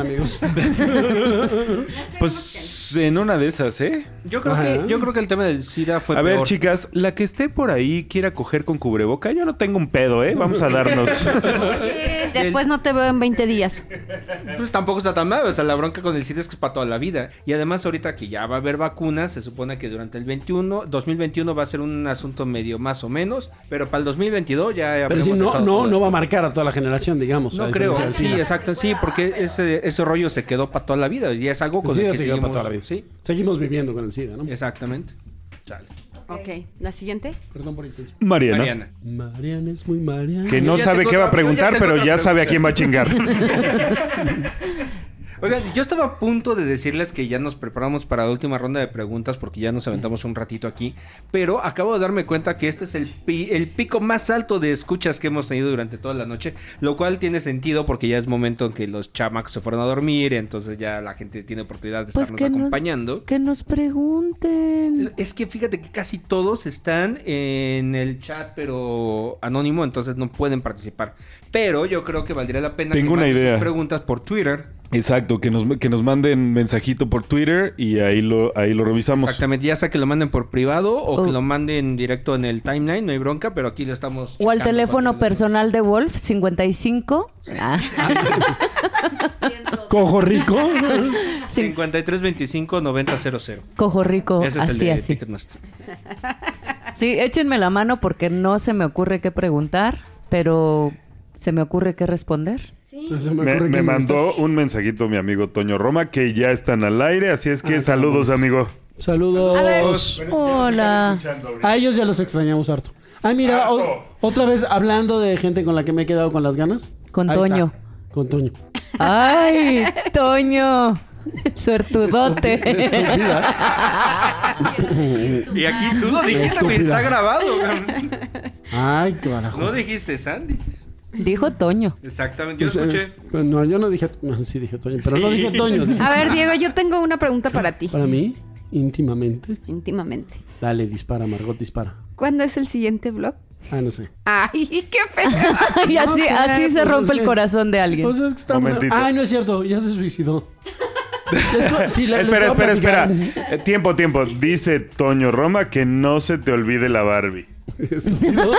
Speaker 2: [laughs]
Speaker 6: amigos.
Speaker 7: Pues en una de esas, ¿eh?
Speaker 2: Yo creo,
Speaker 6: Ajá.
Speaker 2: que, yo creo que el tema del SIDA fue
Speaker 7: a ver,
Speaker 2: peor.
Speaker 7: chicas, la que esté por ahí quiera coger con cubreboca, yo no tengo un pedo, ¿eh? Vamos
Speaker 10: [laughs]
Speaker 7: a darnos.
Speaker 1: Después no te veo en 20 días.
Speaker 2: Pues tampoco está tan mal, o sea, la bronca con el SIDA es que es para toda la vida. Y además ahorita que ya va a haber vacunas, se supone que durante el 21, 2021 va a ser un asunto medio más o menos, pero para el 2022 ya
Speaker 6: Pero
Speaker 2: habremos
Speaker 6: si no,
Speaker 2: dejado todo
Speaker 6: no, no
Speaker 2: esto.
Speaker 6: va a marcar a toda la generación, digamos. a
Speaker 2: No creo,
Speaker 6: diferencia del
Speaker 2: sí,
Speaker 6: SIDA.
Speaker 2: exacto, sí, porque ese, ese rollo se quedó para toda la vida y es algo con
Speaker 6: Sí,
Speaker 2: el
Speaker 6: ya
Speaker 2: que
Speaker 6: se quedó
Speaker 2: seguimos.
Speaker 6: para toda la vida.
Speaker 2: Sí,
Speaker 6: Seguimos viviendo con el SIDA, ¿no?
Speaker 2: exactamente.
Speaker 8: Ok, la
Speaker 3: [laughs]
Speaker 8: siguiente.
Speaker 6: Perdón por intenso.
Speaker 10: Mariana,
Speaker 2: Mariana.
Speaker 6: Mariana es muy Mariana.
Speaker 10: que
Speaker 2: Yo
Speaker 10: no
Speaker 2: ya
Speaker 10: sabe
Speaker 2: tengo
Speaker 10: qué va a
Speaker 2: otra- yo ya
Speaker 10: preguntar,
Speaker 2: tengo
Speaker 10: pero
Speaker 2: otra
Speaker 10: ya sabe a quién va a chingar.
Speaker 2: Oigan, yo estaba a punto de decirles que ya nos preparamos para la última ronda de preguntas porque ya nos aventamos un ratito aquí, pero acabo de darme cuenta que este es el, pi- el pico más alto de escuchas que hemos tenido durante toda la noche, lo cual tiene sentido porque ya es momento en que los chamacos se fueron a dormir, entonces ya la gente tiene oportunidad de
Speaker 5: Pues
Speaker 2: estarnos
Speaker 5: que no-
Speaker 2: acompañando.
Speaker 5: Que nos pregunten.
Speaker 2: Es que fíjate que casi todos están en el chat, pero anónimo, entonces no pueden participar. Pero yo creo que valdría la pena
Speaker 10: Tengo
Speaker 2: que
Speaker 10: una
Speaker 2: manden
Speaker 10: idea.
Speaker 2: sus preguntas por Twitter.
Speaker 7: [laughs] Exacto, que nos, que nos manden mensajito por Twitter y ahí lo, ahí lo revisamos.
Speaker 2: Exactamente, ya sea que lo manden por privado o que lo manden directo en el timeline, no hay bronca, pero aquí lo estamos.
Speaker 5: Oh. O al
Speaker 2: checando
Speaker 5: teléfono
Speaker 2: para que-
Speaker 5: personal de Wolf, 55. Ah,
Speaker 6: Cojo rico.
Speaker 2: 53 25 90 00.
Speaker 5: cojo rico,
Speaker 2: Ese es el
Speaker 5: Oh, así,
Speaker 2: de
Speaker 5: así.
Speaker 2: Ticketmaster.
Speaker 5: Sí, échenme la mano porque no se me ocurre qué preguntar, pero se me ocurre qué
Speaker 6: [laughs]
Speaker 5: responder.
Speaker 6: Se
Speaker 10: Me,
Speaker 6: ocurre
Speaker 10: me
Speaker 6: que no está.
Speaker 10: mandó un mensajito mi amigo Toño Roma que ya están al aire, así es que
Speaker 6: Ah,
Speaker 10: saludos amigo.
Speaker 6: Saludos.
Speaker 5: A ver. Hola.
Speaker 6: A ellos ya los extrañamos harto. Ay, mira, o-
Speaker 10: Harto.
Speaker 6: otra vez hablando de gente con la que me he quedado con las ganas.
Speaker 5: Con
Speaker 6: Ahí
Speaker 5: Toño.
Speaker 6: está, Con Toño.
Speaker 5: ¡Ay, Toño! Suertudote.
Speaker 2: Y aquí tú lo dijiste, güey,
Speaker 6: Estúpida.
Speaker 2: está grabado. cabrón.
Speaker 6: Ay, qué barajo.
Speaker 2: No dijiste Sandy.
Speaker 5: Dijo Toño.
Speaker 2: Exactamente, yo
Speaker 6: Pues, eh,
Speaker 2: escuché.
Speaker 6: pues, no, yo no dije. No, sí dije Toño, pero no
Speaker 2: Sí.
Speaker 6: dije Toño. dije
Speaker 1: A ver, Diego, yo tengo una pregunta para ti.
Speaker 6: Para mí, íntimamente.
Speaker 1: Íntimamente.
Speaker 6: Dale, dispara, Margot, dispara.
Speaker 1: ¿Cuándo es el siguiente vlog?
Speaker 6: Ah, no sé.
Speaker 1: Ay, qué
Speaker 6: [laughs]
Speaker 1: feo.
Speaker 5: Y así,
Speaker 6: pues,
Speaker 5: así se
Speaker 6: pues,
Speaker 5: rompe el
Speaker 6: es que- pues,
Speaker 5: corazón de alguien.
Speaker 6: O sea, es que estamos-
Speaker 10: Momentito.
Speaker 6: Ay, no es cierto, ya se suicidó. Les co- sí, les- les
Speaker 10: espera,
Speaker 6: voy
Speaker 10: espera,
Speaker 6: a
Speaker 10: espera.
Speaker 6: platicar.
Speaker 10: Eh, tiempo, tiempo. Dice Toño Roma que no se te olvide la Barbie.
Speaker 6: Estúpido.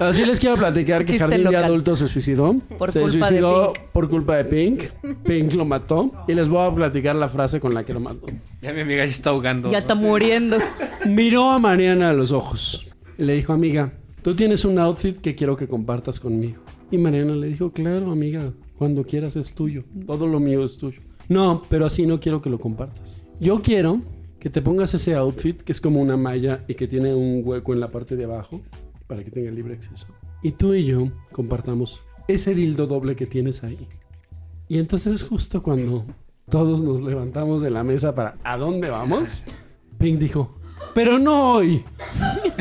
Speaker 6: Así Ah, les quiero platicar que
Speaker 5: Chiste
Speaker 6: Jardín de
Speaker 5: local.
Speaker 6: Adultos se suicidó.
Speaker 5: Por
Speaker 6: se
Speaker 5: culpa de
Speaker 6: suicidó
Speaker 5: Pink.
Speaker 6: por culpa de Pink. Pink lo mató. Y les voy a platicar la frase con la que lo mató.
Speaker 2: Ya mi amiga ya está ahogando.
Speaker 5: Ya está muriendo.
Speaker 6: Miró a Mariana a los ojos. Y le dijo, amiga, tú tienes un outfit que quiero que compartas conmigo. Y Mariana le dijo, claro, amiga, cuando quieras es tuyo. Todo lo mío es tuyo. No, pero así no quiero que lo compartas. Yo quiero que te pongas ese outfit que es como una malla y que tiene un hueco en la parte de abajo para que tenga libre acceso. Y tú y yo compartamos ese dildo doble que tienes ahí. Y entonces justo cuando todos nos levantamos de la mesa para ¿a dónde vamos? Pink dijo, pero no hoy.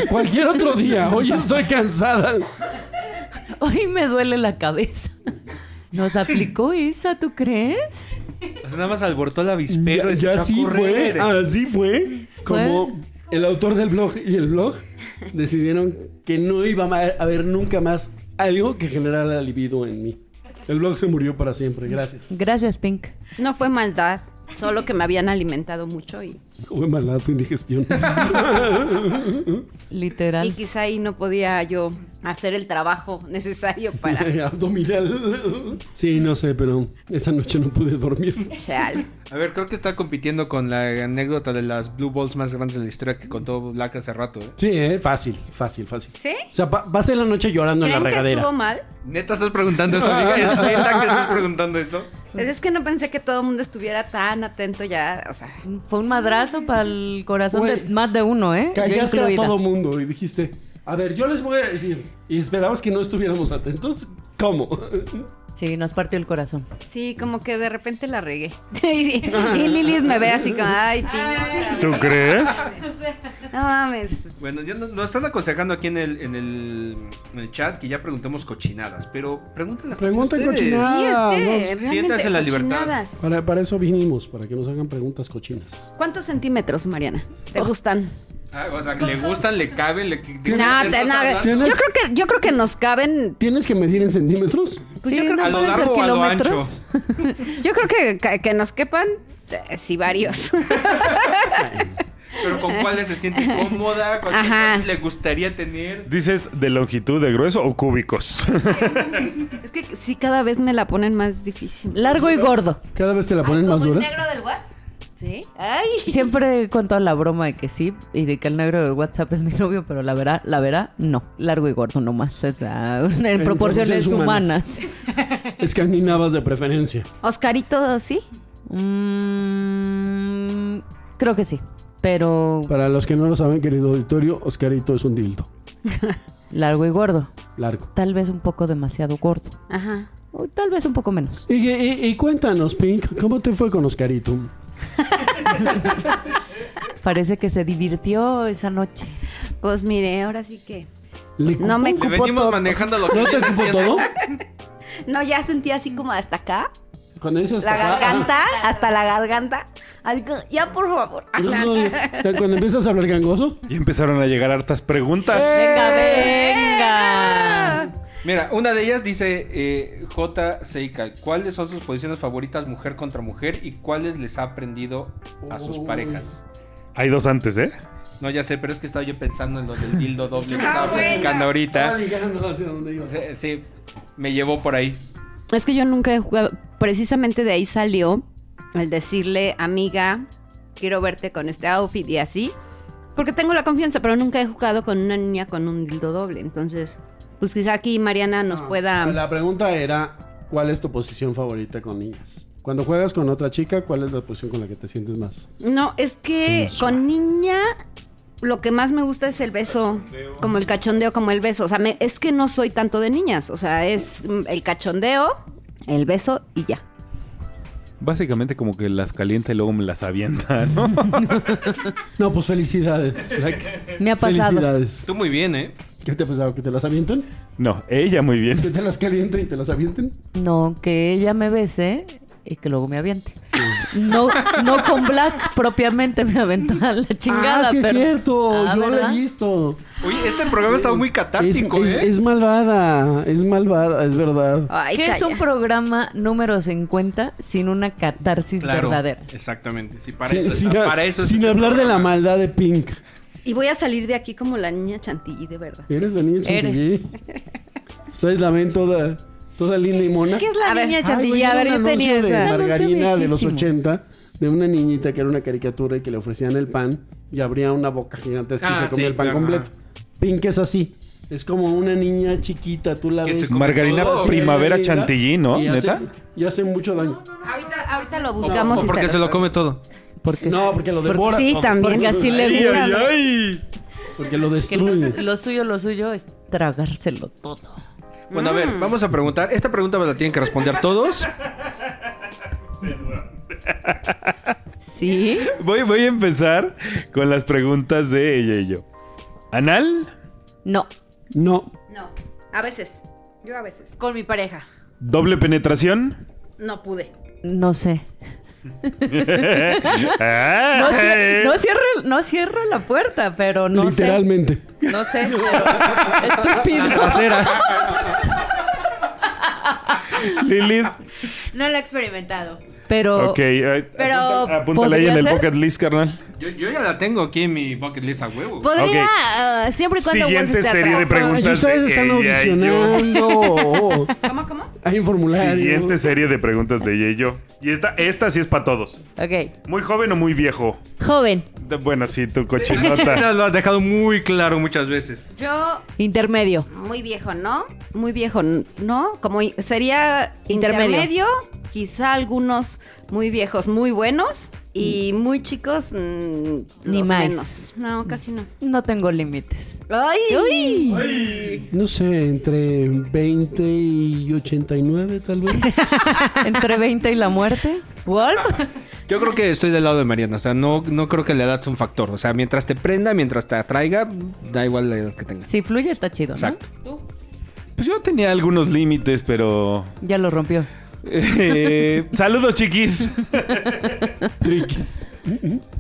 Speaker 6: Cualquier otro día. Hoy estoy cansada.
Speaker 5: Hoy me duele la cabeza. Nos aplicó esa, ¿tú crees?
Speaker 2: O sea, nada más alborotó el avispero.
Speaker 6: ya
Speaker 2: y se echó
Speaker 6: ya
Speaker 2: a
Speaker 6: sí
Speaker 2: correr.
Speaker 6: fue.
Speaker 5: Ah.
Speaker 6: Así fue. Como el autor del blog y el blog decidieron que no iba a ma- a haber nunca más algo que generara libido en mí. El blog se murió para siempre. Gracias.
Speaker 5: Gracias, Pink.
Speaker 8: No fue maldad, solo que me habían alimentado mucho y,
Speaker 6: Fue maldad, fue indigestión.
Speaker 8: y
Speaker 5: Literal.
Speaker 8: quizá ahí no podía yo hacer el trabajo necesario
Speaker 6: [laughs]
Speaker 8: para...
Speaker 6: Abdominal. Sí, no sé, pero esa noche no pude dormir.
Speaker 8: Chale.
Speaker 2: A ver, creo que está compitiendo con la anécdota de las Blue Balls más grandes de la historia que contó Black hace rato. ¿eh?
Speaker 6: Sí, eh, fácil, fácil, fácil.
Speaker 8: ¿Sí?
Speaker 6: O sea, pa- pasé la noche llorando en la
Speaker 8: ¿Creen que
Speaker 6: regadera.
Speaker 8: estuvo mal?
Speaker 2: Neta, estás preguntando eso, amiga. ¿Es neta que estás preguntando eso?
Speaker 8: Pues es que no pensé que todo el mundo estuviera tan atento ya, o sea...
Speaker 5: Fue un madrazo para el corazón de
Speaker 6: Güey.
Speaker 5: más de uno, ¿eh? Yo
Speaker 6: Callaste a
Speaker 5: incluida.
Speaker 6: todo mundo y dijiste, a ver, yo les voy a decir. Y esperabas que no estuviéramos atentos. ¿Cómo? [laughs]
Speaker 5: Sí, nos partió el corazón.
Speaker 8: Sí, como que de repente la regué. Sí, sí. y Lilis me ve así como, ay, pinga.
Speaker 10: ¿Tú crees?
Speaker 8: No mames.
Speaker 2: Bueno, ya nos, nos están aconsejando aquí en el, en, el, en el chat que ya preguntemos cochinadas, pero pregúntenlas también
Speaker 6: Pregunten
Speaker 2: ustedes.
Speaker 6: cochinadas.
Speaker 8: Sí,
Speaker 6: Ah,
Speaker 8: es que
Speaker 6: vamos.
Speaker 8: realmente
Speaker 2: Siéntase en la libertad.
Speaker 8: cochinadas.
Speaker 6: Para, para eso vinimos, para que nos hagan preguntas cochinas.
Speaker 8: ¿Cuántos centímetros, Mariana?
Speaker 6: Oh.
Speaker 8: ¿Te gustan?
Speaker 2: Ah, o sea, que le gustan, le caben, le...
Speaker 8: No,
Speaker 2: ¿Qué
Speaker 8: te-
Speaker 2: estás
Speaker 8: no,
Speaker 2: hablando?
Speaker 8: yo creo que yo creo que nos caben,
Speaker 6: ¿Tienes que medir en centímetros?
Speaker 5: Pues
Speaker 8: Sí,
Speaker 5: yo creo
Speaker 8: no,
Speaker 2: ¿A
Speaker 5: que
Speaker 2: lo
Speaker 5: pueden ser
Speaker 2: largo o a lo ancho?
Speaker 5: kilómetros.
Speaker 8: yo creo que, ca- que nos quepan eh, sí varios.
Speaker 2: Pero con cuáles se siente cómoda, con
Speaker 8: Ajá.
Speaker 2: cuáles le gustaría tener.
Speaker 10: ¿Dices de longitud, de grueso o cúbicos?
Speaker 8: [laughs]
Speaker 10: [laughs]
Speaker 8: es que sí cada vez me la ponen más difícil.
Speaker 5: Largo
Speaker 2: [laughs]
Speaker 5: y gordo.
Speaker 6: Cada vez te la ponen más dura.
Speaker 8: del WhatsApp? Sí.
Speaker 5: Siempre con toda la broma de que sí y de que el negro de WhatsApp es mi novio, pero la verdad, la verdad, no. Largo y gordo nomás. O sea, [laughs] en proporciones
Speaker 6: proporciones humanas.
Speaker 5: humanas.
Speaker 6: [laughs] Escandinavas de preferencia.
Speaker 8: Oscarito, sí.
Speaker 5: Mm, creo que sí. Pero
Speaker 6: Para los que no lo saben, querido auditorio, Oscarito es un dildo.
Speaker 5: largo y gordo.
Speaker 6: Largo.
Speaker 5: Tal vez un poco demasiado gordo.
Speaker 8: Ajá.
Speaker 5: O tal vez un poco menos.
Speaker 6: Y, y- y cuéntanos, Pink, ¿cómo te fue con Oscarito?
Speaker 5: Parece que se divirtió esa noche.
Speaker 8: Pues mire, ahora sí que
Speaker 6: ¿Le
Speaker 8: no me
Speaker 2: Le
Speaker 8: cupo
Speaker 2: venimos
Speaker 8: todo.
Speaker 2: manejando lo que
Speaker 6: ¿No te [laughs]
Speaker 2: viene
Speaker 6: cupo
Speaker 8: [laughs]
Speaker 2: siendo.
Speaker 6: todo?
Speaker 8: No, ya sentí así como hasta acá,
Speaker 6: Cuando dices "Ah,
Speaker 8: la
Speaker 6: acá, ajá.
Speaker 8: garganta, hasta la garganta. Así que, ya por favor.
Speaker 6: No, no, ya Cuando empiezas a hablar gangoso,
Speaker 2: ¡Eh!
Speaker 10: y empezaron a llegar hartas preguntas.
Speaker 5: Venga, venga.
Speaker 2: Mira, una de ellas dice eh, J. Seika, ¿cuáles son sus posiciones favoritas mujer contra mujer y cuáles les ha aprendido a sus parejas?
Speaker 7: Hay dos antes, ¿eh?
Speaker 2: No, ya sé, pero es que estaba yo pensando en lo del dildo doble que
Speaker 6: Ah,
Speaker 2: estaba platicando ahorita. Sí, sí, me llevó por ahí.
Speaker 1: Es que yo nunca he jugado. Precisamente de ahí salió el decirle, amiga, quiero verte con este outfit y así. Porque tengo la confianza, pero nunca he jugado con una niña con un dildo doble. Entonces, pues quizá aquí Mariana nos
Speaker 5: Ah.
Speaker 1: pueda.
Speaker 6: Pues La pregunta era, ¿cuál es tu posición favorita con niñas? Cuando juegas con otra chica, ¿cuál es la posición con la que te sientes más?
Speaker 1: No, es que con niña lo que más me gusta es el beso, como el cachondeo, como el beso. O sea, me- es que no soy tanto de niñas. O sea, es mm, el cachondeo, el beso y ya.
Speaker 12: Básicamente como que las calienta y luego me las
Speaker 7: [laughs]
Speaker 12: avienta, ¿no?
Speaker 6: No, pues [laughs] felicidades. Black.
Speaker 5: Me ha pasado.
Speaker 6: Felicidades.
Speaker 2: Tú muy bien, ¿eh?
Speaker 6: ¿Qué te ha pasado? ¿Que te las avienten?
Speaker 7: No, ella muy bien.
Speaker 6: ¿Que te las calienten y te las avienten?
Speaker 5: No, que ella me bese y que luego me aviente. No, no con Black propiamente me aventó a la chingada.
Speaker 6: ah, sí
Speaker 5: pero-
Speaker 6: es cierto.
Speaker 5: Ah,
Speaker 6: yo lo
Speaker 5: ¿verdad?
Speaker 6: he visto.
Speaker 2: Oye, este programa está muy
Speaker 6: Es,
Speaker 2: catártico,
Speaker 6: es-
Speaker 2: ¿eh?
Speaker 6: es malvada. Es malvada, es verdad.
Speaker 1: Ay,
Speaker 5: que es
Speaker 1: calla.
Speaker 5: un programa número 50 sin una catarsis
Speaker 2: Claro,
Speaker 5: verdadera.
Speaker 2: Exactamente. Sí, para
Speaker 6: Sin-
Speaker 2: eso,
Speaker 6: sin
Speaker 2: está-
Speaker 6: a-
Speaker 2: para eso es
Speaker 6: sin
Speaker 2: este
Speaker 6: hablar de la
Speaker 2: programa.
Speaker 6: maldad de Pink.
Speaker 1: Y voy a salir de aquí como la niña chantilly, de verdad.
Speaker 6: Eres la niña chantilly.
Speaker 5: Eres.
Speaker 6: Ustedes la ven toda, toda linda y mona.
Speaker 3: ¿Qué es la
Speaker 1: A ver,
Speaker 3: niña
Speaker 6: Ay,
Speaker 3: chantilly?
Speaker 6: güey,
Speaker 3: A
Speaker 6: era
Speaker 3: ver,
Speaker 6: un
Speaker 3: yo tenía
Speaker 6: anuncio
Speaker 3: esa.
Speaker 6: de margarina de los
Speaker 5: viejísimo.
Speaker 6: 80 de una niñita que era una caricatura y que le ofrecían el pan y abría una boca gigantesca y
Speaker 2: Ah,
Speaker 6: se comía
Speaker 2: sí,
Speaker 6: el pan
Speaker 2: claro,
Speaker 6: completo. Pink es así. Es como una niña chiquita, tú la
Speaker 2: Que se
Speaker 6: ves.
Speaker 2: come
Speaker 7: Margarina
Speaker 2: todo,
Speaker 6: Toda
Speaker 2: ¿o qué?
Speaker 7: primavera
Speaker 6: linda
Speaker 7: chantilly, ¿no?
Speaker 6: Y hace,
Speaker 7: ¿Neta?
Speaker 6: y hace mucho daño.
Speaker 1: Ahorita, ahorita lo
Speaker 2: O
Speaker 1: buscamos y
Speaker 2: porque se lo come todo.
Speaker 5: Porque,
Speaker 6: No, porque lo
Speaker 5: Porque-
Speaker 6: devora.
Speaker 1: sí,
Speaker 6: todo.
Speaker 1: también.
Speaker 5: porque así le
Speaker 7: Ay,
Speaker 5: gusta.
Speaker 7: ay,
Speaker 5: ¿no?
Speaker 7: ay.
Speaker 6: Porque lo
Speaker 5: Que entonces
Speaker 6: destruye.
Speaker 5: lo suyo, lo suyo es tragárselo todo.
Speaker 2: Bueno, a ver,
Speaker 6: Mm.
Speaker 2: vamos a preguntar. Esta pregunta me la tienen que responder todos.
Speaker 5: ¿Sí?
Speaker 7: Voy, voy a empezar con las preguntas de ella y yo. ¿Anal?
Speaker 5: No.
Speaker 6: No.
Speaker 1: No, a veces. Yo a veces.
Speaker 3: Con mi pareja.
Speaker 7: ¿Doble penetración?
Speaker 1: No pude.
Speaker 5: No sé.
Speaker 7: Ah, [laughs]
Speaker 5: No, cier-
Speaker 7: eh.
Speaker 5: no cierro, no cierro la puerta, pero no sé.
Speaker 6: literalmente.
Speaker 5: No sé. pero [laughs]
Speaker 7: Ah,
Speaker 5: Estúpido.
Speaker 7: Lilith.
Speaker 3: No lo he experimentado.
Speaker 5: Pero
Speaker 7: Ok, eh,
Speaker 3: Pero,
Speaker 7: apunta- apúntale ahí
Speaker 5: ¿podría
Speaker 7: en el
Speaker 5: ser?
Speaker 7: pocket list, carnal.
Speaker 2: Yo, yo ya la tengo aquí en mi bucket list a huevo.
Speaker 6: Pues-
Speaker 3: Podría,
Speaker 7: Ok.
Speaker 3: ah, siempre y cuando Wolf
Speaker 7: Siguiente
Speaker 3: esté
Speaker 7: serie de
Speaker 3: atrás.
Speaker 7: preguntas.
Speaker 6: Ay, ustedes
Speaker 7: de
Speaker 6: están
Speaker 7: ella y yo.
Speaker 6: audicionando.
Speaker 7: [laughs]
Speaker 1: ¿Cómo, cómo?
Speaker 6: Hay un formulario.
Speaker 7: Siguiente serie de preguntas de ella y yo. Y esta, esta sí es para todos.
Speaker 5: Ok.
Speaker 7: ¿Muy joven o muy viejo?
Speaker 3: Joven,
Speaker 7: De- Bueno, sí,
Speaker 2: [laughs]
Speaker 7: tu
Speaker 2: Ya
Speaker 7: cochinota.
Speaker 2: lo has dejado muy claro muchas veces.
Speaker 1: Yo,
Speaker 3: intermedio.
Speaker 1: muy viejo, ¿no? Muy viejo, ¿no? Como i- sería
Speaker 3: Intermedio.
Speaker 1: intermedio. quizá algunos muy viejos, muy buenos y muy chicos, mm,
Speaker 3: Ni
Speaker 1: los
Speaker 3: más.
Speaker 1: menos. No, casi no.
Speaker 5: No tengo límites.
Speaker 1: ¡Ay!
Speaker 6: No sé, entre 20 y 89
Speaker 5: [laughs]
Speaker 6: tal vez.
Speaker 5: Entre 20 y la muerte.
Speaker 3: Wolf,
Speaker 2: Yo creo que estoy del lado de Mariana. O sea, no, no creo que la edad sea un factor. O sea, mientras te prenda, mientras te atraiga, da igual la edad que tengas.
Speaker 5: Si fluye, está chido, ¿no?
Speaker 2: Exacto.
Speaker 7: [laughs]
Speaker 5: [laughs]
Speaker 7: Pues yo tenía algunos límites, pero.
Speaker 5: Ya lo rompió.
Speaker 7: [laughs] eh, saludos, chiquis.
Speaker 6: Triquis.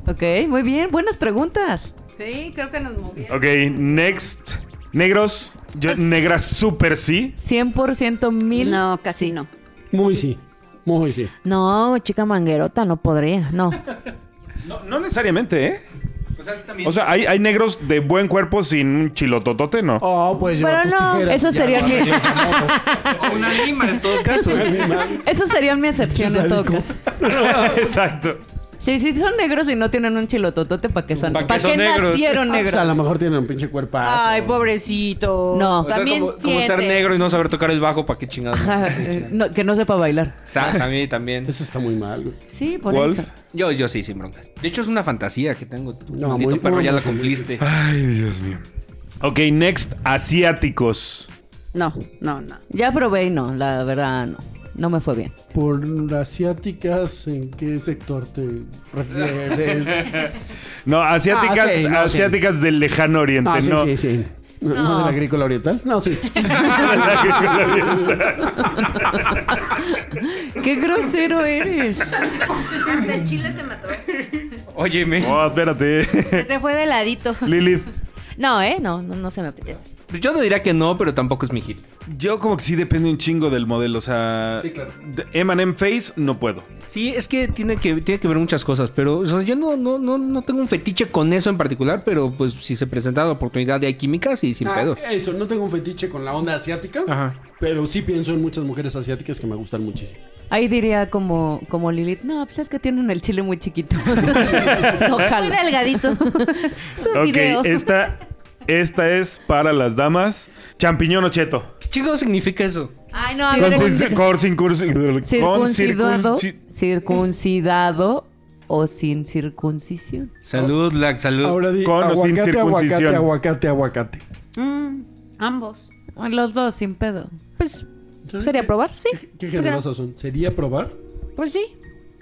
Speaker 5: Ok, muy bien. Buenas preguntas.
Speaker 1: Sí, creo que nos movieron.
Speaker 7: Ok, next. Negros. Yo, negras super sí.
Speaker 5: 100% mil.
Speaker 1: No, casi no.
Speaker 6: Muy sí. Muy sí.
Speaker 3: no, chica manguerota, no podría, no.
Speaker 7: No, no necesariamente, ¿eh?
Speaker 2: O sea, también.
Speaker 7: O sea, hay, hay negros de buen cuerpo sin un chilototote, ¿no.
Speaker 6: Oh, pues llevar
Speaker 5: Pero
Speaker 6: tus
Speaker 5: no,
Speaker 6: tijeras.
Speaker 5: eso
Speaker 6: [laughs]
Speaker 5: sería mi,
Speaker 2: una lima en todo caso. ¿eh?
Speaker 5: [laughs] eso sería mi excepción en todo caso.
Speaker 7: [laughs] Exacto.
Speaker 5: Sí, sí, son negros y no tienen un chilototote, ¿para qué son?
Speaker 2: ¿Pa' qué
Speaker 5: ¿Para qué
Speaker 2: son negros?
Speaker 5: nacieron
Speaker 6: Ah, pues, a
Speaker 5: negros?
Speaker 6: lo mejor tienen un pinche cuerpazo.
Speaker 3: Ay, pobrecito.
Speaker 5: No. O sea,
Speaker 3: también
Speaker 2: como, como ser
Speaker 3: siete.
Speaker 2: negro y no saber tocar el bajo, ¿para qué chingados?
Speaker 5: Ajá, eh, no, que no sepa bailar.
Speaker 2: O sea, también,
Speaker 5: pues.
Speaker 2: también.
Speaker 6: Eso está muy mal, güey.
Speaker 5: Sí, por
Speaker 7: Wolf.
Speaker 5: eso.
Speaker 2: Yo, yo sí, sin broncas. De hecho, es una fantasía que tengo. Tu
Speaker 6: No,
Speaker 2: maldito
Speaker 6: muy-
Speaker 2: perro
Speaker 6: muy
Speaker 2: ya la
Speaker 6: emocionante.
Speaker 2: cumpliste.
Speaker 7: Ay, Dios mío. Ok, next. Asiáticos.
Speaker 1: No, no, no.
Speaker 5: Ya probé y no, la verdad no. No me fue bien. [laughs]
Speaker 6: Por asiáticas, ¿en qué sector te
Speaker 2: [laughs]
Speaker 6: refieres?
Speaker 7: No, asiáticas,
Speaker 6: Ah, sí, no,
Speaker 7: asiáticas del lejano oriente,
Speaker 6: no, sí,
Speaker 7: no.
Speaker 6: sí, sí. No, no. de la agrícola oriental? No,
Speaker 5: [laughs]
Speaker 6: sí. [laughs]
Speaker 5: ¡Qué grosero eres!
Speaker 1: De Chile se mató.
Speaker 2: Óyeme.
Speaker 7: [laughs] Oh, espérate.
Speaker 3: Se te fue de ladito.
Speaker 7: Lilith.
Speaker 3: No, eh, no, no, no se me apetece.
Speaker 2: Yo no diría que no, pero tampoco es mi hit.
Speaker 13: Yo como que sí depende un chingo del modelo, o sea,
Speaker 6: Sí, claro.
Speaker 13: de M&M Face no puedo.
Speaker 2: Sí, es que tiene que, tiene que ver muchas cosas, pero o sea, yo no, no, no, no tengo un fetiche con eso en particular, pero pues si se presenta la oportunidad de hay química, sí, sin
Speaker 6: Ah,
Speaker 2: pedo.
Speaker 6: eso, no tengo un fetiche con la onda asiática,
Speaker 2: Ajá.
Speaker 6: pero sí pienso en muchas mujeres asiáticas que me gustan muchísimo.
Speaker 5: Ahí diría como, como Lilith, no, pues es que tienen el chile muy chiquito. [laughs]
Speaker 1: Muy
Speaker 5: Ojalá.
Speaker 1: delgadito. es un
Speaker 7: Ok,
Speaker 1: video.
Speaker 7: esta, esta es para las damas. Champiñón o cheto.
Speaker 2: ¿Qué chico significa eso?
Speaker 1: Ay, no, a
Speaker 5: Sí,
Speaker 1: ver,
Speaker 7: Con
Speaker 5: pero-
Speaker 7: sin- con sin cursi- con
Speaker 5: Circuncidado,
Speaker 7: circunci-
Speaker 5: circuncidado o sin circuncisión.
Speaker 2: Salud, Lack, salud.
Speaker 6: Ahora di,
Speaker 7: Con o sin
Speaker 6: aguacate,
Speaker 7: circuncisión.
Speaker 6: aguacate, aguacate, aguacate.
Speaker 1: Mm, ambos.
Speaker 5: Los dos, sin pedo.
Speaker 3: Pues sería probar, sí.
Speaker 6: ¿Qué, qué generosos son? ¿Sería probar?
Speaker 3: Pues sí.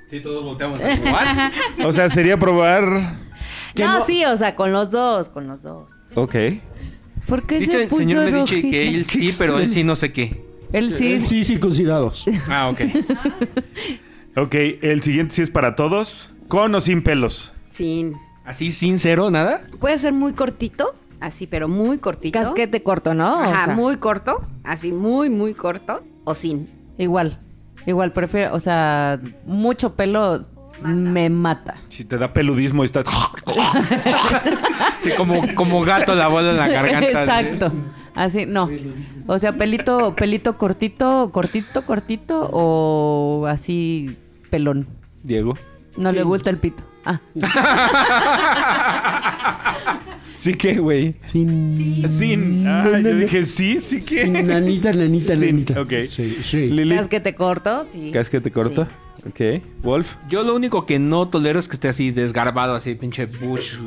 Speaker 2: Sí, todos volteamos a probar.
Speaker 7: O sea, sería probar.
Speaker 3: No, sí, o sea, con los dos, con los dos.
Speaker 7: Ok.
Speaker 5: ¿Por qué
Speaker 2: Dicho
Speaker 5: se
Speaker 2: el
Speaker 5: puso
Speaker 2: señor me dice que
Speaker 5: rojita?
Speaker 2: él sí, pero él sí no sé qué.
Speaker 5: Él sí.
Speaker 6: Eh, Sí, circuncidados.
Speaker 2: Ah, ok.
Speaker 7: Ok, el siguiente sí es para todos. ¿Con o sin pelos?
Speaker 1: Sin.
Speaker 2: ¿Así sincero, nada?
Speaker 1: Puede ser muy cortito, así, pero muy cortito.
Speaker 3: Casquete corto, ¿no? O
Speaker 1: Ajá,
Speaker 3: sea,
Speaker 1: muy corto, así muy, muy corto, o sin.
Speaker 5: Igual, igual, prefiero, o sea, mucho pelo me mata.
Speaker 13: Si te da peludismo y estás
Speaker 7: [laughs]
Speaker 2: Sí, como, como gato la bola en la
Speaker 5: [laughs]
Speaker 2: garganta. ¿eh?
Speaker 5: Exacto. Así, no. O sea, pelito, pelito cortito, cortito, cortito, o así pelón.
Speaker 13: Diego.
Speaker 5: No le gusta el pito. Ah,
Speaker 13: Sí que, güey.
Speaker 6: Sin...
Speaker 7: Sin. Ah,
Speaker 6: No, no,
Speaker 7: yo
Speaker 6: no.
Speaker 7: dije sí, sí
Speaker 6: sin
Speaker 7: que.
Speaker 6: nanita, nanita,
Speaker 7: Sin,
Speaker 6: nanita.
Speaker 7: ok.
Speaker 6: Sí, sí.
Speaker 13: Lili,
Speaker 3: Casquete corto, sí.
Speaker 13: casquete corto. Ok. Wolf.
Speaker 2: Yo lo único que no tolero es que esté así desgarbado, así pinche bush.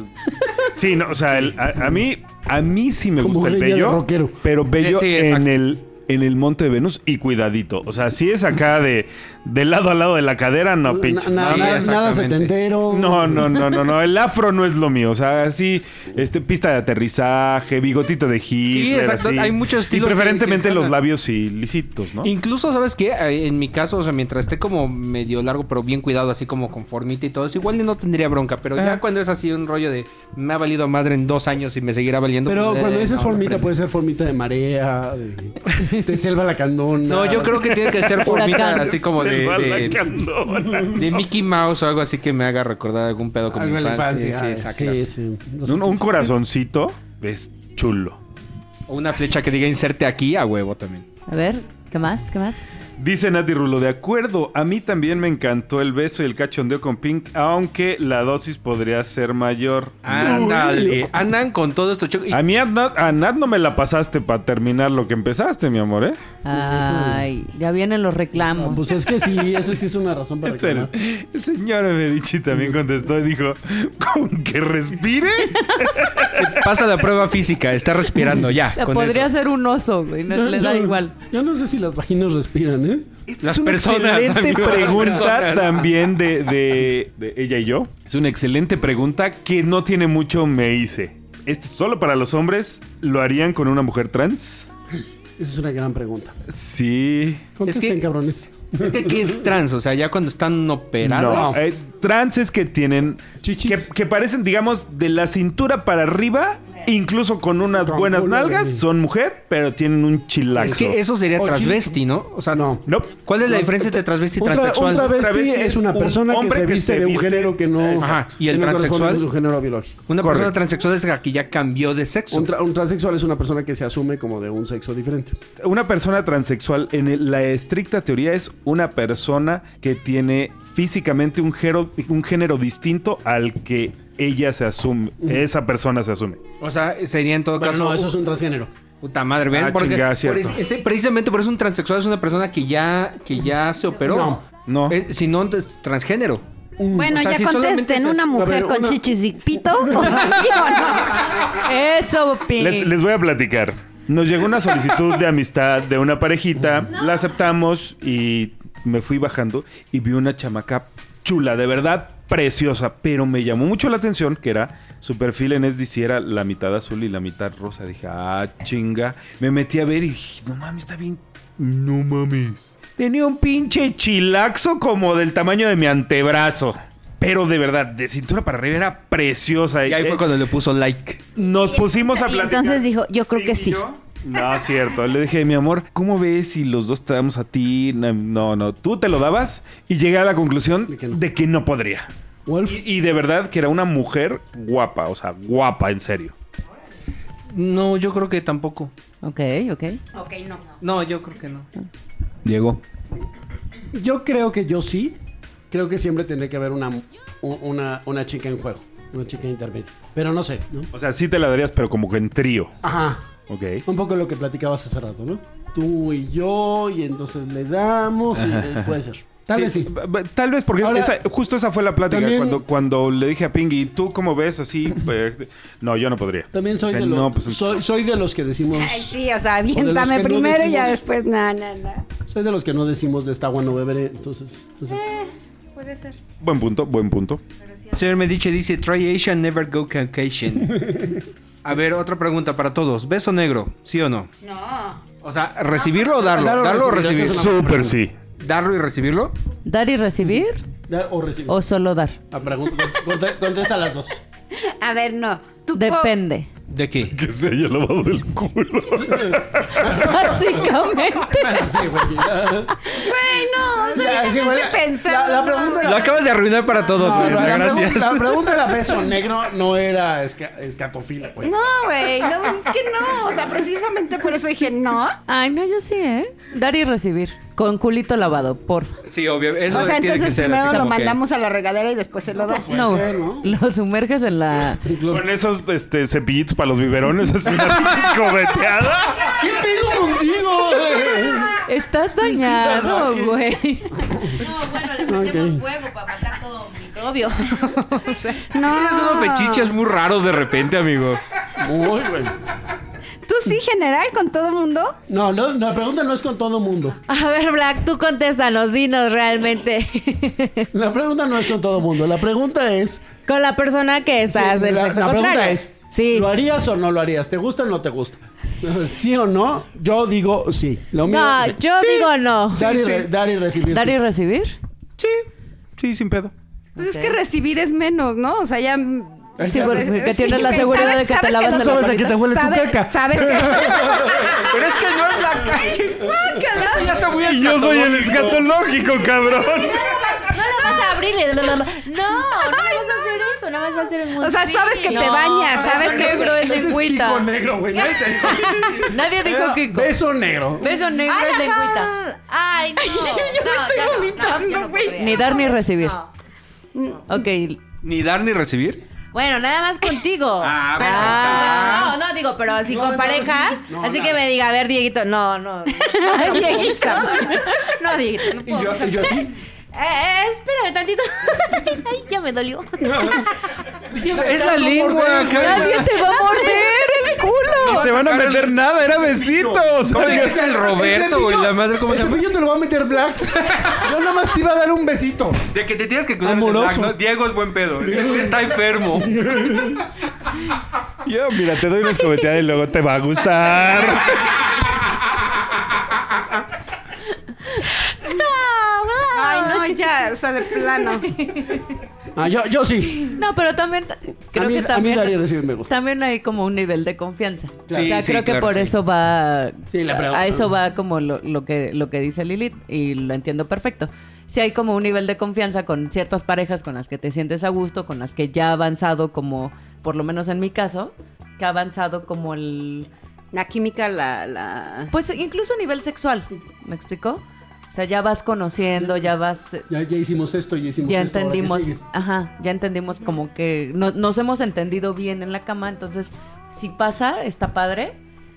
Speaker 7: Sí, no, o sea, el- a, a mí a mí sí me
Speaker 6: Como
Speaker 7: gusta el
Speaker 6: greña de
Speaker 7: bello,
Speaker 6: rockero.
Speaker 7: pero bello
Speaker 2: Sí, sí,
Speaker 7: en
Speaker 2: exacto.
Speaker 7: el en el Monte de Venus y cuidadito. O sea, si es acá de del lado al lado de la cadera, no pinches.
Speaker 6: Na- na-
Speaker 2: Sí,
Speaker 6: na- nada
Speaker 2: exactamente.
Speaker 6: setentero.
Speaker 7: No, no, no, no, no, el afro no es lo mío, o sea, así este pista de aterrizaje, bigotito de Hitler,
Speaker 2: exacto,
Speaker 7: así.
Speaker 2: hay muchos
Speaker 7: y
Speaker 2: estilos que-
Speaker 7: preferentemente
Speaker 2: que
Speaker 7: los
Speaker 2: jalan.
Speaker 7: labios y lisitos, ¿no?
Speaker 2: Incluso, ¿sabes qué? Eh, En mi caso, o sea, mientras esté como medio largo, pero bien cuidado, así como conformita y todo eso, igual no tendría bronca. Pero ya cuando es así un rollo de me ha valido madre en dos años y me seguirá valiendo.
Speaker 6: Pero
Speaker 2: pues,
Speaker 6: cuando
Speaker 2: eh,
Speaker 6: dices
Speaker 2: no,
Speaker 6: formita,
Speaker 2: no,
Speaker 6: puede ser formita de marea, de, de selva lacandona.
Speaker 2: No, yo creo que tiene que [laughs] ser formita
Speaker 5: Huracán.
Speaker 2: así como de,
Speaker 7: Se va la
Speaker 2: de, [laughs]
Speaker 7: candona.
Speaker 2: de Mickey Mouse o algo así que me haga recordar algún pedo con
Speaker 6: Algo
Speaker 2: mi
Speaker 6: en la infancia.
Speaker 2: Sí,
Speaker 6: ah,
Speaker 2: exacto.
Speaker 6: Sí, sí. Los-
Speaker 7: Un, un [laughs] corazoncito es chulo.
Speaker 2: O una flecha que diga inserte aquí a huevo también.
Speaker 5: a ver, ¿qué más? ¿Qué más?
Speaker 7: Dice Nati Rulo, de acuerdo, a mí también me encantó el beso y el cachondeo con Pink, aunque la dosis podría ser mayor.
Speaker 2: Ándale, andan con todo esto. chico. Y
Speaker 7: A mí, a Nat, a Nat no me la pasaste para terminar lo que empezaste, mi amor, ¿eh?
Speaker 5: Ay, ya vienen los
Speaker 6: Ah,
Speaker 5: reclamos.
Speaker 6: Pues es que sí, esa sí es una
Speaker 7: [laughs]
Speaker 6: razón para
Speaker 7: Espera,
Speaker 6: reclamar.
Speaker 7: el señor Medici también contestó y dijo, ¿con que respire?
Speaker 2: pasa la prueba física, está respirando ya.
Speaker 5: La
Speaker 2: con
Speaker 5: podría
Speaker 2: eso.
Speaker 5: ser un oso, güey, no- le da
Speaker 6: Yo-
Speaker 5: igual.
Speaker 6: Yo no sé si las vaginas respiran, ¿eh?
Speaker 2: Las
Speaker 7: es una
Speaker 2: personas,
Speaker 7: excelente
Speaker 2: amigo, las
Speaker 7: pregunta
Speaker 2: personas.
Speaker 7: también de, de- de ella y yo. Es una excelente pregunta que no tiene mucho me hice. Este es solo para los hombres, ¿lo harían con una mujer trans?
Speaker 6: Esa es una gran pregunta.
Speaker 7: Sí.
Speaker 6: Contesten, cabrones.
Speaker 2: Es que ¿qué es trans? O sea, ya cuando están operados.
Speaker 7: No, eh, transes que tienen.
Speaker 6: Chichis.
Speaker 7: Que, que parecen, digamos, de la cintura para arriba, incluso con unas
Speaker 6: Con
Speaker 7: buenas
Speaker 6: culo de
Speaker 7: nalgas,
Speaker 6: niño.
Speaker 7: son mujer, pero tienen un chilazo.
Speaker 2: es que eso sería
Speaker 6: O
Speaker 2: transvesti, ¿no? O sea,
Speaker 6: No.
Speaker 7: Nope.
Speaker 2: ¿Cuál es la diferencia entre transvesti y
Speaker 6: Un, tra-
Speaker 2: transexual?
Speaker 6: un travesti
Speaker 7: Travesti
Speaker 6: es una
Speaker 7: es un
Speaker 6: persona que
Speaker 7: hombre
Speaker 6: se
Speaker 7: que
Speaker 6: viste
Speaker 7: se
Speaker 6: de un
Speaker 7: viste-
Speaker 6: género que no.
Speaker 2: Ajá. ¿Y el
Speaker 6: que no corresponde
Speaker 2: transexual?
Speaker 6: con su género biológico.
Speaker 2: Una persona
Speaker 7: Correcto.
Speaker 2: transexual es la que ya cambió de sexo.
Speaker 6: Un, tra- un transexual es una persona que se asume como de un sexo diferente.
Speaker 7: Una persona transexual, en el- la estricta teoría, es una persona que tiene físicamente un, género- un género distinto al que ella se asume. Esa persona se asume.
Speaker 2: O sea, sería en todo
Speaker 6: Bueno,
Speaker 2: caso.
Speaker 6: no, eso es un transgénero.
Speaker 2: Puta madre, ¿ven?
Speaker 7: Ah,
Speaker 2: Porque
Speaker 7: chingada,
Speaker 2: por
Speaker 7: cierto.
Speaker 2: ese- ese- precisamente por eso un transexual es una persona que ya, que ya se operó.
Speaker 6: No,
Speaker 7: no.
Speaker 2: Eh, si no, es transgénero.
Speaker 1: Bueno,
Speaker 2: Mm, O sea,
Speaker 1: ya
Speaker 2: si solamente
Speaker 1: contesten,
Speaker 2: se-
Speaker 1: ¿una mujer
Speaker 6: ver,
Speaker 1: con
Speaker 6: una-
Speaker 1: chichis y pito? ¿O sí o no?
Speaker 5: Eso, Pink.
Speaker 7: Les, les voy a platicar. Nos llegó una solicitud de amistad de una parejita, la aceptamos y me fui bajando y vi una chamaca chula, de verdad preciosa, pero me llamó mucho la atención que era su perfil en SDC era la mitad azul y la mitad rosa. Dije, ah, chinga. Me metí a ver y dije, no mames, está bien. No mames. Tenía un pinche chilaxo como del tamaño de mi antebrazo. Pero de verdad, de cintura para arriba era preciosa.
Speaker 2: Y ahí
Speaker 7: Eh,
Speaker 2: fue cuando le puso like.
Speaker 7: Nos pusimos a
Speaker 8: Y
Speaker 7: platicar.
Speaker 8: entonces dijo, yo creo que
Speaker 7: ¿Y
Speaker 8: sí.
Speaker 7: yo? No, es cierto. Le dije, mi amor, ¿cómo ves si los dos te damos a ti? No, No, no. Tú te lo dabas y llegué a la conclusión
Speaker 6: De que no.
Speaker 7: de que no podría.
Speaker 6: Wolf.
Speaker 7: Y, y de verdad que era una mujer guapa, o sea, guapa, en serio.
Speaker 2: No, yo creo que tampoco.
Speaker 5: Ok, ok.
Speaker 1: Ok, no.
Speaker 2: No, yo creo que no.
Speaker 7: Diego.
Speaker 6: Yo creo que yo sí. Creo que siempre tendré que haber una, u- una, una chica en juego. Una chica intermedia. Pero no sé, ¿no?
Speaker 7: O sea, sí te la darías, pero como que en trío.
Speaker 6: Ajá.
Speaker 7: Ok.
Speaker 6: Un poco lo que platicabas hace rato, ¿no? Tú y yo, y entonces le damos, y eh, puede ser. Tal vez sí.
Speaker 7: b- b- Tal vez porque
Speaker 6: Ahora-
Speaker 7: esa- justo esa fue la plática
Speaker 6: También-
Speaker 7: cuando, cuando le dije a Pingy, ¿tú cómo ves
Speaker 6: [laughs]
Speaker 7: así? Eh, no, yo no podría.
Speaker 6: También soy
Speaker 7: Eh,
Speaker 6: de, los,
Speaker 7: no, pues,
Speaker 6: soy, soy de los que decimos.
Speaker 1: Ay, sí,
Speaker 6: O
Speaker 1: o sea,
Speaker 6: de los
Speaker 1: aviéntame
Speaker 6: que no
Speaker 1: primero y ya
Speaker 6: decimos.
Speaker 1: después. No, no, no.
Speaker 6: Soy de los que no decimos de esta agua no beberé. Entonces, pues, entonces,
Speaker 1: Puede ser.
Speaker 7: Buen punto, buen punto.
Speaker 2: Señor Mediche dice, try Asian, never go Caucasian. [laughs] A ver, otra pregunta para todos. ¿Beso negro? ¿Sí o no?
Speaker 1: No.
Speaker 2: O sea, ¿recibirlo o darlo?
Speaker 6: Darlo o
Speaker 2: ¿Darlo o
Speaker 6: recibir,
Speaker 2: recibir?
Speaker 6: eso es
Speaker 7: Súper sí.
Speaker 2: ¿Darlo y recibirlo?
Speaker 5: ¿Dar y recibir
Speaker 6: dar o recibir.
Speaker 5: o solo dar?
Speaker 6: La pregunta- conte- contesta las dos.
Speaker 1: A ver, no. Tú co-
Speaker 5: Depende.
Speaker 2: ¿De qué?
Speaker 7: Que se haya lavado el culo.
Speaker 5: Básicamente.
Speaker 6: Pero sí, güey. ya.
Speaker 1: Güey, no. O sea,
Speaker 6: Ya, sí, güey, la-
Speaker 1: pensando.
Speaker 6: la- la pregunta
Speaker 2: Lo
Speaker 6: era-
Speaker 2: acabas de arruinar para todos,
Speaker 6: No,
Speaker 2: güey.
Speaker 6: la,
Speaker 2: Gracias.
Speaker 6: pregunta, la pregunta era beso negro, no era esca- escatofila, güey.
Speaker 1: No, güey. No, es que no. O sea, precisamente por eso dije no.
Speaker 5: Ay, no, yo sí, ¿eh? Dar y recibir. Con culito lavado, por
Speaker 2: Sí, obvio. Eso
Speaker 1: o sea,
Speaker 2: tiene que
Speaker 1: entonces
Speaker 2: ser
Speaker 1: primero
Speaker 2: así
Speaker 1: lo
Speaker 2: como que-
Speaker 1: mandamos a la regadera y después se lo das.
Speaker 5: No,
Speaker 6: ser, ¿no?
Speaker 5: lo sumerges en la...
Speaker 7: [laughs] Con esos este, cepillitos para los biberones, así una escobeteada.
Speaker 6: ¿Qué pedo contigo?
Speaker 5: Estás dañado, güey.
Speaker 1: Obvio. O sea, no.
Speaker 2: Tienes unos fechiches muy raros de repente, amigo.
Speaker 6: Muy, güey.
Speaker 1: ¿Tú sí general con todo el mundo?
Speaker 6: No, no, la pregunta no es con todo mundo.
Speaker 3: [laughs] A ver, Black, tú contéstanos, dinos realmente. [laughs]
Speaker 6: La pregunta no es con todo mundo. La pregunta es.
Speaker 3: Con la persona que estás
Speaker 6: Sí,
Speaker 3: del
Speaker 6: la,
Speaker 3: sexo
Speaker 6: la pregunta
Speaker 3: contrario.
Speaker 6: es:
Speaker 3: Sí.
Speaker 6: ¿lo harías o no lo harías? ¿Te gusta o no te gusta? ¿Sí o no? Yo digo sí. Lo mío-
Speaker 3: No,
Speaker 6: sí.
Speaker 3: yo digo no.
Speaker 6: Dar y, re- dar y recibir.
Speaker 5: Dar
Speaker 6: sí.
Speaker 5: y recibir.
Speaker 2: Sí, sí, sin pedo.
Speaker 8: Pues es que recibir es menos, ¿no? O sea, ya...
Speaker 5: Sí, porque
Speaker 8: Sí,
Speaker 5: tienes la
Speaker 8: pero
Speaker 5: seguridad
Speaker 8: sabes-
Speaker 5: de que te
Speaker 8: sabes
Speaker 5: lavas
Speaker 8: que
Speaker 5: de
Speaker 8: no
Speaker 5: la
Speaker 6: ¿Sabes a qué
Speaker 5: palita.
Speaker 6: te huele tu
Speaker 8: ¿Sabes,
Speaker 6: caca?
Speaker 8: ¿sabes que-
Speaker 2: Pero es que no es la calle.
Speaker 8: Guácala.
Speaker 2: Ya está muy
Speaker 7: Y yo soy el escatológico, cabrón.
Speaker 3: No lo vas a abrir. No, no, no vas a hacer eso. Nada más va a hacer un
Speaker 8: O sea, sabes que te bañas, sabes que...
Speaker 5: Negro es
Speaker 6: Ese es Kiko
Speaker 5: lengüita.
Speaker 6: negro, güey. Nadie te dijo.
Speaker 5: Nadie dijo Kiko.
Speaker 6: Beso negro.
Speaker 5: Beso negro es lengüita.
Speaker 3: Ay, no. Yo me estoy vomitando, güey.
Speaker 5: Ni dar ni recibir. Ok.
Speaker 2: Ni dar ni recibir.
Speaker 3: Bueno, nada más contigo.
Speaker 2: Ah,
Speaker 3: Pero-
Speaker 2: bueno, ahí
Speaker 3: No, no, digo, pero así
Speaker 6: No,
Speaker 3: con
Speaker 6: no,
Speaker 3: pareja.
Speaker 6: sí, no,
Speaker 3: así
Speaker 6: nada.
Speaker 3: que me diga, a ver, Dieguito, no, no. no, No, Dieguito. No, Dieguito, no
Speaker 6: Y
Speaker 3: puedo.
Speaker 6: yo, y yo a ti.
Speaker 3: Eh, eh, espérame tantito. [laughs] Ay, ya me
Speaker 6: [laughs]
Speaker 3: dolió.
Speaker 2: Es la lengua,
Speaker 5: Nadie te va a morder
Speaker 6: [laughs]
Speaker 5: el culo.
Speaker 2: te van a meter nada, era besitos. Es el Roberto, güey,
Speaker 6: Ese
Speaker 2: la madre, ¿cómo se llama?
Speaker 6: cepillo te lo va a meter black. Yo nada más te iba a dar un besito.
Speaker 2: De que te tienes que cuidar.
Speaker 6: Amoroso.
Speaker 2: del drag, ¿no? Diego es buen pedo. Está [laughs] enfermo.
Speaker 7: Yo, mira, te doy una escobeteada y luego te va a gustar.
Speaker 1: Ay, no, ya, o sea, de plano.
Speaker 6: Ah, yo, yo sí.
Speaker 5: No, pero también creo
Speaker 6: a mí,
Speaker 5: que
Speaker 6: a mí dar y
Speaker 5: también
Speaker 6: recibir me gusta.
Speaker 5: también hay como un nivel de confianza.
Speaker 2: Claro.
Speaker 5: o sea,
Speaker 2: Sí, sí,
Speaker 5: creo que
Speaker 2: claro,
Speaker 5: por
Speaker 2: sí.
Speaker 5: eso va
Speaker 6: Sí, la pregunta.
Speaker 5: a eso va como lo, lo que lo que dice Lilith y lo entiendo perfecto. Si hay como un nivel de confianza con ciertas parejas con las que te sientes a gusto, con las que ya ha avanzado como por lo menos en mi caso, que ha avanzado como el
Speaker 8: [laughs] La química la... la...
Speaker 5: pues incluso a nivel sexual, ¿me explicó? O sea, ya vas conociendo, ya vas eh,
Speaker 6: Ya, ya hicimos esto, ya hicimos
Speaker 5: ya
Speaker 6: esto. ahora qué
Speaker 5: entendimos,
Speaker 6: sigue.
Speaker 5: ajá, ya entendimos como que no- nos hemos entendido bien en la cama, entonces si pasa, está padre.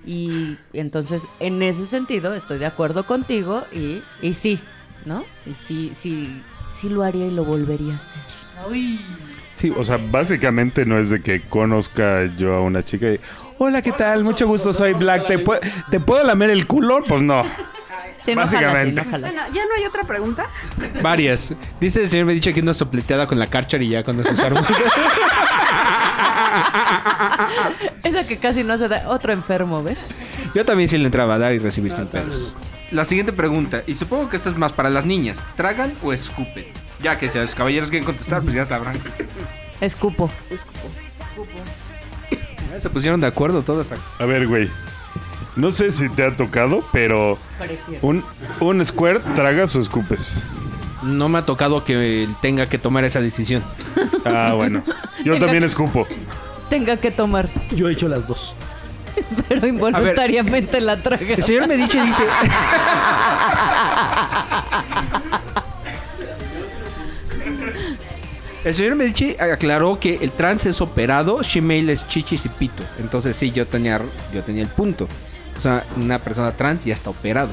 Speaker 5: Y entonces, en ese sentido, estoy de acuerdo contigo y, y sí, ¿no? Y sí, sí, sí lo haría y lo volvería a hacer.
Speaker 7: Sí, o sea, básicamente no es de que conozca yo a una chica y. Hola, ¿qué tal? Mucho gusto, soy Black. ¿Te, pue- ¿te puedo lamer el culo? Pues no.
Speaker 5: Sí, no jalas, sí,
Speaker 7: Básicamente.
Speaker 5: no jalas.
Speaker 8: Bueno, ¿ya no hay otra pregunta?
Speaker 2: Varias. Dice el señor me dicho que una sopleteada con la cárchara y ya con eso [laughs] usaron.
Speaker 5: Esa que casi no se da. Otro enfermo, ¿ves?
Speaker 2: Yo también sí le entraba a dar y recibir sin pedos. La siguiente pregunta, y supongo que esta es más para las niñas. ¿Tragan o escupen? Ya que si a los caballeros quieren contestar, pues ya sabrán.
Speaker 5: Escupo.
Speaker 2: [laughs] Ya se pusieron de acuerdo todas. acá.
Speaker 10: A ver, güey. No sé si te ha tocado, pero un, un square tragas o escupes.
Speaker 2: No me ha tocado que él tenga que tomar esa decisión.
Speaker 10: Ah, bueno. Yo también escupo.
Speaker 5: Tenga que tomar, [laughs]
Speaker 6: Yo he hecho las dos.
Speaker 5: pero involuntariamente la traga.
Speaker 2: El señor Medici dice... El señor Medici aclaró que el trans es operado, shemale es chichis y pito. Entonces sí, yo tenía, yo tenía el punto. O sea, una persona trans ya está operado.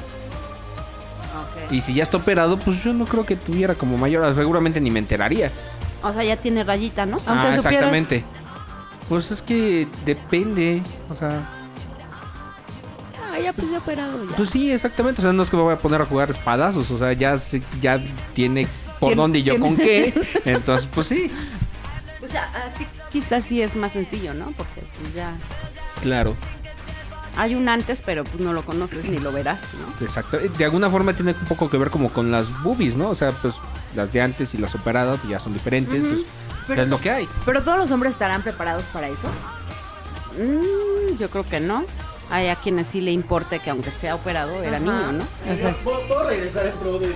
Speaker 2: Y si ya está operado, pues yo no creo que tuviera como mayor... Seguramente ni me enteraría.
Speaker 8: O sea, ya tiene rayita, ¿no?
Speaker 5: Aunque
Speaker 2: ah,
Speaker 5: supieras.
Speaker 2: exactamente. Pues es que depende, o sea,
Speaker 5: Ah, ya pues ya operado ya.
Speaker 2: pues sí, exactamente, o sea, no es que me voy a poner a jugar espadazos, o sea, ya se- ya tiene por
Speaker 5: Tiene-
Speaker 2: dónde y yo
Speaker 5: tiene-
Speaker 2: con qué,
Speaker 5: [laughs]
Speaker 2: entonces pues sí,
Speaker 8: O sea, así que quizás sí es más sencillo, ¿no? Porque pues, ya
Speaker 2: claro,
Speaker 8: hay un antes, pero pues no lo conoces ni lo verás, ¿no?
Speaker 2: exacto. De alguna forma tiene un poco que ver como con las boobies, ¿no? O sea, pues las de antes y las operadas pues, ya son diferentes,
Speaker 8: Ujú,
Speaker 2: pues,
Speaker 8: pero-
Speaker 2: es lo que hay.
Speaker 3: Pero todos los hombres estarán preparados para eso.
Speaker 8: Mm, yo creo que no. Hay a quienes sí le importe que aunque sea operado era niño, ¿no?
Speaker 5: Exacto.
Speaker 6: Puedo, regresar en pro de,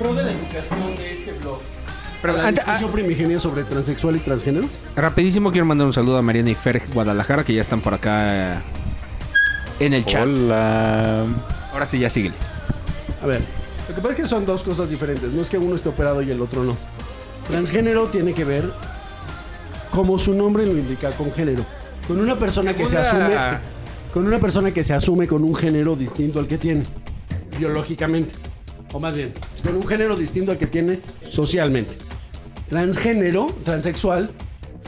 Speaker 6: pro de la educación de este blog.
Speaker 2: Pero
Speaker 6: la
Speaker 2: ante- ah,
Speaker 6: discusión primigenia sobre transexual y transgénero.
Speaker 2: Rapidísimo quiero mandar un saludo a Mariana y Fer Guadalajara que ya están por acá eh, en el chat.
Speaker 4: Hola.
Speaker 2: Ahora sí, ya síguele.
Speaker 6: A ver, lo que pasa es que son dos cosas diferentes. No es que uno esté operado y el otro no. Transgénero tiene que ver, como su nombre lo indica, con género. Con una persona que se asume,
Speaker 2: Segunda-
Speaker 6: con una persona que se asume con un género distinto al que tiene, biológicamente, o más bien, con un género distinto al que tiene socialmente. Transgénero, transexual,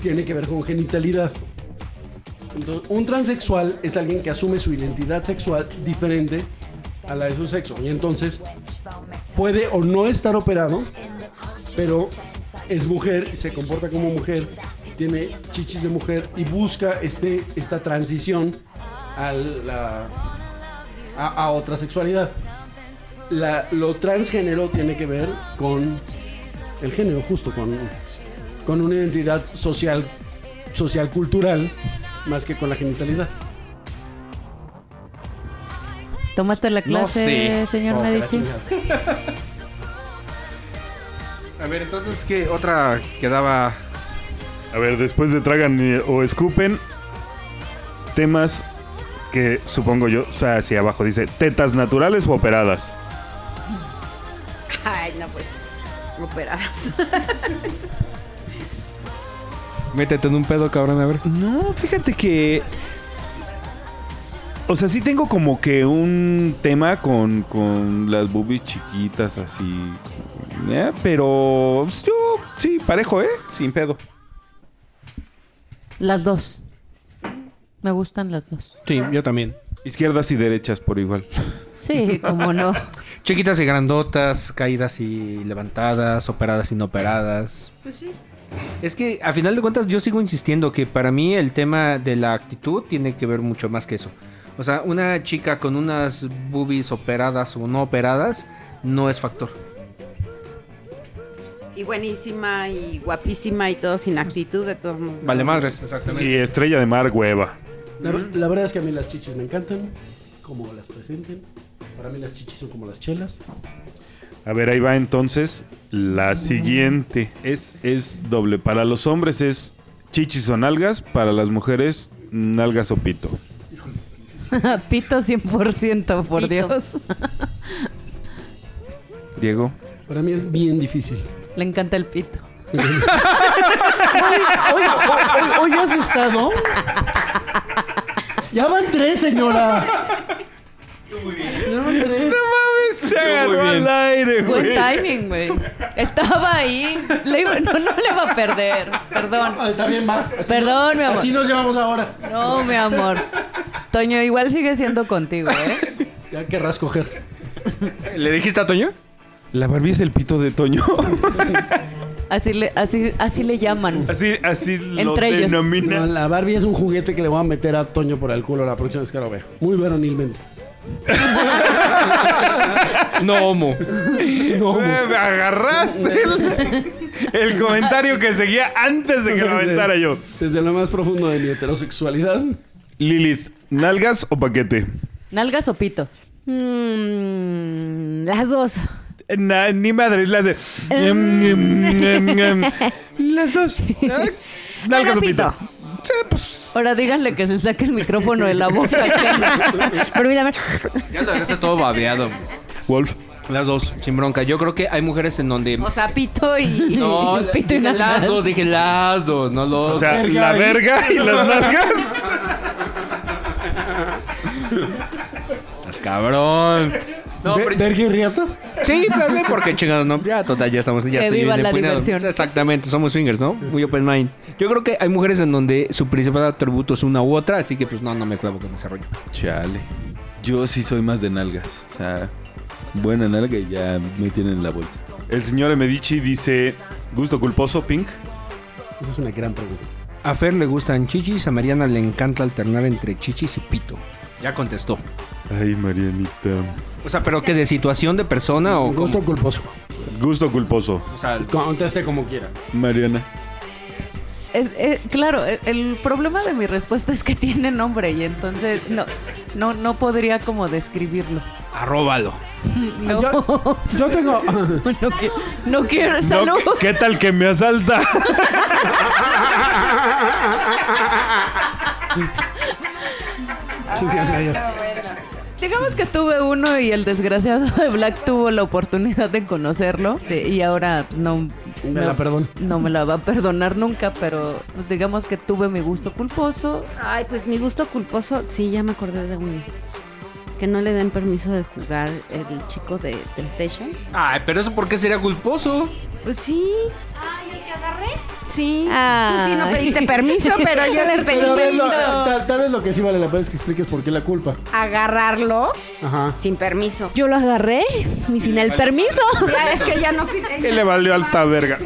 Speaker 6: tiene que ver con genitalidad. Entonces, un transexual es alguien que asume su identidad sexual diferente a la de su sexo. Y entonces puede o no estar operado, pero es mujer, se comporta como mujer, tiene chichis de mujer y busca este, esta transición a, la, a, a otra sexualidad. La- lo transgénero tiene que ver con el género, justo con, con una identidad social, social cultural más que con la genitalidad.
Speaker 5: ¿Tomaste la clase,
Speaker 2: sé.
Speaker 5: señor
Speaker 6: Oh, que la
Speaker 5: Medici?
Speaker 6: chingada.
Speaker 2: A ver, entonces, ¿qué otra quedaba?
Speaker 10: A ver, después de tragan y- o escupen, temas que supongo yo, o sea, hacia abajo dice, tetas naturales o operadas.
Speaker 8: Ay, no, pues. Operadas.
Speaker 2: Métete en un pedo, cabrón, a ver.
Speaker 10: No, fíjate que...
Speaker 7: O sea, sí tengo como que un tema con, con las boobies chiquitas, así. eh, Pero pues, yo sí, parejo, ¿eh? Sin pedo.
Speaker 5: Las dos. Me gustan las dos.
Speaker 2: Sí, yo también.
Speaker 7: Izquierdas y derechas por igual.
Speaker 5: Sí, como no.
Speaker 2: Chiquitas y grandotas, caídas y levantadas, operadas y no operadas. Pues sí. Es que a final de cuentas yo sigo insistiendo que para mí el tema de la actitud tiene que ver mucho más que eso. O sea, una chica con unas boobies operadas o no operadas no es factor.
Speaker 8: Y buenísima y guapísima y todo sin actitud de todos modos.
Speaker 2: Vale madre. Exactamente.
Speaker 10: Sí, estrella de mar, hueva.
Speaker 6: La, la verdad es que a mí las chichis me encantan, como las presenten. Para mí las chichis son como las chelas.
Speaker 10: A ver, ahí va entonces la siguiente.
Speaker 7: Es, es doble. Para los hombres es chichis o nalgas. Para las mujeres, nalgas o pito.
Speaker 5: Pito 100%, por
Speaker 8: Pito.
Speaker 5: Dios.
Speaker 7: Diego.
Speaker 6: Para mí es bien difícil.
Speaker 5: Le encanta el pito.
Speaker 6: Hoy, hoy- hoy has estado. Ya van tres, señora. Ya van tres.
Speaker 5: Buen timing, güey. Estaba ahí. Le digo, no, no le va a perder. Perdón.
Speaker 6: Ah, Está bien, Mar. Así-
Speaker 5: Perdón, mi amor.
Speaker 6: Así nos llevamos ahora.
Speaker 5: No, mi amor. Toño, igual sigue siendo contigo, ¿eh?
Speaker 6: Ya querrás coger.
Speaker 2: ¿Le dijiste a Toño?
Speaker 7: La Barbie es el pito de [laughs] Toño.
Speaker 5: Así le, así, así le llaman.
Speaker 10: Así, así lo
Speaker 5: Entre ellos.
Speaker 10: denomina.
Speaker 6: No, la Barbie es un juguete que le voy a meter a Toño por el culo la próxima vez que lo vea. Muy veronilmente.
Speaker 2: No homo.
Speaker 7: Eh, agarraste el, el comentario que seguía antes de que
Speaker 6: [laughs]
Speaker 7: lo aventara yo.
Speaker 6: Desde lo más profundo de mi heterosexualidad.
Speaker 7: Lilith, ¿nalgas o paquete?
Speaker 5: ¿Nalgas o pito?
Speaker 8: Mm, las dos.
Speaker 7: Na- ni madre, las de. Ñam, ñam, ñam, ñam. Las dos. Ah, Nalgas o pito. Sí, pues.
Speaker 5: Ahora díganle que se saque el micrófono de la boca.
Speaker 8: Permítame.
Speaker 2: Ya lo dejaste todo babeado.
Speaker 7: Wolf.
Speaker 2: Las dos, sin bronca. Yo creo que hay mujeres en donde.
Speaker 3: O sea, pito
Speaker 2: [laughs]
Speaker 3: y.
Speaker 5: [laughs]
Speaker 2: No,
Speaker 5: pito y
Speaker 2: dije
Speaker 5: nalgas.
Speaker 2: las dos, dije las dos, no los.
Speaker 7: O sea, la verga
Speaker 4: [laughs]
Speaker 7: y las nalgas.
Speaker 2: Estás cabrón. No,
Speaker 6: Ve-
Speaker 2: pero-
Speaker 6: ¿Verga y riata?
Speaker 2: sí, bebé, porque chingados, no. Ya, total, ya estamos. Ya
Speaker 5: Que
Speaker 2: estoy
Speaker 5: viva
Speaker 2: bien
Speaker 5: la
Speaker 2: empuñado.
Speaker 5: diversión.
Speaker 2: Exactamente, somos swingers, ¿no? Muy open mind. Yo creo que hay mujeres en donde su principal atributo es una u otra, así que pues no, no me clavo con ese rollo.
Speaker 4: Chale. Yo sí soy más de nalgas. O sea, buena nalga y ya me tienen la vuelta.
Speaker 7: El señor Medici dice: Gusto culposo, Pink.
Speaker 6: Esa es una gran pregunta.
Speaker 2: A Fer le gustan chichis, a Mariana le encanta alternar entre chichis y pito. Ya contestó.
Speaker 7: Ay, Marianita.
Speaker 2: O sea, pero que de situación de persona o
Speaker 6: Un gusto
Speaker 2: Oh, cómo?
Speaker 6: culposo.
Speaker 7: Gusto culposo.
Speaker 2: O sea,
Speaker 6: Conteste como quiera.
Speaker 4: Mariana.
Speaker 5: Es- eh, claro, eh, el problema de mi respuesta es que [laughs] tiene nombre y entonces no, no, no podría como describirlo.
Speaker 2: arróbalo.
Speaker 5: No,
Speaker 6: Yo, yo tengo.
Speaker 5: [laughs] no, qui- no quiero
Speaker 7: No,
Speaker 5: salud.
Speaker 7: ¿qué- ¿Qué tal que me asalta?
Speaker 6: Sí, sí, anda, ya.
Speaker 5: [laughs] Digamos que tuve uno y el desgraciado [laughs] de Black tuvo la oportunidad de conocerlo de- y ahora no
Speaker 6: Me la perdono.
Speaker 5: no me la va a perdonar nunca, pero pues, digamos que tuve mi gusto culposo.
Speaker 1: Ay, pues mi gusto culposo, sí, ya me acordé de uno. Que no le den permiso de jugar el chico de Temptation.
Speaker 2: Ay, pero eso por qué sería culposo.
Speaker 1: Pues sí. Ay, ¿el que agarré? Sí.
Speaker 8: Ah.
Speaker 1: Tú sí no pediste permiso, pero yo
Speaker 8: [laughs]
Speaker 1: sí pedí
Speaker 6: Pero a ver, lo-
Speaker 1: permiso.
Speaker 6: tal, tal vez lo que sí vale la pena es que expliques por qué la culpa.
Speaker 1: Agarrarlo
Speaker 6: Ajá.
Speaker 1: sin permiso.
Speaker 8: Yo lo agarré y sin el permiso.
Speaker 1: Ya, es que ya no pide. eh,
Speaker 7: ¿Qué le valió alta verga?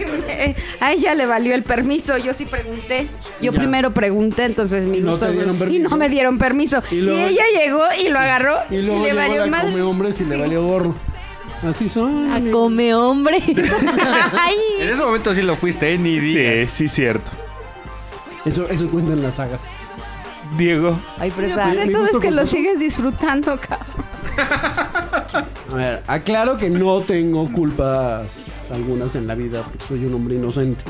Speaker 1: A ella le valió el permiso, yo sí pregunté. Yo
Speaker 6: Ya.
Speaker 1: primero pregunté, entonces mi
Speaker 6: Y no
Speaker 1: gusto-
Speaker 6: te dieron
Speaker 1: y
Speaker 6: permiso.
Speaker 1: no me dieron permiso.
Speaker 6: Y
Speaker 1: Y,
Speaker 6: luego-
Speaker 1: ella llegó y lo agarró
Speaker 6: Y luego
Speaker 1: le
Speaker 6: llegó
Speaker 1: valió
Speaker 6: la
Speaker 1: madre.
Speaker 6: come hombres y le
Speaker 1: Sí.
Speaker 6: valió gorro. Así son.
Speaker 8: A come hombre.
Speaker 1: [laughs]
Speaker 8: Ay.
Speaker 2: En ese momento sí lo fuiste, ¿eh? ni
Speaker 7: Sí,
Speaker 2: digas.
Speaker 7: sí, cierto.
Speaker 6: Eso, eso cuentan las sagas.
Speaker 7: Diego.
Speaker 8: Ay,
Speaker 1: Lo
Speaker 8: fresa.
Speaker 1: peor de
Speaker 6: Mi
Speaker 1: todo
Speaker 6: gusto
Speaker 1: es que lo
Speaker 6: culposo.
Speaker 1: sigues disfrutando, cabrón.
Speaker 6: A ver, aclaro que no tengo culpas algunas en la vida, porque soy un hombre inocente.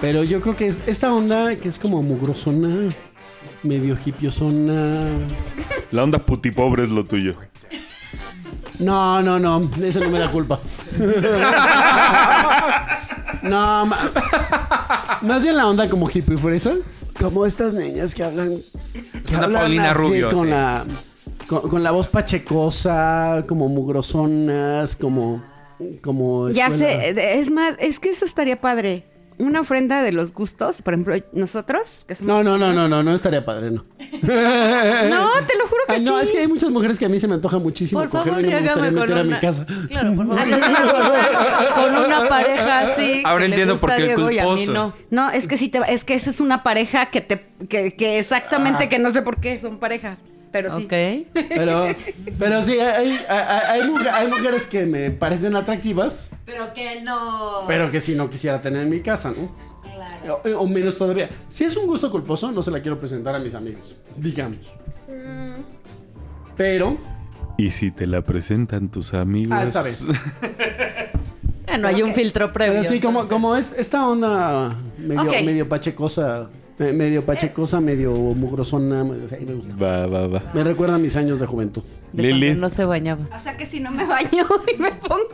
Speaker 6: Pero yo creo que es esta onda que es como mugrosona, medio hipiosona.
Speaker 7: La onda putipobre es lo tuyo.
Speaker 6: No, no, no, eso no me
Speaker 2: [laughs]
Speaker 6: da culpa. No, ma- más bien la onda como hippie fresa. Como estas niñas que hablan. Que
Speaker 2: Una Paulina Rubio,
Speaker 6: Con,
Speaker 2: sí.
Speaker 6: la, con, con la voz pachecosa, como mugrosonas, como. como
Speaker 1: Ya
Speaker 6: escuela.
Speaker 1: sé, eh, es más, es que eso estaría padre. Una ofrenda de los gustos, por ejemplo, nosotros, que
Speaker 6: No,
Speaker 1: somos
Speaker 6: no, no, no, no, no estaría padre, no.
Speaker 1: No,
Speaker 3: Eh,
Speaker 1: te lo juro que
Speaker 6: Ay,
Speaker 1: sí.
Speaker 6: no, es que hay muchas mujeres que a mí se me antoja muchísimo
Speaker 5: Por
Speaker 6: coger
Speaker 5: favor,
Speaker 6: y no me gustaría
Speaker 5: llégame con
Speaker 6: meter a
Speaker 5: una-
Speaker 6: mi casa.
Speaker 5: Claro,
Speaker 6: [laughs]
Speaker 5: por favor. con una pareja así.
Speaker 2: Ahora
Speaker 5: que le
Speaker 2: entiendo
Speaker 5: gusta
Speaker 2: por qué
Speaker 5: a
Speaker 2: el
Speaker 5: Diego y a mí
Speaker 2: culposo.
Speaker 5: no.
Speaker 1: No, es que sí te, es que esa es una pareja que te que, que exactamente
Speaker 3: Ah.
Speaker 1: que no sé por qué son parejas, pero sí.
Speaker 5: Ok.
Speaker 6: Pero, pero sí, hay, hay, hay- hay mujer- hay mujeres que me parecen atractivas,
Speaker 1: Pero que no.
Speaker 6: pero que si no quisiera tener en mi casa, ¿no? O, o menos todavía. Si es un gusto culposo, no se la quiero presentar a mis amigos, digamos.
Speaker 1: Mm.
Speaker 6: Pero,
Speaker 4: Y si te la presentan tus amigos.
Speaker 6: ah, esta vez.
Speaker 5: Bueno, Ah, hay un filtro previo.
Speaker 6: Pero sí, como,
Speaker 5: entonces.
Speaker 6: como es esta onda medio,
Speaker 1: Ok.
Speaker 6: medio pachecosa, me- medio pachecosa, medio mugrosona, o sea, ahí me gusta.
Speaker 4: Va, va, va.
Speaker 6: Me recuerda a mis años de juventud.
Speaker 5: De
Speaker 4: Lili.
Speaker 5: cuando no se bañaba.
Speaker 1: O sea que si no me baño [laughs] y me pongo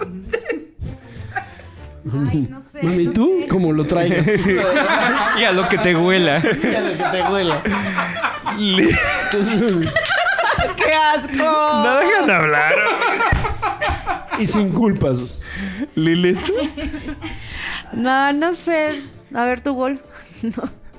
Speaker 1: Ay, no sé.
Speaker 6: Mami, ¿tú?
Speaker 1: [laughs]
Speaker 6: Como lo traigas. [laughs]
Speaker 2: Y a lo que te huela.
Speaker 6: Ya lo que te huela.
Speaker 7: Li-
Speaker 5: ¡Qué asco!
Speaker 7: No dejan hablar.
Speaker 6: Y sin culpas.
Speaker 7: Lilith.
Speaker 8: No, no sé. A ver tu golf.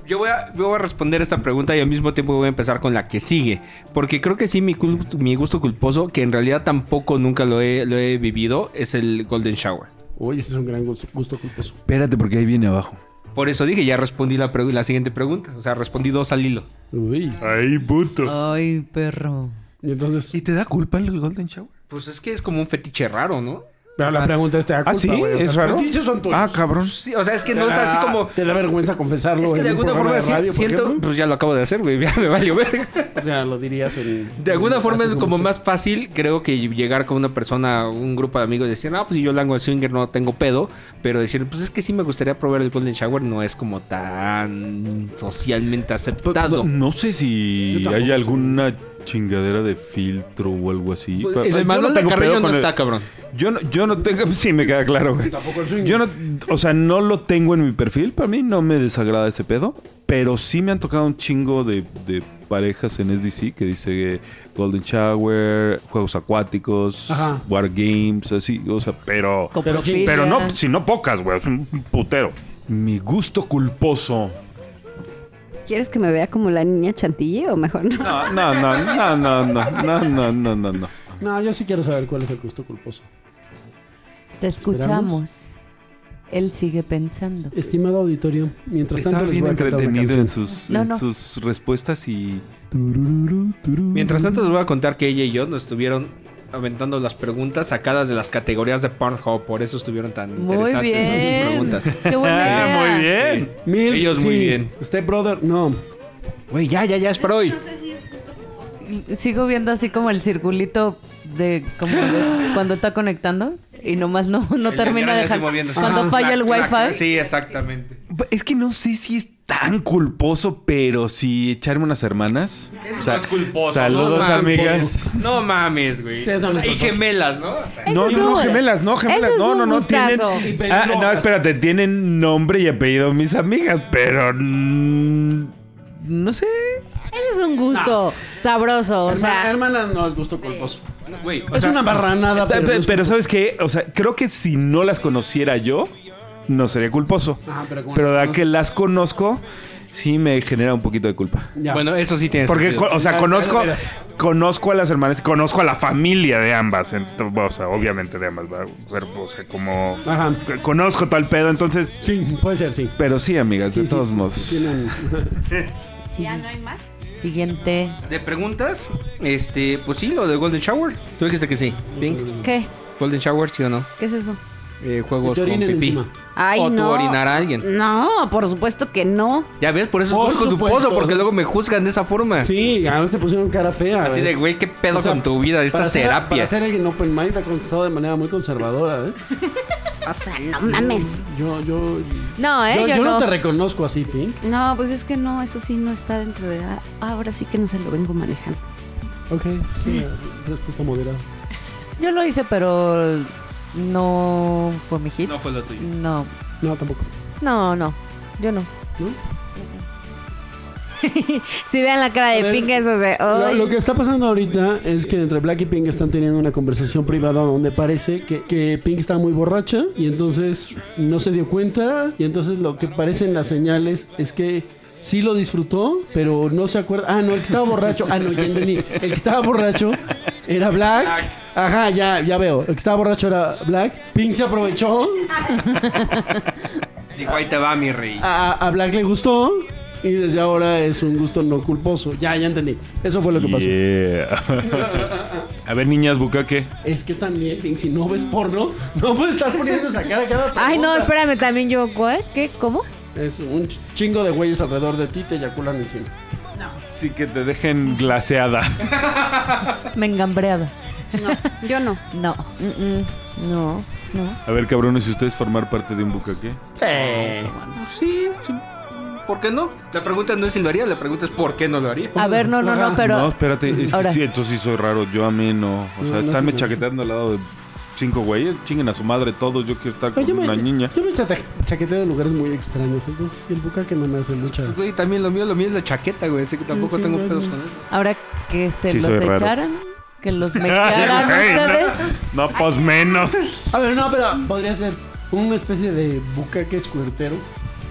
Speaker 2: Yo voy, a, yo voy a responder esta pregunta y al mismo tiempo voy a empezar con la que sigue. Porque creo que sí, mi, cul- mi gusto culposo, que en realidad tampoco nunca lo he, lo he vivido, es el Golden Shower.
Speaker 6: Oye, ese es un gran gusto, gusto culposo.
Speaker 4: Espérate porque ahí viene abajo.
Speaker 2: Por eso dije, ya respondí la, pregu- la siguiente pregunta. O sea, respondí dos al hilo.
Speaker 6: Uy.
Speaker 7: Ay, puto.
Speaker 5: Ay, perro.
Speaker 6: Y entonces.
Speaker 4: ¿Y te da culpa el Golden Shower?
Speaker 2: Pues es que es como un fetiche raro, ¿no?
Speaker 6: Pero la pregunta es: ¿te da
Speaker 4: Ah,
Speaker 6: culpa,
Speaker 4: sí,
Speaker 6: güey? O sea,
Speaker 4: es raro.
Speaker 6: Los fetiches son tuyos.
Speaker 4: Ah, cabrón.
Speaker 2: Sí, o sea, es que no es así como...
Speaker 6: Te da vergüenza confesarlo.
Speaker 2: Es que
Speaker 6: en
Speaker 2: de
Speaker 6: un
Speaker 2: alguna forma
Speaker 6: programa de
Speaker 2: sí
Speaker 6: radio, por
Speaker 2: siento...
Speaker 6: ejemplo.
Speaker 2: Pues ya lo acabo de hacer, güey. [laughs] Ya me valió ver.
Speaker 6: O sea, lo dirías en.
Speaker 2: De alguna
Speaker 6: en-
Speaker 2: forma es
Speaker 6: así
Speaker 2: como
Speaker 6: se-
Speaker 2: más fácil, creo que llegar con una persona, un grupo de amigos y decir, ah, pues yo lango el swinger, no tengo pedo, pero decir, pues es que sí me gustaría probar el golden shower, no es como tan socialmente aceptado.
Speaker 7: No sé
Speaker 6: Yo
Speaker 7: si
Speaker 6: tampoco
Speaker 7: hay
Speaker 6: sé.
Speaker 7: alguna chingadera de filtro o algo así.
Speaker 2: Pues,
Speaker 7: Pa-
Speaker 2: el
Speaker 7: yo
Speaker 2: del manual
Speaker 7: no
Speaker 2: de
Speaker 7: tengo
Speaker 2: Carrillo
Speaker 7: pedo
Speaker 2: no
Speaker 7: con el-
Speaker 2: está, cabrón.
Speaker 7: Yo no, yo no tengo... [laughs] Sí, me queda claro, güey.
Speaker 6: Tampoco el swing.
Speaker 7: Yo no... O sea, no lo tengo en mi perfil. Para mí no me desagrada ese pedo. Pero sí me han tocado un chingo de, de parejas en SDC que dice eh, Golden Shower, juegos acuáticos,
Speaker 6: Ajá.
Speaker 7: War Games, así. O sea, pero...
Speaker 6: Pero
Speaker 5: Coprofilia.
Speaker 10: Pero no, si no pocas, güey. Es un putero.
Speaker 7: Mi gusto culposo.
Speaker 8: ¿Quieres que me vea como la niña chantilly o mejor no?
Speaker 7: No, no, no, no, no, no, no, no, no, no.
Speaker 6: No, yo sí quiero saber cuál es el gusto culposo.
Speaker 5: Te escuchamos. Él sigue pensando.
Speaker 6: Estimado auditorio, mientras
Speaker 7: Estaba
Speaker 6: tanto les
Speaker 7: bien
Speaker 6: voy a cantar una
Speaker 7: entretenido en
Speaker 6: canción.
Speaker 7: sus,
Speaker 5: No,
Speaker 7: en
Speaker 5: no.
Speaker 7: sus respuestas y...
Speaker 2: Mientras tanto les voy a contar que ella y yo nos estuvieron aventando las preguntas sacadas de las categorías de Pornhub, por eso estuvieron tan
Speaker 5: Muy
Speaker 2: interesantes sus
Speaker 5: bien.
Speaker 2: preguntas. [laughs]
Speaker 5: Qué buena
Speaker 10: Ah,
Speaker 5: idea.
Speaker 10: muy bien.
Speaker 6: Mil,
Speaker 2: Ellos muy
Speaker 6: sí.
Speaker 2: bien.
Speaker 6: Step Brother, no.
Speaker 2: Güey, ya, ya, ya, es para hoy.
Speaker 5: Sigo viendo así como el circulito de como de cuando está conectando y nomás no, no
Speaker 2: El
Speaker 5: termina
Speaker 2: gran
Speaker 5: de
Speaker 2: ya se
Speaker 5: dejar.
Speaker 2: moviendo.
Speaker 5: Cuando
Speaker 2: Ajá.
Speaker 5: falla el
Speaker 2: Clac, clac,
Speaker 5: wifi.
Speaker 2: Sí, exactamente.
Speaker 7: Pues, Es que no sé si es tan culposo, pero sí echarme unas hermanas. O sea,
Speaker 2: culposo.
Speaker 7: saludos,
Speaker 2: mames.
Speaker 7: amigas.
Speaker 2: No mames, güey.
Speaker 6: Sí, eso no es
Speaker 2: y
Speaker 6: culposo.
Speaker 2: gemelas, ¿no? O sea,
Speaker 7: No,
Speaker 3: Ese es
Speaker 7: no,
Speaker 3: un-
Speaker 7: gemelas, no, gemelas.
Speaker 3: ese es
Speaker 7: no,
Speaker 3: un
Speaker 7: no, no, tienen.
Speaker 3: gustazo.
Speaker 7: Ah, no, espérate, tienen nombre y apellido mis amigas, pero. mm, no sé.
Speaker 3: Ese es un gusto sabroso, o sea.
Speaker 6: hermana no es gusto culposo.
Speaker 2: güey, o
Speaker 6: es
Speaker 2: sea,
Speaker 6: una barranada,
Speaker 7: Pero,
Speaker 6: pero, no es culposo.
Speaker 7: ¿sabes qué? O sea, creo que si no las conociera yo, no sería culposo.
Speaker 6: Ajá, pero como
Speaker 7: Pero
Speaker 6: no-
Speaker 7: da que las conozco, sí me genera un poquito de culpa.
Speaker 6: Ya.
Speaker 2: Bueno, eso sí tiene
Speaker 10: Porque,
Speaker 2: sentido.
Speaker 10: co- o sea,
Speaker 6: Ya,
Speaker 10: conozco,
Speaker 6: ya lo verás.
Speaker 10: conozco a las hermanas, conozco a la familia de ambas. ento- o sea, obviamente de ambas, ¿verdad? pero, o sea, como.
Speaker 6: Ajá.
Speaker 10: Conozco tal pedo, entonces.
Speaker 6: Sí, puede ser, sí.
Speaker 7: Pero sí, amigas, de
Speaker 6: Sí,
Speaker 7: todos
Speaker 6: sí,
Speaker 7: modos.
Speaker 6: tienen-
Speaker 8: ¿Ya no hay más?
Speaker 5: Siguiente.
Speaker 2: De preguntas, este, pues sí, lo de Golden Shower. Tú dijiste que sí. Pink.
Speaker 8: ¿Qué?
Speaker 2: Golden Shower, sí o no.
Speaker 8: ¿Qué es eso?
Speaker 2: Eh, juegos
Speaker 6: te
Speaker 2: con
Speaker 6: orinen
Speaker 2: pipí.
Speaker 6: encima.
Speaker 8: Ay,
Speaker 2: o tú
Speaker 8: no. Mm.
Speaker 2: orinar a alguien.
Speaker 8: No, por supuesto que no.
Speaker 2: Ya ves, por eso
Speaker 6: Por
Speaker 2: es con tu
Speaker 6: supuesto.
Speaker 2: pozo, porque luego me juzgan de esa forma.
Speaker 6: Sí, a veces te pusieron cara fea.
Speaker 2: Así
Speaker 6: ¿eh?
Speaker 2: de, güey, qué pedo
Speaker 6: O sea,
Speaker 2: con tu vida, esta
Speaker 6: para
Speaker 2: es
Speaker 6: ser- Para
Speaker 2: terapia.
Speaker 6: ser alguien open mind ha contestado de manera muy conservadora, ¿eh?
Speaker 8: O sea, no mames.
Speaker 6: Yo, yo,
Speaker 3: No, eh,
Speaker 6: yo,
Speaker 3: yo,
Speaker 6: yo no.
Speaker 3: no.
Speaker 6: te reconozco así, Pink.
Speaker 8: No, pues es que no, eso sí no está dentro de... ah, Ahora sí que no se lo vengo manejando.
Speaker 6: Ok, es una respuesta moderada.
Speaker 5: Yo lo hice, pero no fue mi hit.
Speaker 2: No fue lo tuyo.
Speaker 5: No.
Speaker 6: No, tampoco.
Speaker 3: No, no. Yo no.
Speaker 6: ¿No?
Speaker 3: Si vean la cara
Speaker 6: A
Speaker 3: de
Speaker 6: ver,
Speaker 3: Pink, eso de.
Speaker 6: Lo,
Speaker 3: "Ay".
Speaker 6: lo que está pasando ahorita es que entre Black y Pink están teniendo una conversación privada donde parece que, que Pink está muy borracha y entonces no se dio cuenta y entonces lo que parecen las señales es que sí lo disfrutó, pero no se acuerda. Ah, no, el que estaba borracho. Ah, no, ya entendí. El que estaba borracho era Black. Ajá, ya, ya veo. El que estaba borracho era Black. Pink se aprovechó.
Speaker 2: Dijo, ahí te va, mi rey.
Speaker 8: Ah,
Speaker 6: A, a Black le gustó. Y desde ahora es un gusto no culposo. Ya, ya entendí. Eso fue lo que pasó.
Speaker 10: Yeah. [laughs] a ver, niñas, bucaque.
Speaker 6: Es que también, Pink, si no ves porno, no puedes estar poniendo esa cara a
Speaker 5: [laughs]
Speaker 6: cada persona.
Speaker 3: Ay, no, espérame, también yo. ¿Qué? ¿Qué? ¿Cómo?
Speaker 6: Es un ch- chingo de güeyes alrededor de ti te eyaculan encima.
Speaker 10: Sí, que te dejen glaseada.
Speaker 5: Me engambreado.
Speaker 8: No, yo no.
Speaker 5: No. Mm, mm. No. No.
Speaker 7: A ver, cabrones, si ustedes formar parte de un bucaque.
Speaker 8: eh.
Speaker 2: Sí, sí. ¿Por qué no? La pregunta no es si lo haría, la pregunta es por qué no lo haría.
Speaker 5: A ver, no, no, no, pero.
Speaker 7: no, espérate, es que
Speaker 5: Ahora.
Speaker 7: sí, entonces sí soy raro. Yo a mí no. O sea,
Speaker 6: No, no
Speaker 7: estarme
Speaker 6: sé.
Speaker 7: chaqueteando al lado de cinco güeyes, chinguen a su madre todos. Yo quiero estar con
Speaker 6: Oye, yo me,
Speaker 7: una niña.
Speaker 6: yo me chate- chaqueteo de lugares muy extraños, entonces el bucaque no me hace mucha...
Speaker 2: Güey, también lo mío, lo mío es la chaqueta, güey. Así que tampoco
Speaker 6: Sí,
Speaker 2: tengo
Speaker 6: bueno.
Speaker 2: pedos con eso.
Speaker 5: Ahora que se
Speaker 7: Sí, soy
Speaker 5: los
Speaker 7: raro.
Speaker 5: echaran, que los mequearan
Speaker 10: Ay, no.
Speaker 5: ustedes.
Speaker 10: No, pues menos.
Speaker 6: A ver, no, pero podría ser una especie de bucaque escuertero.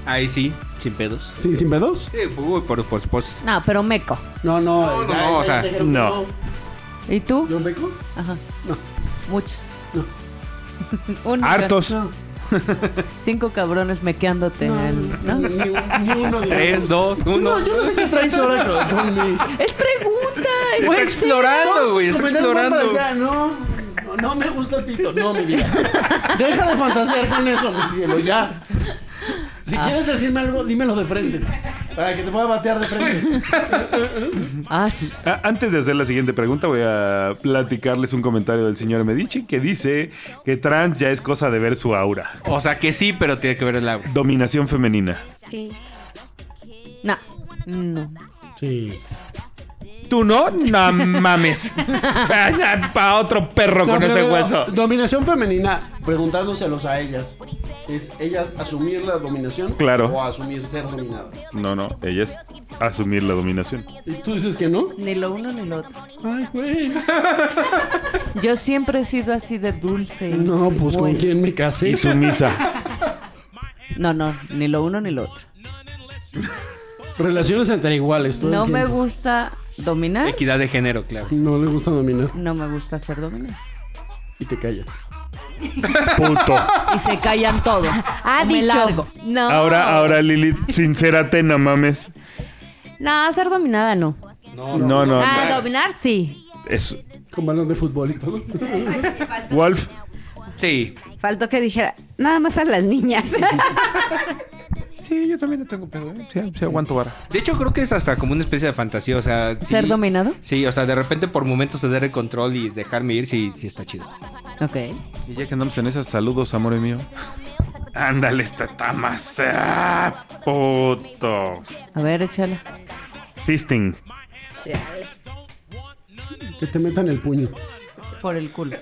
Speaker 2: Ahí sí, sin pedos.
Speaker 6: ¿Sí, ¿Sin pedos?
Speaker 2: Sí, uy, por, por, por,
Speaker 5: No, pero meco.
Speaker 6: No, no.
Speaker 2: no,
Speaker 6: ya,
Speaker 2: no,
Speaker 6: ya
Speaker 2: o sea,
Speaker 6: dijeron que
Speaker 10: no.
Speaker 5: ¿Y tú?
Speaker 6: ¿Yo beco?
Speaker 5: Ajá.
Speaker 6: No.
Speaker 5: Muchos.
Speaker 6: No.
Speaker 5: [laughs] Un-
Speaker 10: Hartos.
Speaker 6: No.
Speaker 5: Cinco cabrones mequeándote.
Speaker 6: No,
Speaker 5: en- ¿no?
Speaker 6: Ni, ni uno. ni
Speaker 2: Tres,
Speaker 6: otro.
Speaker 2: dos,
Speaker 6: Tú
Speaker 2: uno.
Speaker 6: No, yo no sé qué traes ahora con, con mi...
Speaker 5: Es pregunta.
Speaker 2: Está
Speaker 6: Pues
Speaker 2: explorando, güey. Está
Speaker 6: Comentario van para
Speaker 2: explorando.
Speaker 6: allá, No, no, no me gusta el pito. No, mi vida. Deja de fantasear con eso, mi cielo, ya.
Speaker 5: Ah.
Speaker 6: Si quieres decirme algo, dímelo de frente. Para que te pueda batear de frente.
Speaker 5: As.
Speaker 7: A- Ah, Antes de hacer la siguiente pregunta, voy a platicarles un comentario del señor Medici que dice que trans ya es cosa de ver su aura.
Speaker 2: O sea que sí, pero tiene que ver el
Speaker 7: ¿Eh?
Speaker 2: agua.
Speaker 7: Dominación femenina.
Speaker 5: No. No.
Speaker 6: Sí.
Speaker 2: ¿Tú no? No mames. pa otro perro con
Speaker 6: No,
Speaker 2: ese
Speaker 6: no, no,
Speaker 2: hueso.
Speaker 6: Dominación femenina, preguntándoselos a ellas. ¿Es ellas asumir la dominación?
Speaker 7: Claro.
Speaker 6: ¿O asumir ser dominada?
Speaker 7: No, no, ella es asumir la dominación.
Speaker 6: ¿Y tú dices que no?
Speaker 5: Ni lo uno ni lo otro.
Speaker 6: Ay, güey.
Speaker 5: Yo siempre he sido así de dulce. y
Speaker 6: No, pues con
Speaker 5: buena.
Speaker 6: quién me casé.
Speaker 7: Y sumisa.
Speaker 5: No, no, ni lo uno ni lo otro.
Speaker 6: Relaciones entre iguales. todo el
Speaker 5: No me
Speaker 6: tiempo.
Speaker 5: gusta dominar.
Speaker 2: Equidad de género, claro.
Speaker 6: No le gusta dominar.
Speaker 5: No me gusta ser dominada.
Speaker 6: Y te callas.
Speaker 7: Puto.
Speaker 5: Y se callan todos.
Speaker 3: Ha
Speaker 5: O me
Speaker 3: dicho.
Speaker 5: largo.
Speaker 3: No.
Speaker 7: Ahora, ahora, Lilith, sincérate, no mames.
Speaker 3: No, ser dominada no.
Speaker 7: No, no. no.
Speaker 3: ah, dominar sí.
Speaker 7: Es-
Speaker 6: Con balón de fútbol
Speaker 3: [laughs]
Speaker 6: y todo.
Speaker 7: Wolf,
Speaker 2: Sí.
Speaker 14: Faltó que dijera, nada más a las
Speaker 3: [laughs]
Speaker 14: niñas.
Speaker 2: Sí, yo también tengo pedo.
Speaker 7: sí, sí, aguanto vara.
Speaker 2: De hecho, creo que es hasta como una especie de fantasía. O sea, sí-
Speaker 5: ¿Ser dominado?
Speaker 2: Sí, o sea, de repente por momentos ceder el control y dejarme ir, sí, sí está chido.
Speaker 5: Ok.
Speaker 7: Y ya que andamos en esas, saludos, amor mío. Ándale, esta está más. ah, puto.
Speaker 5: A ver, échala.
Speaker 7: Fisting.
Speaker 6: Que te metan el puño.
Speaker 5: Por el culo.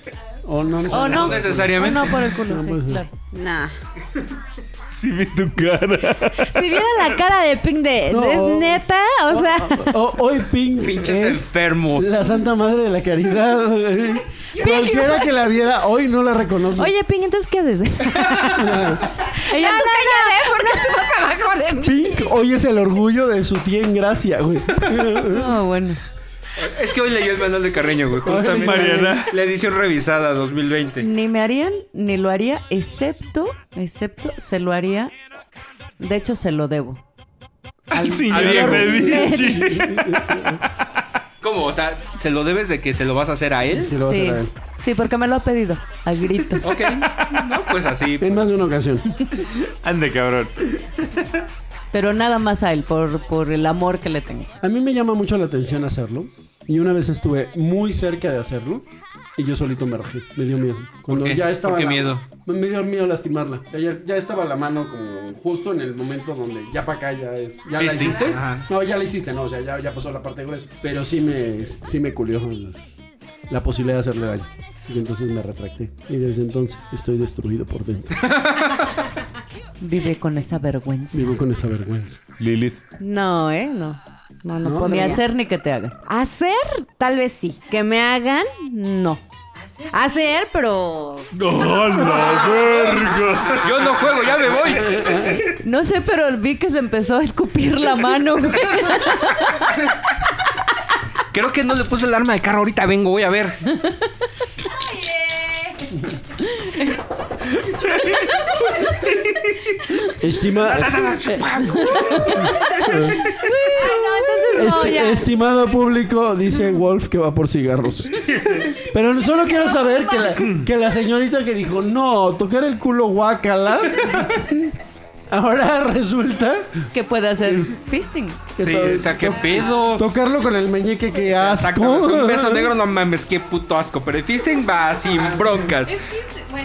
Speaker 6: O no,
Speaker 3: Oh,
Speaker 5: ¿O no?
Speaker 2: No necesariamente.
Speaker 5: No, por el culo, sí, claro.
Speaker 14: nah.
Speaker 7: Sí, vi tu cara.
Speaker 3: Si viera la cara de Pink de.
Speaker 6: No.
Speaker 3: Es neta, o sea.
Speaker 6: O- hoy Pink
Speaker 2: Pinches
Speaker 6: es
Speaker 2: enfermos.
Speaker 6: la Santa Madre de la Caridad. güey. Cualquiera que la viera hoy no la reconoce.
Speaker 3: Oye, Pink, entonces ¿qué haces? Ella, no,
Speaker 6: Pink hoy es el orgullo de su tía en
Speaker 3: [laughs]
Speaker 6: gracia, güey.
Speaker 5: No, bueno.
Speaker 2: Es que hoy leí el manual de Carreño, güey. Justamente.
Speaker 7: Mariana.
Speaker 2: La edición revisada 2020.
Speaker 5: Ni me harían, ni lo haría, excepto, excepto, se lo haría. De hecho, se lo debo.
Speaker 7: Al
Speaker 2: al-
Speaker 7: señor Medici.
Speaker 2: ¿Cómo? O sea, ¿se lo debes de que se lo vas a hacer a él?
Speaker 6: Que lo va a
Speaker 5: Sí.
Speaker 6: hacer a él.
Speaker 5: Sí, porque me lo ha pedido. A gritos.
Speaker 6: [laughs]
Speaker 2: Ok. No, pues así.
Speaker 6: En más de una ocasión.
Speaker 7: Ande, cabrón.
Speaker 5: Pero nada más a él, por, por el amor que le tengo.
Speaker 6: A mí me llama mucho la atención hacerlo. Y una vez estuve muy cerca de hacerlo. Y yo solito me rajé. Me dio miedo. Cuando
Speaker 2: qué?
Speaker 6: ya estaba.
Speaker 2: ¿Por qué
Speaker 6: la-
Speaker 2: miedo?
Speaker 6: Me me dio miedo lastimarla. Ya, ya estaba la mano como justo en el momento donde ya para acá ya es. ¿Ya la
Speaker 2: Fisting.
Speaker 6: hiciste?
Speaker 2: Ajá.
Speaker 6: No, ya la hiciste, no. O sea, ya, ya pasó la parte gruesa. Pero sí me, sí me culió la, la posibilidad de hacerle daño. Y entonces me retracté. Y desde entonces estoy destruido por
Speaker 2: [laughs]
Speaker 6: dentro.
Speaker 5: Vive con esa vergüenza.
Speaker 6: Vivo con esa vergüenza.
Speaker 7: Lilith.
Speaker 3: no, eh, no. No, no,
Speaker 6: No,
Speaker 5: Ni
Speaker 3: podría hacer.
Speaker 5: hacer ni que te hagan.
Speaker 3: Hacer, tal vez sí. Que me hagan, no. Hacer, pero.
Speaker 7: ¡Oh, la verga!
Speaker 2: Yo no juego, ya me voy.
Speaker 5: No sé, pero vi que se empezó a escupir la mano. [laughs] güey.
Speaker 2: Creo que no le puse el arma de carro. Ahorita vengo, voy a ver.
Speaker 6: Estima,
Speaker 3: No, entonces no,
Speaker 6: Este-
Speaker 3: ya.
Speaker 6: estimado público, dice Wolf que va por cigarros. Pero solo quiero saber que la, que la señorita que dijo, no, tocar el culo guacala, ahora resulta
Speaker 5: que puede hacer fisting.
Speaker 6: que
Speaker 2: Sí,
Speaker 6: to-
Speaker 2: o sea, qué
Speaker 6: to-
Speaker 2: pedo.
Speaker 6: tocarlo con el meñique, que asco.
Speaker 2: Exactamente. Un beso negro, no mames, qué puto asco. Pero el fisting va sin broncas.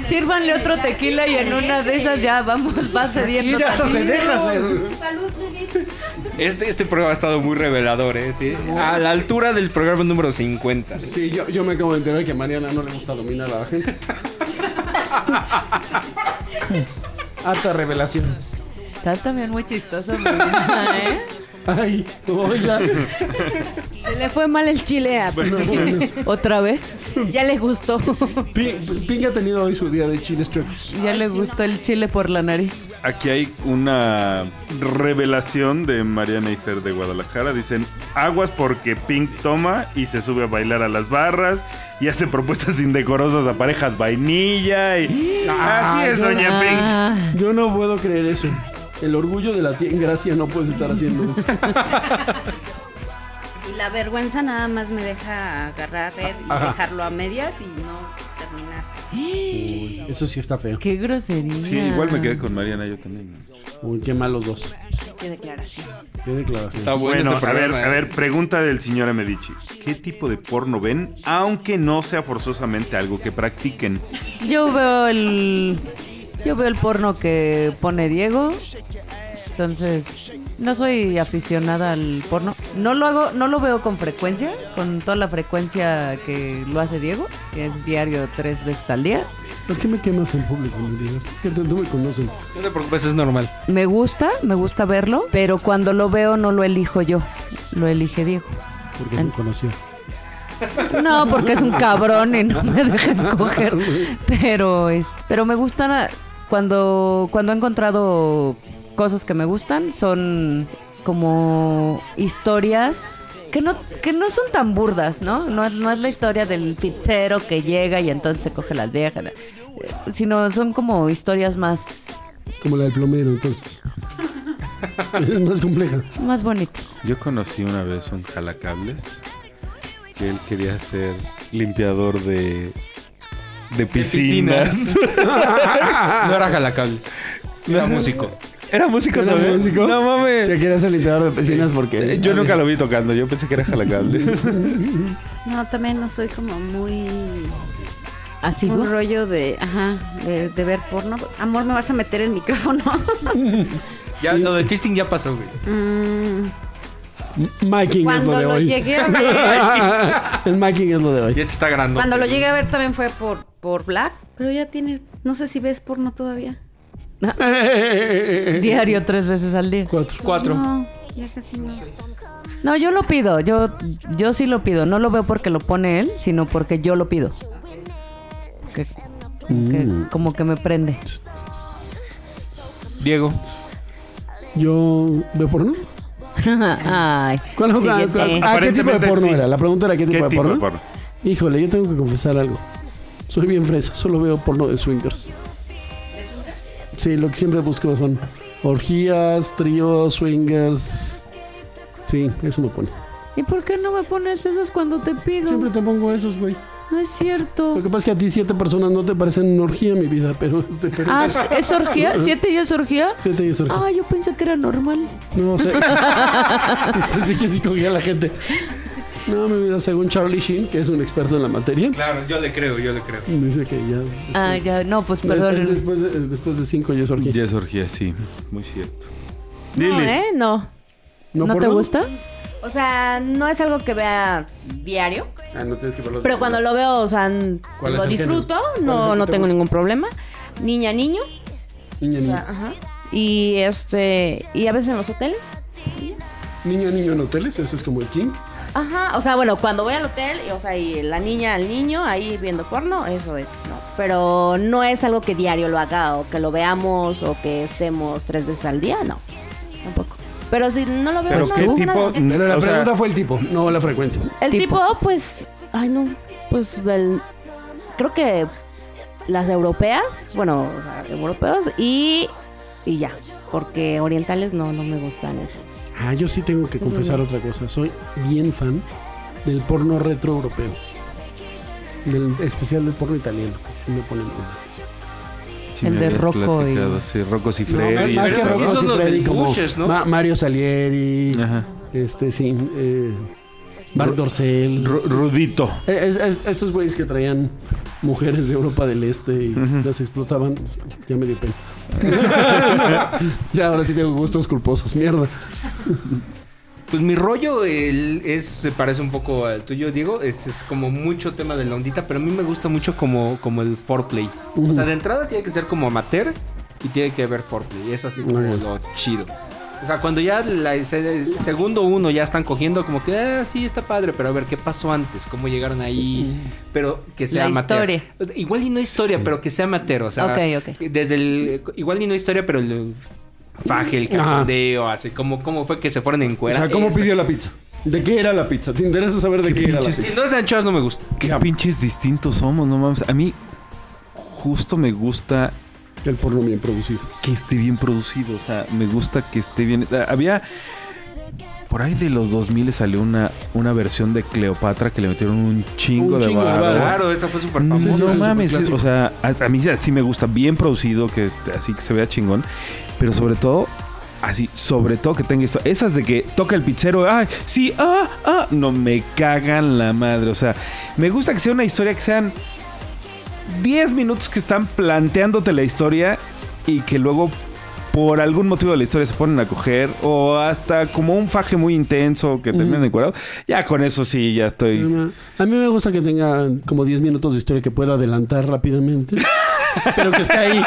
Speaker 5: Sírvanle otro tequila y en una de esas ya vamos, va cediendo.
Speaker 6: Y ya hasta se deja hacer.
Speaker 2: Este, este programa ha estado muy revelador, ¿eh? Sí. A la altura del programa número 50.
Speaker 6: Sí, yo, yo me acabo de enterar que a Mariana no le gusta dominar a la gente. Harta revelación.
Speaker 5: Estás también muy chistoso, mi vida, ¿eh?
Speaker 6: Ay, [laughs] oiga.
Speaker 3: Se le fue mal el chile a
Speaker 5: Otra vez.
Speaker 3: [laughs] Ya le gustó.
Speaker 6: Ping, Ping ha tenido hoy su día de chile strips.
Speaker 5: Ya le gustó el chile por la nariz.
Speaker 7: Aquí hay una revelación de Mariana Ifer de Guadalajara. Dicen, aguas porque Pink toma y se sube a bailar a las barras y hace propuestas indecorosas a parejas vainilla. Y... Así es, doña Pink.
Speaker 5: Ah,
Speaker 6: Yo no puedo creer eso. El orgullo de la tía en gracia no puede estar haciendo eso.
Speaker 1: Y la vergüenza nada más me deja agarrar él y
Speaker 6: Ajá.
Speaker 1: dejarlo a medias y no terminar.
Speaker 6: Uy, eso sí está feo.
Speaker 5: Qué grosería.
Speaker 7: Sí, igual me quedé con Mariana yo también.
Speaker 6: Uy, qué malos dos.
Speaker 3: Qué declaración.
Speaker 6: Qué declaración.
Speaker 10: Bueno,
Speaker 2: este
Speaker 10: a ver,
Speaker 2: programa,
Speaker 10: a
Speaker 2: ¿eh?
Speaker 10: ver, pregunta del señor Medici. ¿Qué tipo de porno ven, aunque no sea forzosamente algo que practiquen?
Speaker 5: Yo veo el. Yo veo el porno que pone Diego. Entonces, no soy aficionada al porno. No lo hago, no lo veo con frecuencia, con toda la frecuencia que lo hace Diego, que es diario tres veces al día.
Speaker 6: ¿Por qué me quemas en público? mi Dios? Es cierto, no me conocen.
Speaker 2: No te preocupes, es normal.
Speaker 5: Me gusta, me gusta verlo, pero cuando lo veo no lo elijo yo, lo elige Diego.
Speaker 6: Porque me conoció.
Speaker 5: No, porque es un cabrón y no me deja escoger. Pero es, pero me gustan a- cuando cuando he encontrado cosas que me gustan son como historias que no que no son tan burdas, ¿no? No, es- no es la historia del pizzero que llega y entonces se coge las viejas, eh, sino son como historias más
Speaker 6: Como la del plomero, entonces. es más compleja.
Speaker 5: más bonitas.
Speaker 7: Yo conocí una vez un jalacables que él quería ser limpiador de, de piscinas. [laughs]
Speaker 2: No era jalacables. Era músico.
Speaker 7: Era músico
Speaker 6: ¿Era
Speaker 7: también.
Speaker 6: músico?
Speaker 7: No mames.
Speaker 6: Te quieres el limpiador de piscinas porque.
Speaker 7: Eh, Yo nunca lo vi tocando, yo pensé que era [laughs] jalacables.
Speaker 8: No, también no soy como muy
Speaker 5: Así
Speaker 8: un rollo de, ajá, de, de ver porno. Amor, me vas a meter el micrófono. [laughs]
Speaker 2: Ya, lo del fisting ya pasó, güey.
Speaker 8: Mm,
Speaker 6: Miking es lo
Speaker 8: cuando
Speaker 6: de
Speaker 8: lo
Speaker 6: hoy.
Speaker 8: llegué a ver,
Speaker 6: [laughs] el miking es lo de hoy.
Speaker 2: Ya te está agrandando.
Speaker 8: cuando lo llegué a ver también fue por por Black, pero ya tiene, no sé si ves porno todavía.
Speaker 5: diario tres veces al día.
Speaker 6: Cuatro.
Speaker 2: Cuatro.
Speaker 8: No, ya casi no.
Speaker 5: No, yo lo pido, yo, yo sí lo pido. No lo veo porque lo pone él, sino porque yo lo pido. Que, que
Speaker 6: Mm.
Speaker 5: como que me prende. [laughs]
Speaker 2: Diego.
Speaker 6: Yo. ¿De porno?
Speaker 5: Ay,
Speaker 6: ¿Cuál, cuál-
Speaker 5: siguiente.
Speaker 6: cuál- ah, ¿Qué tipo de
Speaker 10: Aparentemente
Speaker 6: porno
Speaker 10: sí.
Speaker 6: era? La pregunta era: ¿qué tipo,
Speaker 10: ¿Qué
Speaker 6: de,
Speaker 10: tipo
Speaker 6: porno?
Speaker 10: de porno?
Speaker 6: Híjole, yo tengo que confesar algo. Soy bien fresa, solo veo porno de swingers. Sí, lo que siempre busco son orgías, tríos, swingers. Sí, eso me pone.
Speaker 5: ¿Y por qué no me pones esos cuando te pido?
Speaker 6: Siempre te pongo esos, güey.
Speaker 5: No es cierto.
Speaker 6: Lo que pasa es que a ti siete personas no te parecen una orgía, mi vida, pero este pero
Speaker 5: Ah, ¿es- ¿es orgía?
Speaker 6: [laughs]
Speaker 5: ¿Siete ya es orgía?
Speaker 6: siete y es orgía.
Speaker 5: Ah, yo pensé que era normal.
Speaker 6: No sé.
Speaker 5: [laughs]
Speaker 6: [laughs] Pensé que sí cogía a la gente. No, mi vida, según Charlie Sheen, que es un experto en la materia,
Speaker 2: Claro, yo le creo, yo le creo.
Speaker 6: dice que ya.
Speaker 5: Ah, ya, no, pues perdón.
Speaker 6: Después de, después de cinco ya es orgía.
Speaker 7: Yes, orgía, sí, muy cierto.
Speaker 3: No,
Speaker 10: Lili.
Speaker 3: ¿eh? No.
Speaker 5: ¿No, te
Speaker 6: porno?
Speaker 5: gusta?
Speaker 3: O sea, no es algo que vea diario.
Speaker 6: Ah, no tienes que verlo.
Speaker 3: Pero cuando lo veo, o sea, n-
Speaker 6: ¿Cuál es
Speaker 3: lo
Speaker 6: el
Speaker 3: disfruto,
Speaker 6: género? ¿Cuál es el
Speaker 3: no,
Speaker 6: que
Speaker 3: no
Speaker 6: te
Speaker 3: tengo
Speaker 6: gusta?
Speaker 3: ningún problema. Niña, niño.
Speaker 6: Niño, niño.
Speaker 3: Ajá. Y este, y a veces en los hoteles. Ah.
Speaker 6: Niño, niño en hoteles, ese es como el king.
Speaker 3: Ajá, o sea, bueno, cuando voy al hotel, y, o sea, y la niña al niño ahí viendo porno, eso es, ¿no? Pero no es algo que diario lo haga, o que lo veamos, o que estemos tres veces al día, no. Tampoco. Pero si no lo veo,
Speaker 10: ¿Pero
Speaker 3: no,
Speaker 10: qué
Speaker 3: no pasa
Speaker 10: tipo?
Speaker 3: nada.
Speaker 6: Pero la
Speaker 10: O sea,
Speaker 6: pregunta fue el tipo, no la frecuencia.
Speaker 3: El
Speaker 5: tipo?
Speaker 3: tipo? pues, ay no, pues del, creo que las europeas, bueno, o sea, europeos y y ya, porque orientales no, no me gustan esos.
Speaker 6: Ah, yo sí tengo que
Speaker 3: Eso
Speaker 6: confesar
Speaker 3: no.
Speaker 6: otra cosa. Soy bien fan del porno retro europeo. Del especial del porno italiano. que Sí me ponen una.
Speaker 7: Sí
Speaker 5: El
Speaker 7: me
Speaker 5: de
Speaker 7: habías
Speaker 5: Rocco y-
Speaker 7: platicado, Sí, Rocco y
Speaker 6: No,
Speaker 7: Freddy.
Speaker 6: más
Speaker 2: pero
Speaker 6: que
Speaker 2: sí
Speaker 6: Rocco,
Speaker 2: son
Speaker 6: sí,
Speaker 2: los de
Speaker 6: Freddy, como
Speaker 2: Bushes, ¿no?
Speaker 6: Ma- Mario Salieri.
Speaker 7: Ajá.
Speaker 6: Este, sí. Eh, Bart Dorcel.
Speaker 10: Ru- Rudito.
Speaker 6: Eh, es- es- estos güeyes que traían mujeres de Europa del Este y las explotaban, ya me dio pena. [laughs] ya ahora sí tengo gustos culposos, mierda.
Speaker 2: Pues mi rollo el, es, se parece un poco al tuyo, Diego. Es, es como mucho tema de la ondita, pero a mí me gusta mucho como, como el foreplay. O sea, de entrada tiene que ser como amateur y tiene que haber foreplay. Es así como
Speaker 6: Nice.
Speaker 2: lo chido. O sea, cuando ya la- el se- el segundo uno ya están cogiendo, como que, ah, sí, está padre, pero a ver, ¿qué pasó antes? ¿Cómo llegaron ahí? Pero que sea
Speaker 5: La
Speaker 2: amateur.
Speaker 5: historia.
Speaker 2: O sea, igual y no historia, pero que sea amateur. O sea,
Speaker 5: Ok, ok.
Speaker 2: desde el. Igual y no historia, pero el faje, el
Speaker 6: Ajá.
Speaker 2: cachondeo, así, como cómo fue que se fueron en
Speaker 6: O
Speaker 2: cuera.
Speaker 6: sea, ¿cómo
Speaker 2: Esa-
Speaker 6: pidió la pizza? ¿De qué era la pizza? ¿Te interesa saber de qué, era la
Speaker 7: pinches-
Speaker 6: pizza?
Speaker 2: Si no es de anchoas, no me gusta.
Speaker 7: Qué pinches distintos somos, no mames. A mí justo me gusta
Speaker 6: El porno bien producido.
Speaker 7: que esté bien producido, o sea, me gusta que esté bien. Ah, Había, eh, por Por ahí de los 2000 salió una, una versión de Cleopatra que le metieron un chingo
Speaker 6: Un
Speaker 7: de
Speaker 6: chingo de
Speaker 7: varo.
Speaker 6: varo.
Speaker 2: Claro, esa fue súper
Speaker 7: No,
Speaker 2: famosa.
Speaker 6: sí,
Speaker 7: no
Speaker 6: sí,
Speaker 7: mames,
Speaker 6: superclásico.
Speaker 7: o sea, a, a mí sí- sí me gusta, bien producido, que este, así que se vea chingón, pero sobre todo, así, sobre todo que tenga esto, esas de que toca el pizzero, ay, sí, ah, ah, no me cagan la madre, o sea, me gusta que sea una historia que sean 10 minutos que están planteándote la historia y que luego por algún motivo de la historia se ponen a coger o hasta como un faje muy intenso que terminan encuadrados. Ya con eso sí, ya estoy...
Speaker 6: A mí me gusta que tenga como 10 minutos de historia que pueda adelantar rápidamente. Pero que esté ahí.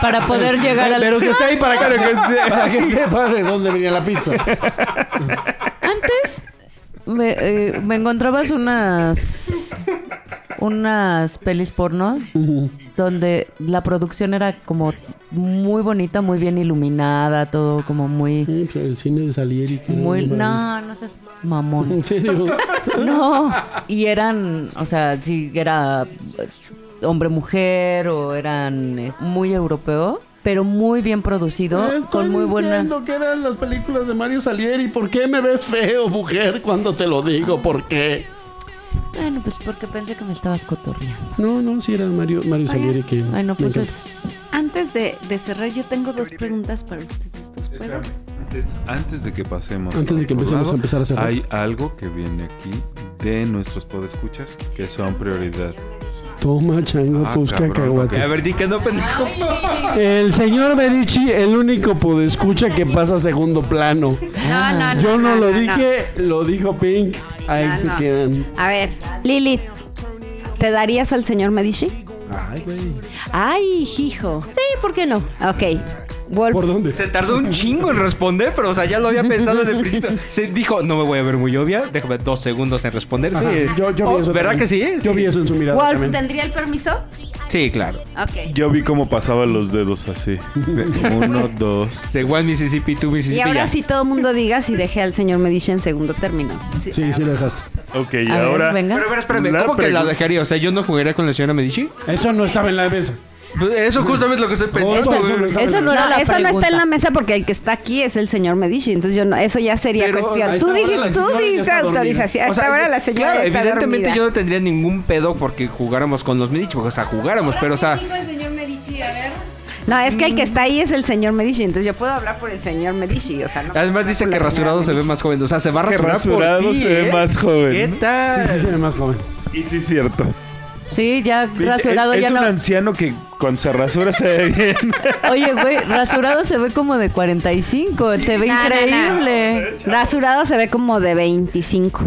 Speaker 5: Para
Speaker 6: Ah,
Speaker 5: poder llegar al...
Speaker 6: Pero que esté ahí para
Speaker 5: [laughs]
Speaker 6: que, para que sepa de dónde venía la pizza.
Speaker 5: Antes me, eh, me encontrabas unas unas pelis pornos donde la producción era como muy bonita, muy bien iluminada, todo como muy
Speaker 6: Sí, pues, El cine de Salieri. que
Speaker 5: muy
Speaker 6: era
Speaker 5: no, no seas
Speaker 6: una- En [laughs]
Speaker 5: mamón.
Speaker 6: serio.
Speaker 5: No, y eran, o sea, si era hombre mujer o eran eh, muy europeo, pero muy bien producido,
Speaker 6: Estoy
Speaker 5: con muy buena
Speaker 6: diciendo que eran las películas de Mario Salieri. ¿Por qué me ves feo, mujer, cuando te lo digo? ¿Por qué?
Speaker 5: Bueno, pues porque pensé que me estabas cotorreando.
Speaker 6: No, no, sí era Mario, Mario Salieri que...
Speaker 5: Bueno,
Speaker 6: me
Speaker 5: pues
Speaker 6: encanta.
Speaker 5: es
Speaker 1: Antes de, de cerrar, yo tengo dos preguntas para ustedes dos, ¿puedo?
Speaker 7: Antes, antes de que pasemos.
Speaker 6: Antes
Speaker 7: a
Speaker 6: de que
Speaker 7: otro
Speaker 6: empecemos a empezar a cerrar.
Speaker 7: Hay algo que viene aquí de nuestros podescuchas que son prioridad.
Speaker 6: Toma, chango,
Speaker 7: Ah,
Speaker 6: tus
Speaker 7: cabrón,
Speaker 6: cacahuates.
Speaker 7: ok.
Speaker 2: A ver, di que no, pendejo.
Speaker 6: El señor Medici, el único podescucha que pasa a segundo plano.
Speaker 8: No, no, no.
Speaker 6: Yo no lo
Speaker 8: no.
Speaker 6: dije, lo dijo Pink. Ahí
Speaker 8: No,
Speaker 6: se
Speaker 8: no.
Speaker 6: quedan.
Speaker 8: A ver, Lili, ¿te darías al señor Medici?
Speaker 6: Ay, güey.
Speaker 3: Ay, hijo. Sí, ¿por qué no?
Speaker 8: Ok. Wolf.
Speaker 6: ¿Por dónde?
Speaker 2: Se tardó un chingo en responder, pero o sea, ya lo había pensado desde el principio. Se dijo, no me voy a ver muy obvia, déjame dos segundos en responder. Sí,
Speaker 6: Ajá, yo, yo vi
Speaker 2: Oh,
Speaker 6: eso.
Speaker 2: ¿Verdad
Speaker 6: también.
Speaker 2: que sí?
Speaker 6: Yo
Speaker 2: Sí.
Speaker 6: vi eso en su mirada.
Speaker 8: Wolf,
Speaker 6: también.
Speaker 8: ¿tendría el permiso?
Speaker 2: Sí, claro.
Speaker 8: Ok.
Speaker 10: Yo vi cómo pasaba los dedos así.
Speaker 7: Uno, dos.
Speaker 2: Se one Mississippi, two Mississippi.
Speaker 8: Y ahora
Speaker 2: ya.
Speaker 8: sí todo el mundo diga si dejé al señor Medici en segundo término. Sí.
Speaker 6: Sí, sí lo dejaste.
Speaker 10: Ok, y
Speaker 5: A ver,
Speaker 10: ahora.
Speaker 5: venga.
Speaker 2: Pero, pero espérame,
Speaker 10: La
Speaker 2: ¿cómo que la
Speaker 10: pregun-
Speaker 2: dejaría? O sea, ¿yo no jugaría con la señora Medici?
Speaker 6: Eso no estaba en la mesa.
Speaker 2: Pues Eso justamente es lo que estoy pensando.
Speaker 6: Eso-
Speaker 2: güey.
Speaker 6: eso no está-
Speaker 5: Eso no era
Speaker 8: No,
Speaker 5: la
Speaker 8: eso no está
Speaker 5: pregunta.
Speaker 8: en la mesa porque el que está aquí es el señor Medici. Entonces yo no, eso ya sería
Speaker 2: Pero a
Speaker 8: cuestión.
Speaker 2: esta
Speaker 8: Tú
Speaker 6: hora la
Speaker 8: dijiste, tú
Speaker 6: señora ya
Speaker 8: dijiste
Speaker 6: está dormida.
Speaker 8: autorización.
Speaker 2: O sea,
Speaker 8: Hasta ahora la señora
Speaker 2: Claro,
Speaker 8: está
Speaker 2: evidentemente
Speaker 8: dormida.
Speaker 2: yo no tendría ningún pedo porque jugáramos con los Medici, porque, o sea, jugáramos, pero o sea,
Speaker 8: No, es que el que está ahí es el señor Medici. Entonces yo puedo hablar por el señor Medici. O sea, no puedo
Speaker 2: además
Speaker 8: hablar
Speaker 2: dice
Speaker 8: por
Speaker 2: que
Speaker 8: la
Speaker 2: rasurado se
Speaker 8: señora
Speaker 2: ve más joven, o sea, se va a
Speaker 10: Que
Speaker 2: rasurar por
Speaker 10: rasurado
Speaker 2: ti,
Speaker 10: se ve
Speaker 2: ¿eh?
Speaker 10: más
Speaker 2: ¿Qué
Speaker 10: joven.
Speaker 6: Sí,
Speaker 2: tal?
Speaker 6: sí, sí, era más joven.
Speaker 10: Y sí, es cierto.
Speaker 5: Sí, ya rasurado
Speaker 10: es
Speaker 5: ya
Speaker 10: es un
Speaker 5: no.
Speaker 10: anciano que con se rasura se ve [laughs] bien.
Speaker 5: Oye, güey, rasurado se ve como de 45, se ve
Speaker 8: No, no, no.
Speaker 5: increíble.
Speaker 8: Medici. Rasurado se ve como de 25.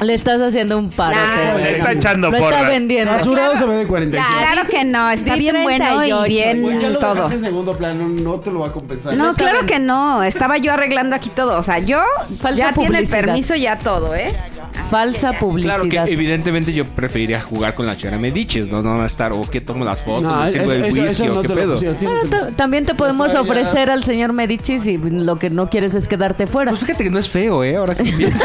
Speaker 5: Le estás haciendo un parote.
Speaker 8: No,
Speaker 5: güey.
Speaker 10: Le está echando
Speaker 5: Lo está
Speaker 10: porras.
Speaker 5: vendiendo.
Speaker 6: Rasurado se ve de 45.
Speaker 8: Claro que no, está
Speaker 5: di
Speaker 8: bien bueno
Speaker 5: 38,
Speaker 8: y
Speaker 6: Güey, ya
Speaker 8: bien
Speaker 6: lo
Speaker 8: todo.
Speaker 6: dejaste en segundo plano, no te lo va a compensar.
Speaker 8: No,
Speaker 5: Está
Speaker 8: claro
Speaker 5: bien.
Speaker 8: que no. Estaba yo arreglando aquí todo. O sea, yo
Speaker 5: Falsa
Speaker 8: ya tiene el
Speaker 5: publicidad.
Speaker 8: permiso, ya todo, ¿eh?
Speaker 5: Falsa publicidad.
Speaker 2: Claro que evidentemente yo preferiría jugar con la señora Medici, no no va a estar o que tomo las fotos,
Speaker 6: No,
Speaker 2: o
Speaker 6: eso,
Speaker 2: sirvo el
Speaker 6: eso-
Speaker 2: whisky
Speaker 6: eso
Speaker 2: o
Speaker 6: no
Speaker 2: qué
Speaker 6: te lo
Speaker 2: pedo.
Speaker 6: pusieron,
Speaker 5: Bueno,
Speaker 6: tienes-
Speaker 5: ta- también te podemos
Speaker 6: Ya está, ya.
Speaker 5: ofrecer al señor Medici si lo que no quieres es quedarte fuera.
Speaker 2: [laughs] Pues fíjate que no es feo, ¿eh? Ahora que pienso.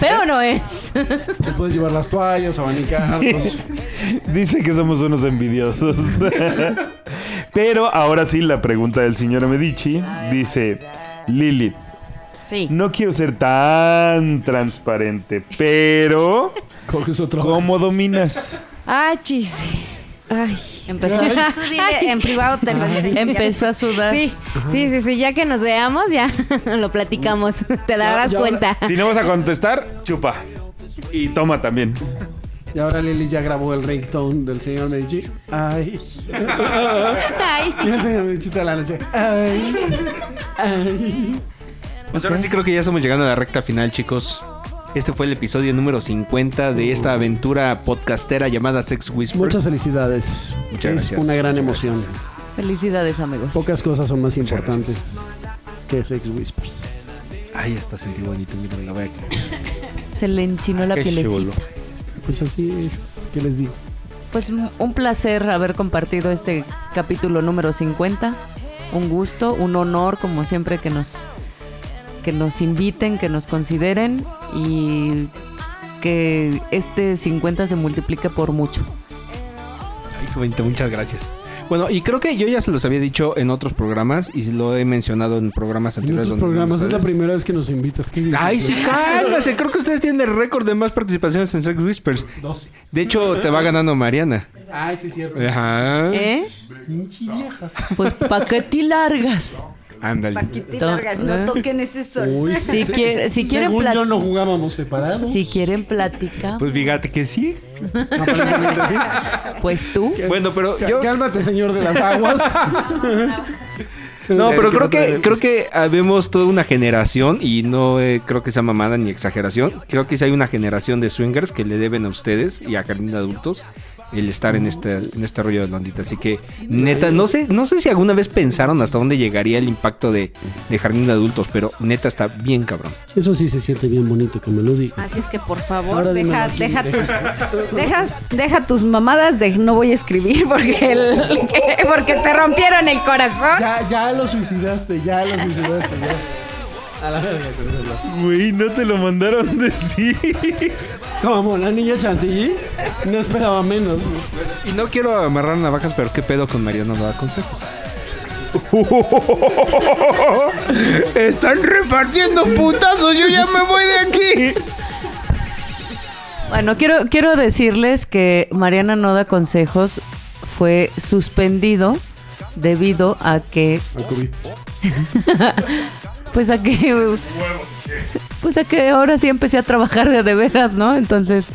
Speaker 5: Feo no es.
Speaker 6: Te Puedes llevar las toallas, [laughs] abanicarlos.
Speaker 10: Dice que somos unos envidiosos. [laughs] Pero ahora sí, la pregunta del señor Medici dice: Lilith,
Speaker 5: Sí.
Speaker 10: no quiero ser tan transparente, pero
Speaker 6: Coges otro.
Speaker 10: ¿cómo dominas?
Speaker 3: Ah, chis. Ay.
Speaker 5: Empezó,
Speaker 3: [laughs]
Speaker 8: Tú dile, en privado te lo dicen.
Speaker 5: empezó a sudar.
Speaker 3: Sí, sí, sí, sí, ya que nos veamos, ya [laughs] lo platicamos. Te darás
Speaker 6: ya ahora-
Speaker 3: cuenta.
Speaker 10: Si no vas a contestar, chupa. Y toma también.
Speaker 6: Y ahora Lili ya grabó el ringtone del señor Medici. Ay.
Speaker 3: Ay.
Speaker 6: Y el señor Medici está a la noche. Ay. Ay.
Speaker 2: Pues ahora sí creo que ya estamos llegando a la recta final, chicos. Este fue el episodio número 50 de esta aventura podcastera llamada Sex Whispers.
Speaker 6: Muchas felicidades.
Speaker 2: Muchas
Speaker 6: es
Speaker 2: gracias,
Speaker 6: una gran
Speaker 2: muchas
Speaker 6: emoción.
Speaker 5: Felicidades, amigos.
Speaker 6: Pocas cosas son más importantes que Sex Whispers.
Speaker 2: Ay, hasta sentí bonito, mira, la voy a creer.
Speaker 5: Se le enchinó la
Speaker 2: Qué chulo.
Speaker 5: pielecita.
Speaker 6: Pues así es. ¿Qué les digo?
Speaker 5: Pues m- un placer haber compartido este capítulo número 50. Un gusto, un honor, como siempre, que nos, que nos inviten, que nos consideren y que este 50 se multiplique por mucho.
Speaker 2: Ay, qué bonito, muchas gracias. Bueno, y creo que yo ya se los había dicho en otros programas y lo he mencionado en programas
Speaker 6: En
Speaker 2: anteriores.
Speaker 6: otros
Speaker 2: donde no
Speaker 6: programas es la
Speaker 2: ustedes.
Speaker 6: primera vez que nos invitas. ¿Qué dices?
Speaker 2: Ay, sí, cálmase. Creo que ustedes tienen el récord de más participaciones en Sex Whispers.
Speaker 6: Doce.
Speaker 2: De hecho, te va ganando Mariana.
Speaker 6: Ay, sí, cierto.
Speaker 2: Ajá.
Speaker 5: ¿Eh?
Speaker 6: Pinche vieja.
Speaker 5: Pues pa' qué te largas.
Speaker 2: Ándale.
Speaker 1: Paquete largas, no toquen ese sol.
Speaker 6: Uy,
Speaker 5: Si,
Speaker 6: se-
Speaker 5: quiere- si quieren
Speaker 6: Según
Speaker 5: plat-
Speaker 6: yo no jugábamos separados.
Speaker 5: si quieren platicar,
Speaker 2: Pues fíjate que sí.
Speaker 6: Aparentemente [laughs] sí.
Speaker 5: pues tú.
Speaker 2: Bueno, pero
Speaker 6: Cá-
Speaker 2: yo
Speaker 6: Cálmate, señor de las [laughs] aguas.
Speaker 2: No, pero creo que
Speaker 6: no
Speaker 2: creo que habemos toda una generación y no eh, creo que sea mamada ni exageración. Creo que sí hay una generación de swingers que le deben a ustedes y a Carolina adultos el estar en este en este rollo de la ondita. Así que neta, no sé no sé si alguna vez pensaron hasta dónde llegaría el impacto de, de jardín de adultos, pero neta está bien cabrón.
Speaker 6: Eso sí se siente bien bonito que me lo digas.
Speaker 8: Así es que por
Speaker 6: Ahora
Speaker 8: favor,
Speaker 6: dímelo
Speaker 8: deja,
Speaker 6: aquí,
Speaker 8: deja tus
Speaker 6: deja.
Speaker 8: deja, deja tus mamadas de no voy a escribir porque el- porque te rompieron el corazón.
Speaker 6: [laughs] Ya, ya lo suicidaste, ya lo suicidaste. ya. A la verga con eso, ¿no?
Speaker 10: Güey, no te lo mandaron [laughs] decir.
Speaker 6: ¿Cómo? ¿La niña Chantilly? No esperaba menos.
Speaker 2: Y no quiero amarrar navajas, pero qué pedo con Mariano no da consejos. [laughs] Están repartiendo putazos, yo ya me voy de aquí.
Speaker 5: Bueno, quiero, quiero decirles que Mariana no da consejos fue suspendido debido a que,
Speaker 6: A COVID.
Speaker 5: pues a que, pues a que ahora sí empecé a trabajar de, de veras, ¿no? Entonces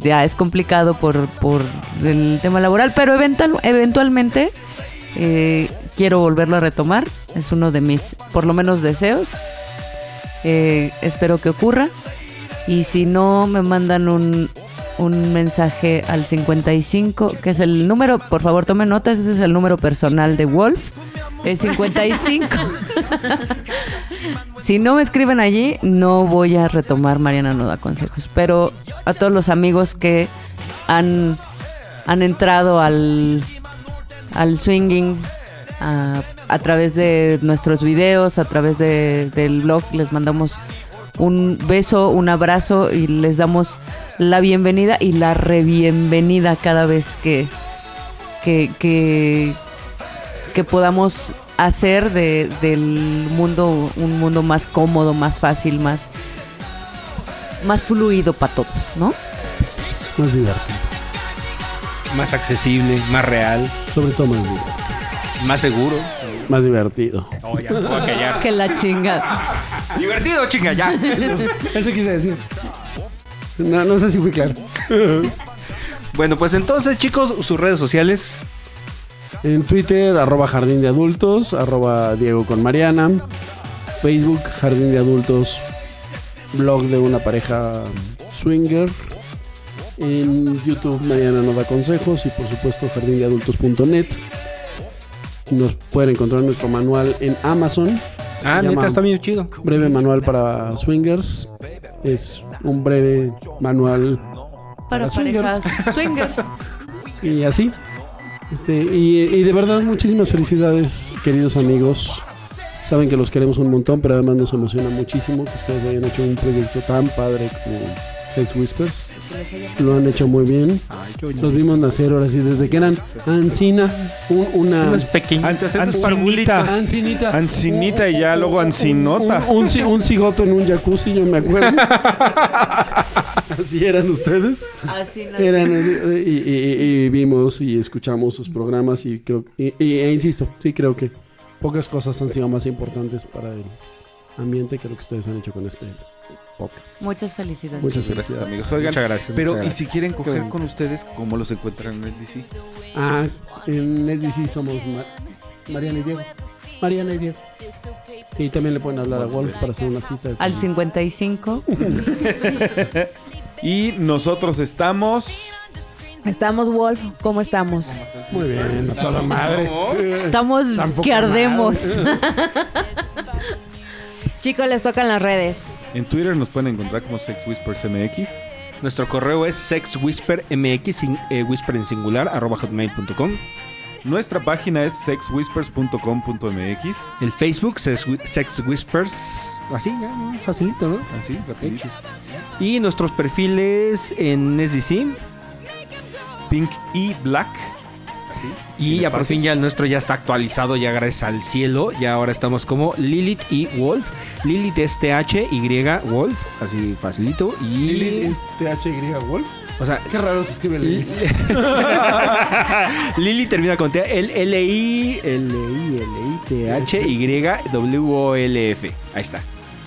Speaker 5: ya es complicado por, por el tema laboral, pero eventual- eventualmente eh, quiero volverlo a retomar. Es uno de mis, por lo menos, deseos. Eh, espero que ocurra. Y si no, me mandan un, un mensaje al 55, que es el número, por favor tomen nota, este es el número personal de Wolf. Es 55. si no me escriben allí, no voy a retomar Mariana no da consejos. Pero a todos los amigos que han, han entrado al, al swinging a, a través de nuestros videos, a través de- del blog, les mandamos un beso, un abrazo y les damos la bienvenida y la rebienvenida cada vez que, que, que, que podamos hacer de- del mundo un mundo más cómodo, más fácil, más, más fluido para todos, ¿no?
Speaker 6: Más divertido.
Speaker 2: Más accesible, más real,
Speaker 6: Sobre todo más divertido.
Speaker 2: más seguro.
Speaker 6: Más divertido.
Speaker 2: Oh, ya, voy a callar.
Speaker 5: [laughs] Que la chingada.
Speaker 2: Divertido, chinga, ya.
Speaker 6: Eso quise decir. No, no sé si fui claro.
Speaker 2: Bueno, pues entonces, chicos, sus redes sociales.
Speaker 6: En Twitter, arroba Jardín de Adultos, arroba Diego con Mariana. Facebook, Jardín de Adultos, blog de una pareja swinger. En YouTube, Mariana nos da consejos y por supuesto jardindeadultos.net. Nos pueden encontrar nuestro manual en Amazon,
Speaker 2: Ah,
Speaker 6: neta,
Speaker 2: neta, está
Speaker 6: está
Speaker 2: bien chido.
Speaker 6: breve manual para swingers. Es un breve manual
Speaker 5: Para
Speaker 6: Para swingers.
Speaker 5: parejas swingers.
Speaker 6: Y así. Este, y, y de verdad, muchísimas felicidades, queridos amigos. Saben que los queremos un montón, pero además nos emociona muchísimo que ustedes hayan hecho un proyecto tan padre como Sex Whispers. Lo han hecho muy bien. Los vimos nacer ahora sí, desde que eran Ancina, un- una.
Speaker 2: Unas pequeñitas, unas parvulitas.
Speaker 6: Ancinita.
Speaker 10: Ancinita y ya luego ancinota.
Speaker 6: Un, un, ci- un cigoto en un jacuzzi, yo me acuerdo.
Speaker 10: [laughs]
Speaker 6: Así eran ustedes.
Speaker 5: Así nació.
Speaker 6: Eran así, eh, y, y- y- y vimos y escuchamos sus programas y creo y, y- e insisto, sí creo que pocas cosas han sido más importantes para el ambiente que lo que ustedes han hecho con este podcast.
Speaker 5: Muchas felicidades.
Speaker 6: Muchas
Speaker 7: Gracias,
Speaker 6: gracias,
Speaker 7: amigos. Oigan,
Speaker 2: Muchas gracias,
Speaker 7: Pero,
Speaker 2: muchas
Speaker 7: ¿y si quieren
Speaker 2: gracias.
Speaker 7: coger con ustedes, cómo los encuentran en el DC?
Speaker 6: Ah, en SDC somos Ma- Mariana y Diego. Mariana y Diego. Y también le pueden hablar a Wolf para hacer una cita.
Speaker 5: Al
Speaker 6: con-
Speaker 5: 55
Speaker 10: Y nosotros estamos.
Speaker 3: Estamos, Wolf. ¿Cómo estamos?
Speaker 6: Muy bien, a toda madre.
Speaker 5: estamos
Speaker 6: Tampoco
Speaker 5: que
Speaker 6: mal.
Speaker 5: ardemos.
Speaker 3: Chicos, les tocan las redes.
Speaker 7: En Twitter nos pueden encontrar como Sex Whispers MX.
Speaker 2: Nuestro correo es sexwhispermx, sin- eh, whisper en singular, arroba hotmail.com.
Speaker 7: Nuestra página es sexwhispers.com.mx.
Speaker 2: El Facebook, sex, Sex Whispers. Así, ya, facilito, ¿no?
Speaker 7: Así, rapidito.
Speaker 2: Y nuestros perfiles en SDC.
Speaker 7: Pink y Black.
Speaker 2: Y ya por fin ya el nuestro ya está actualizado, ya gracias al cielo. Ya ahora estamos como Lilith y Wolf. Lilith es T-H-Y Wolf, así facilito. Y...
Speaker 6: Lilith es THY Wolf.
Speaker 2: O sea,
Speaker 6: Qué raro se escribe
Speaker 2: Li-
Speaker 6: Lilith.
Speaker 2: [laughs] Lili termina con T L L I L I L I T H Y W O L F. Ahí está.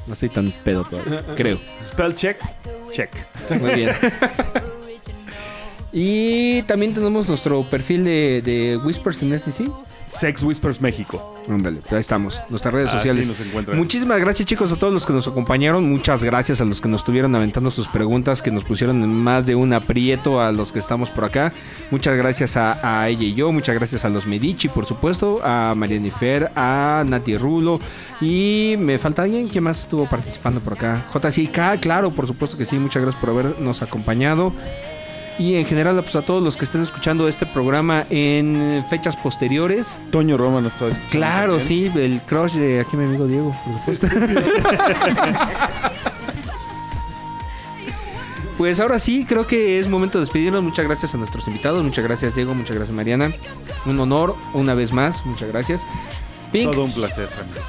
Speaker 2: No estoy tan pedo
Speaker 6: Ah,
Speaker 2: todavía, creo.
Speaker 10: Spell check, check.
Speaker 2: Muy
Speaker 6: [laughs]
Speaker 2: bien. Y también tenemos nuestro perfil de, de Whispers en STC.
Speaker 10: Sex Whispers México.
Speaker 2: Ándale, pues ahí estamos, nuestras redes
Speaker 10: Así
Speaker 2: sociales.
Speaker 10: nos encuentran.
Speaker 2: Muchísimas gracias chicos a todos los que nos acompañaron, muchas gracias a los que nos estuvieron aventando sus preguntas, que nos pusieron en más de un aprieto a los que estamos por acá. Muchas gracias a, a ella y yo, muchas gracias a los Medici, por supuesto, a Marianifer, a Nati Rulo y me falta alguien que más estuvo participando por acá. JCK, claro, por supuesto que sí, muchas gracias por habernos acompañado. Y en general, pues a todos los que estén escuchando este programa en fechas posteriores,
Speaker 7: Toño Roma nos estaba escuchando.
Speaker 2: Claro,
Speaker 7: también.
Speaker 2: sí, el crush de aquí mi amigo Diego, por supuesto. Pues ahora sí, creo que es momento de despedirnos. Muchas gracias a nuestros invitados. Muchas gracias, Diego. Muchas gracias, Mariana. Un honor, una vez más. Muchas gracias. Pink,
Speaker 7: Todo un placer, Fernando.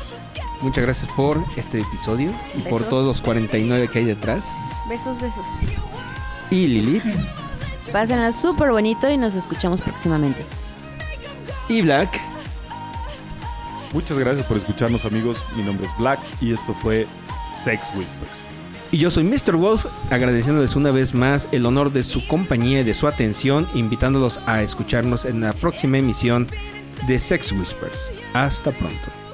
Speaker 2: muchas gracias por este episodio y por
Speaker 8: Besos.
Speaker 2: todos los 49 que hay detrás.
Speaker 8: Besos, besos.
Speaker 2: Y Lilith,
Speaker 3: Pásenla súper bonito y nos escuchamos próximamente.
Speaker 2: y Black.
Speaker 7: Muchas gracias por escucharnos, amigos. Mi nombre es Black y esto fue Sex Whispers.
Speaker 2: Y yo soy Mr. Wolf, agradeciéndoles una vez más el honor de su compañía y de su atención, invitándolos a escucharnos en la próxima emisión de Sex Whispers. Hasta pronto.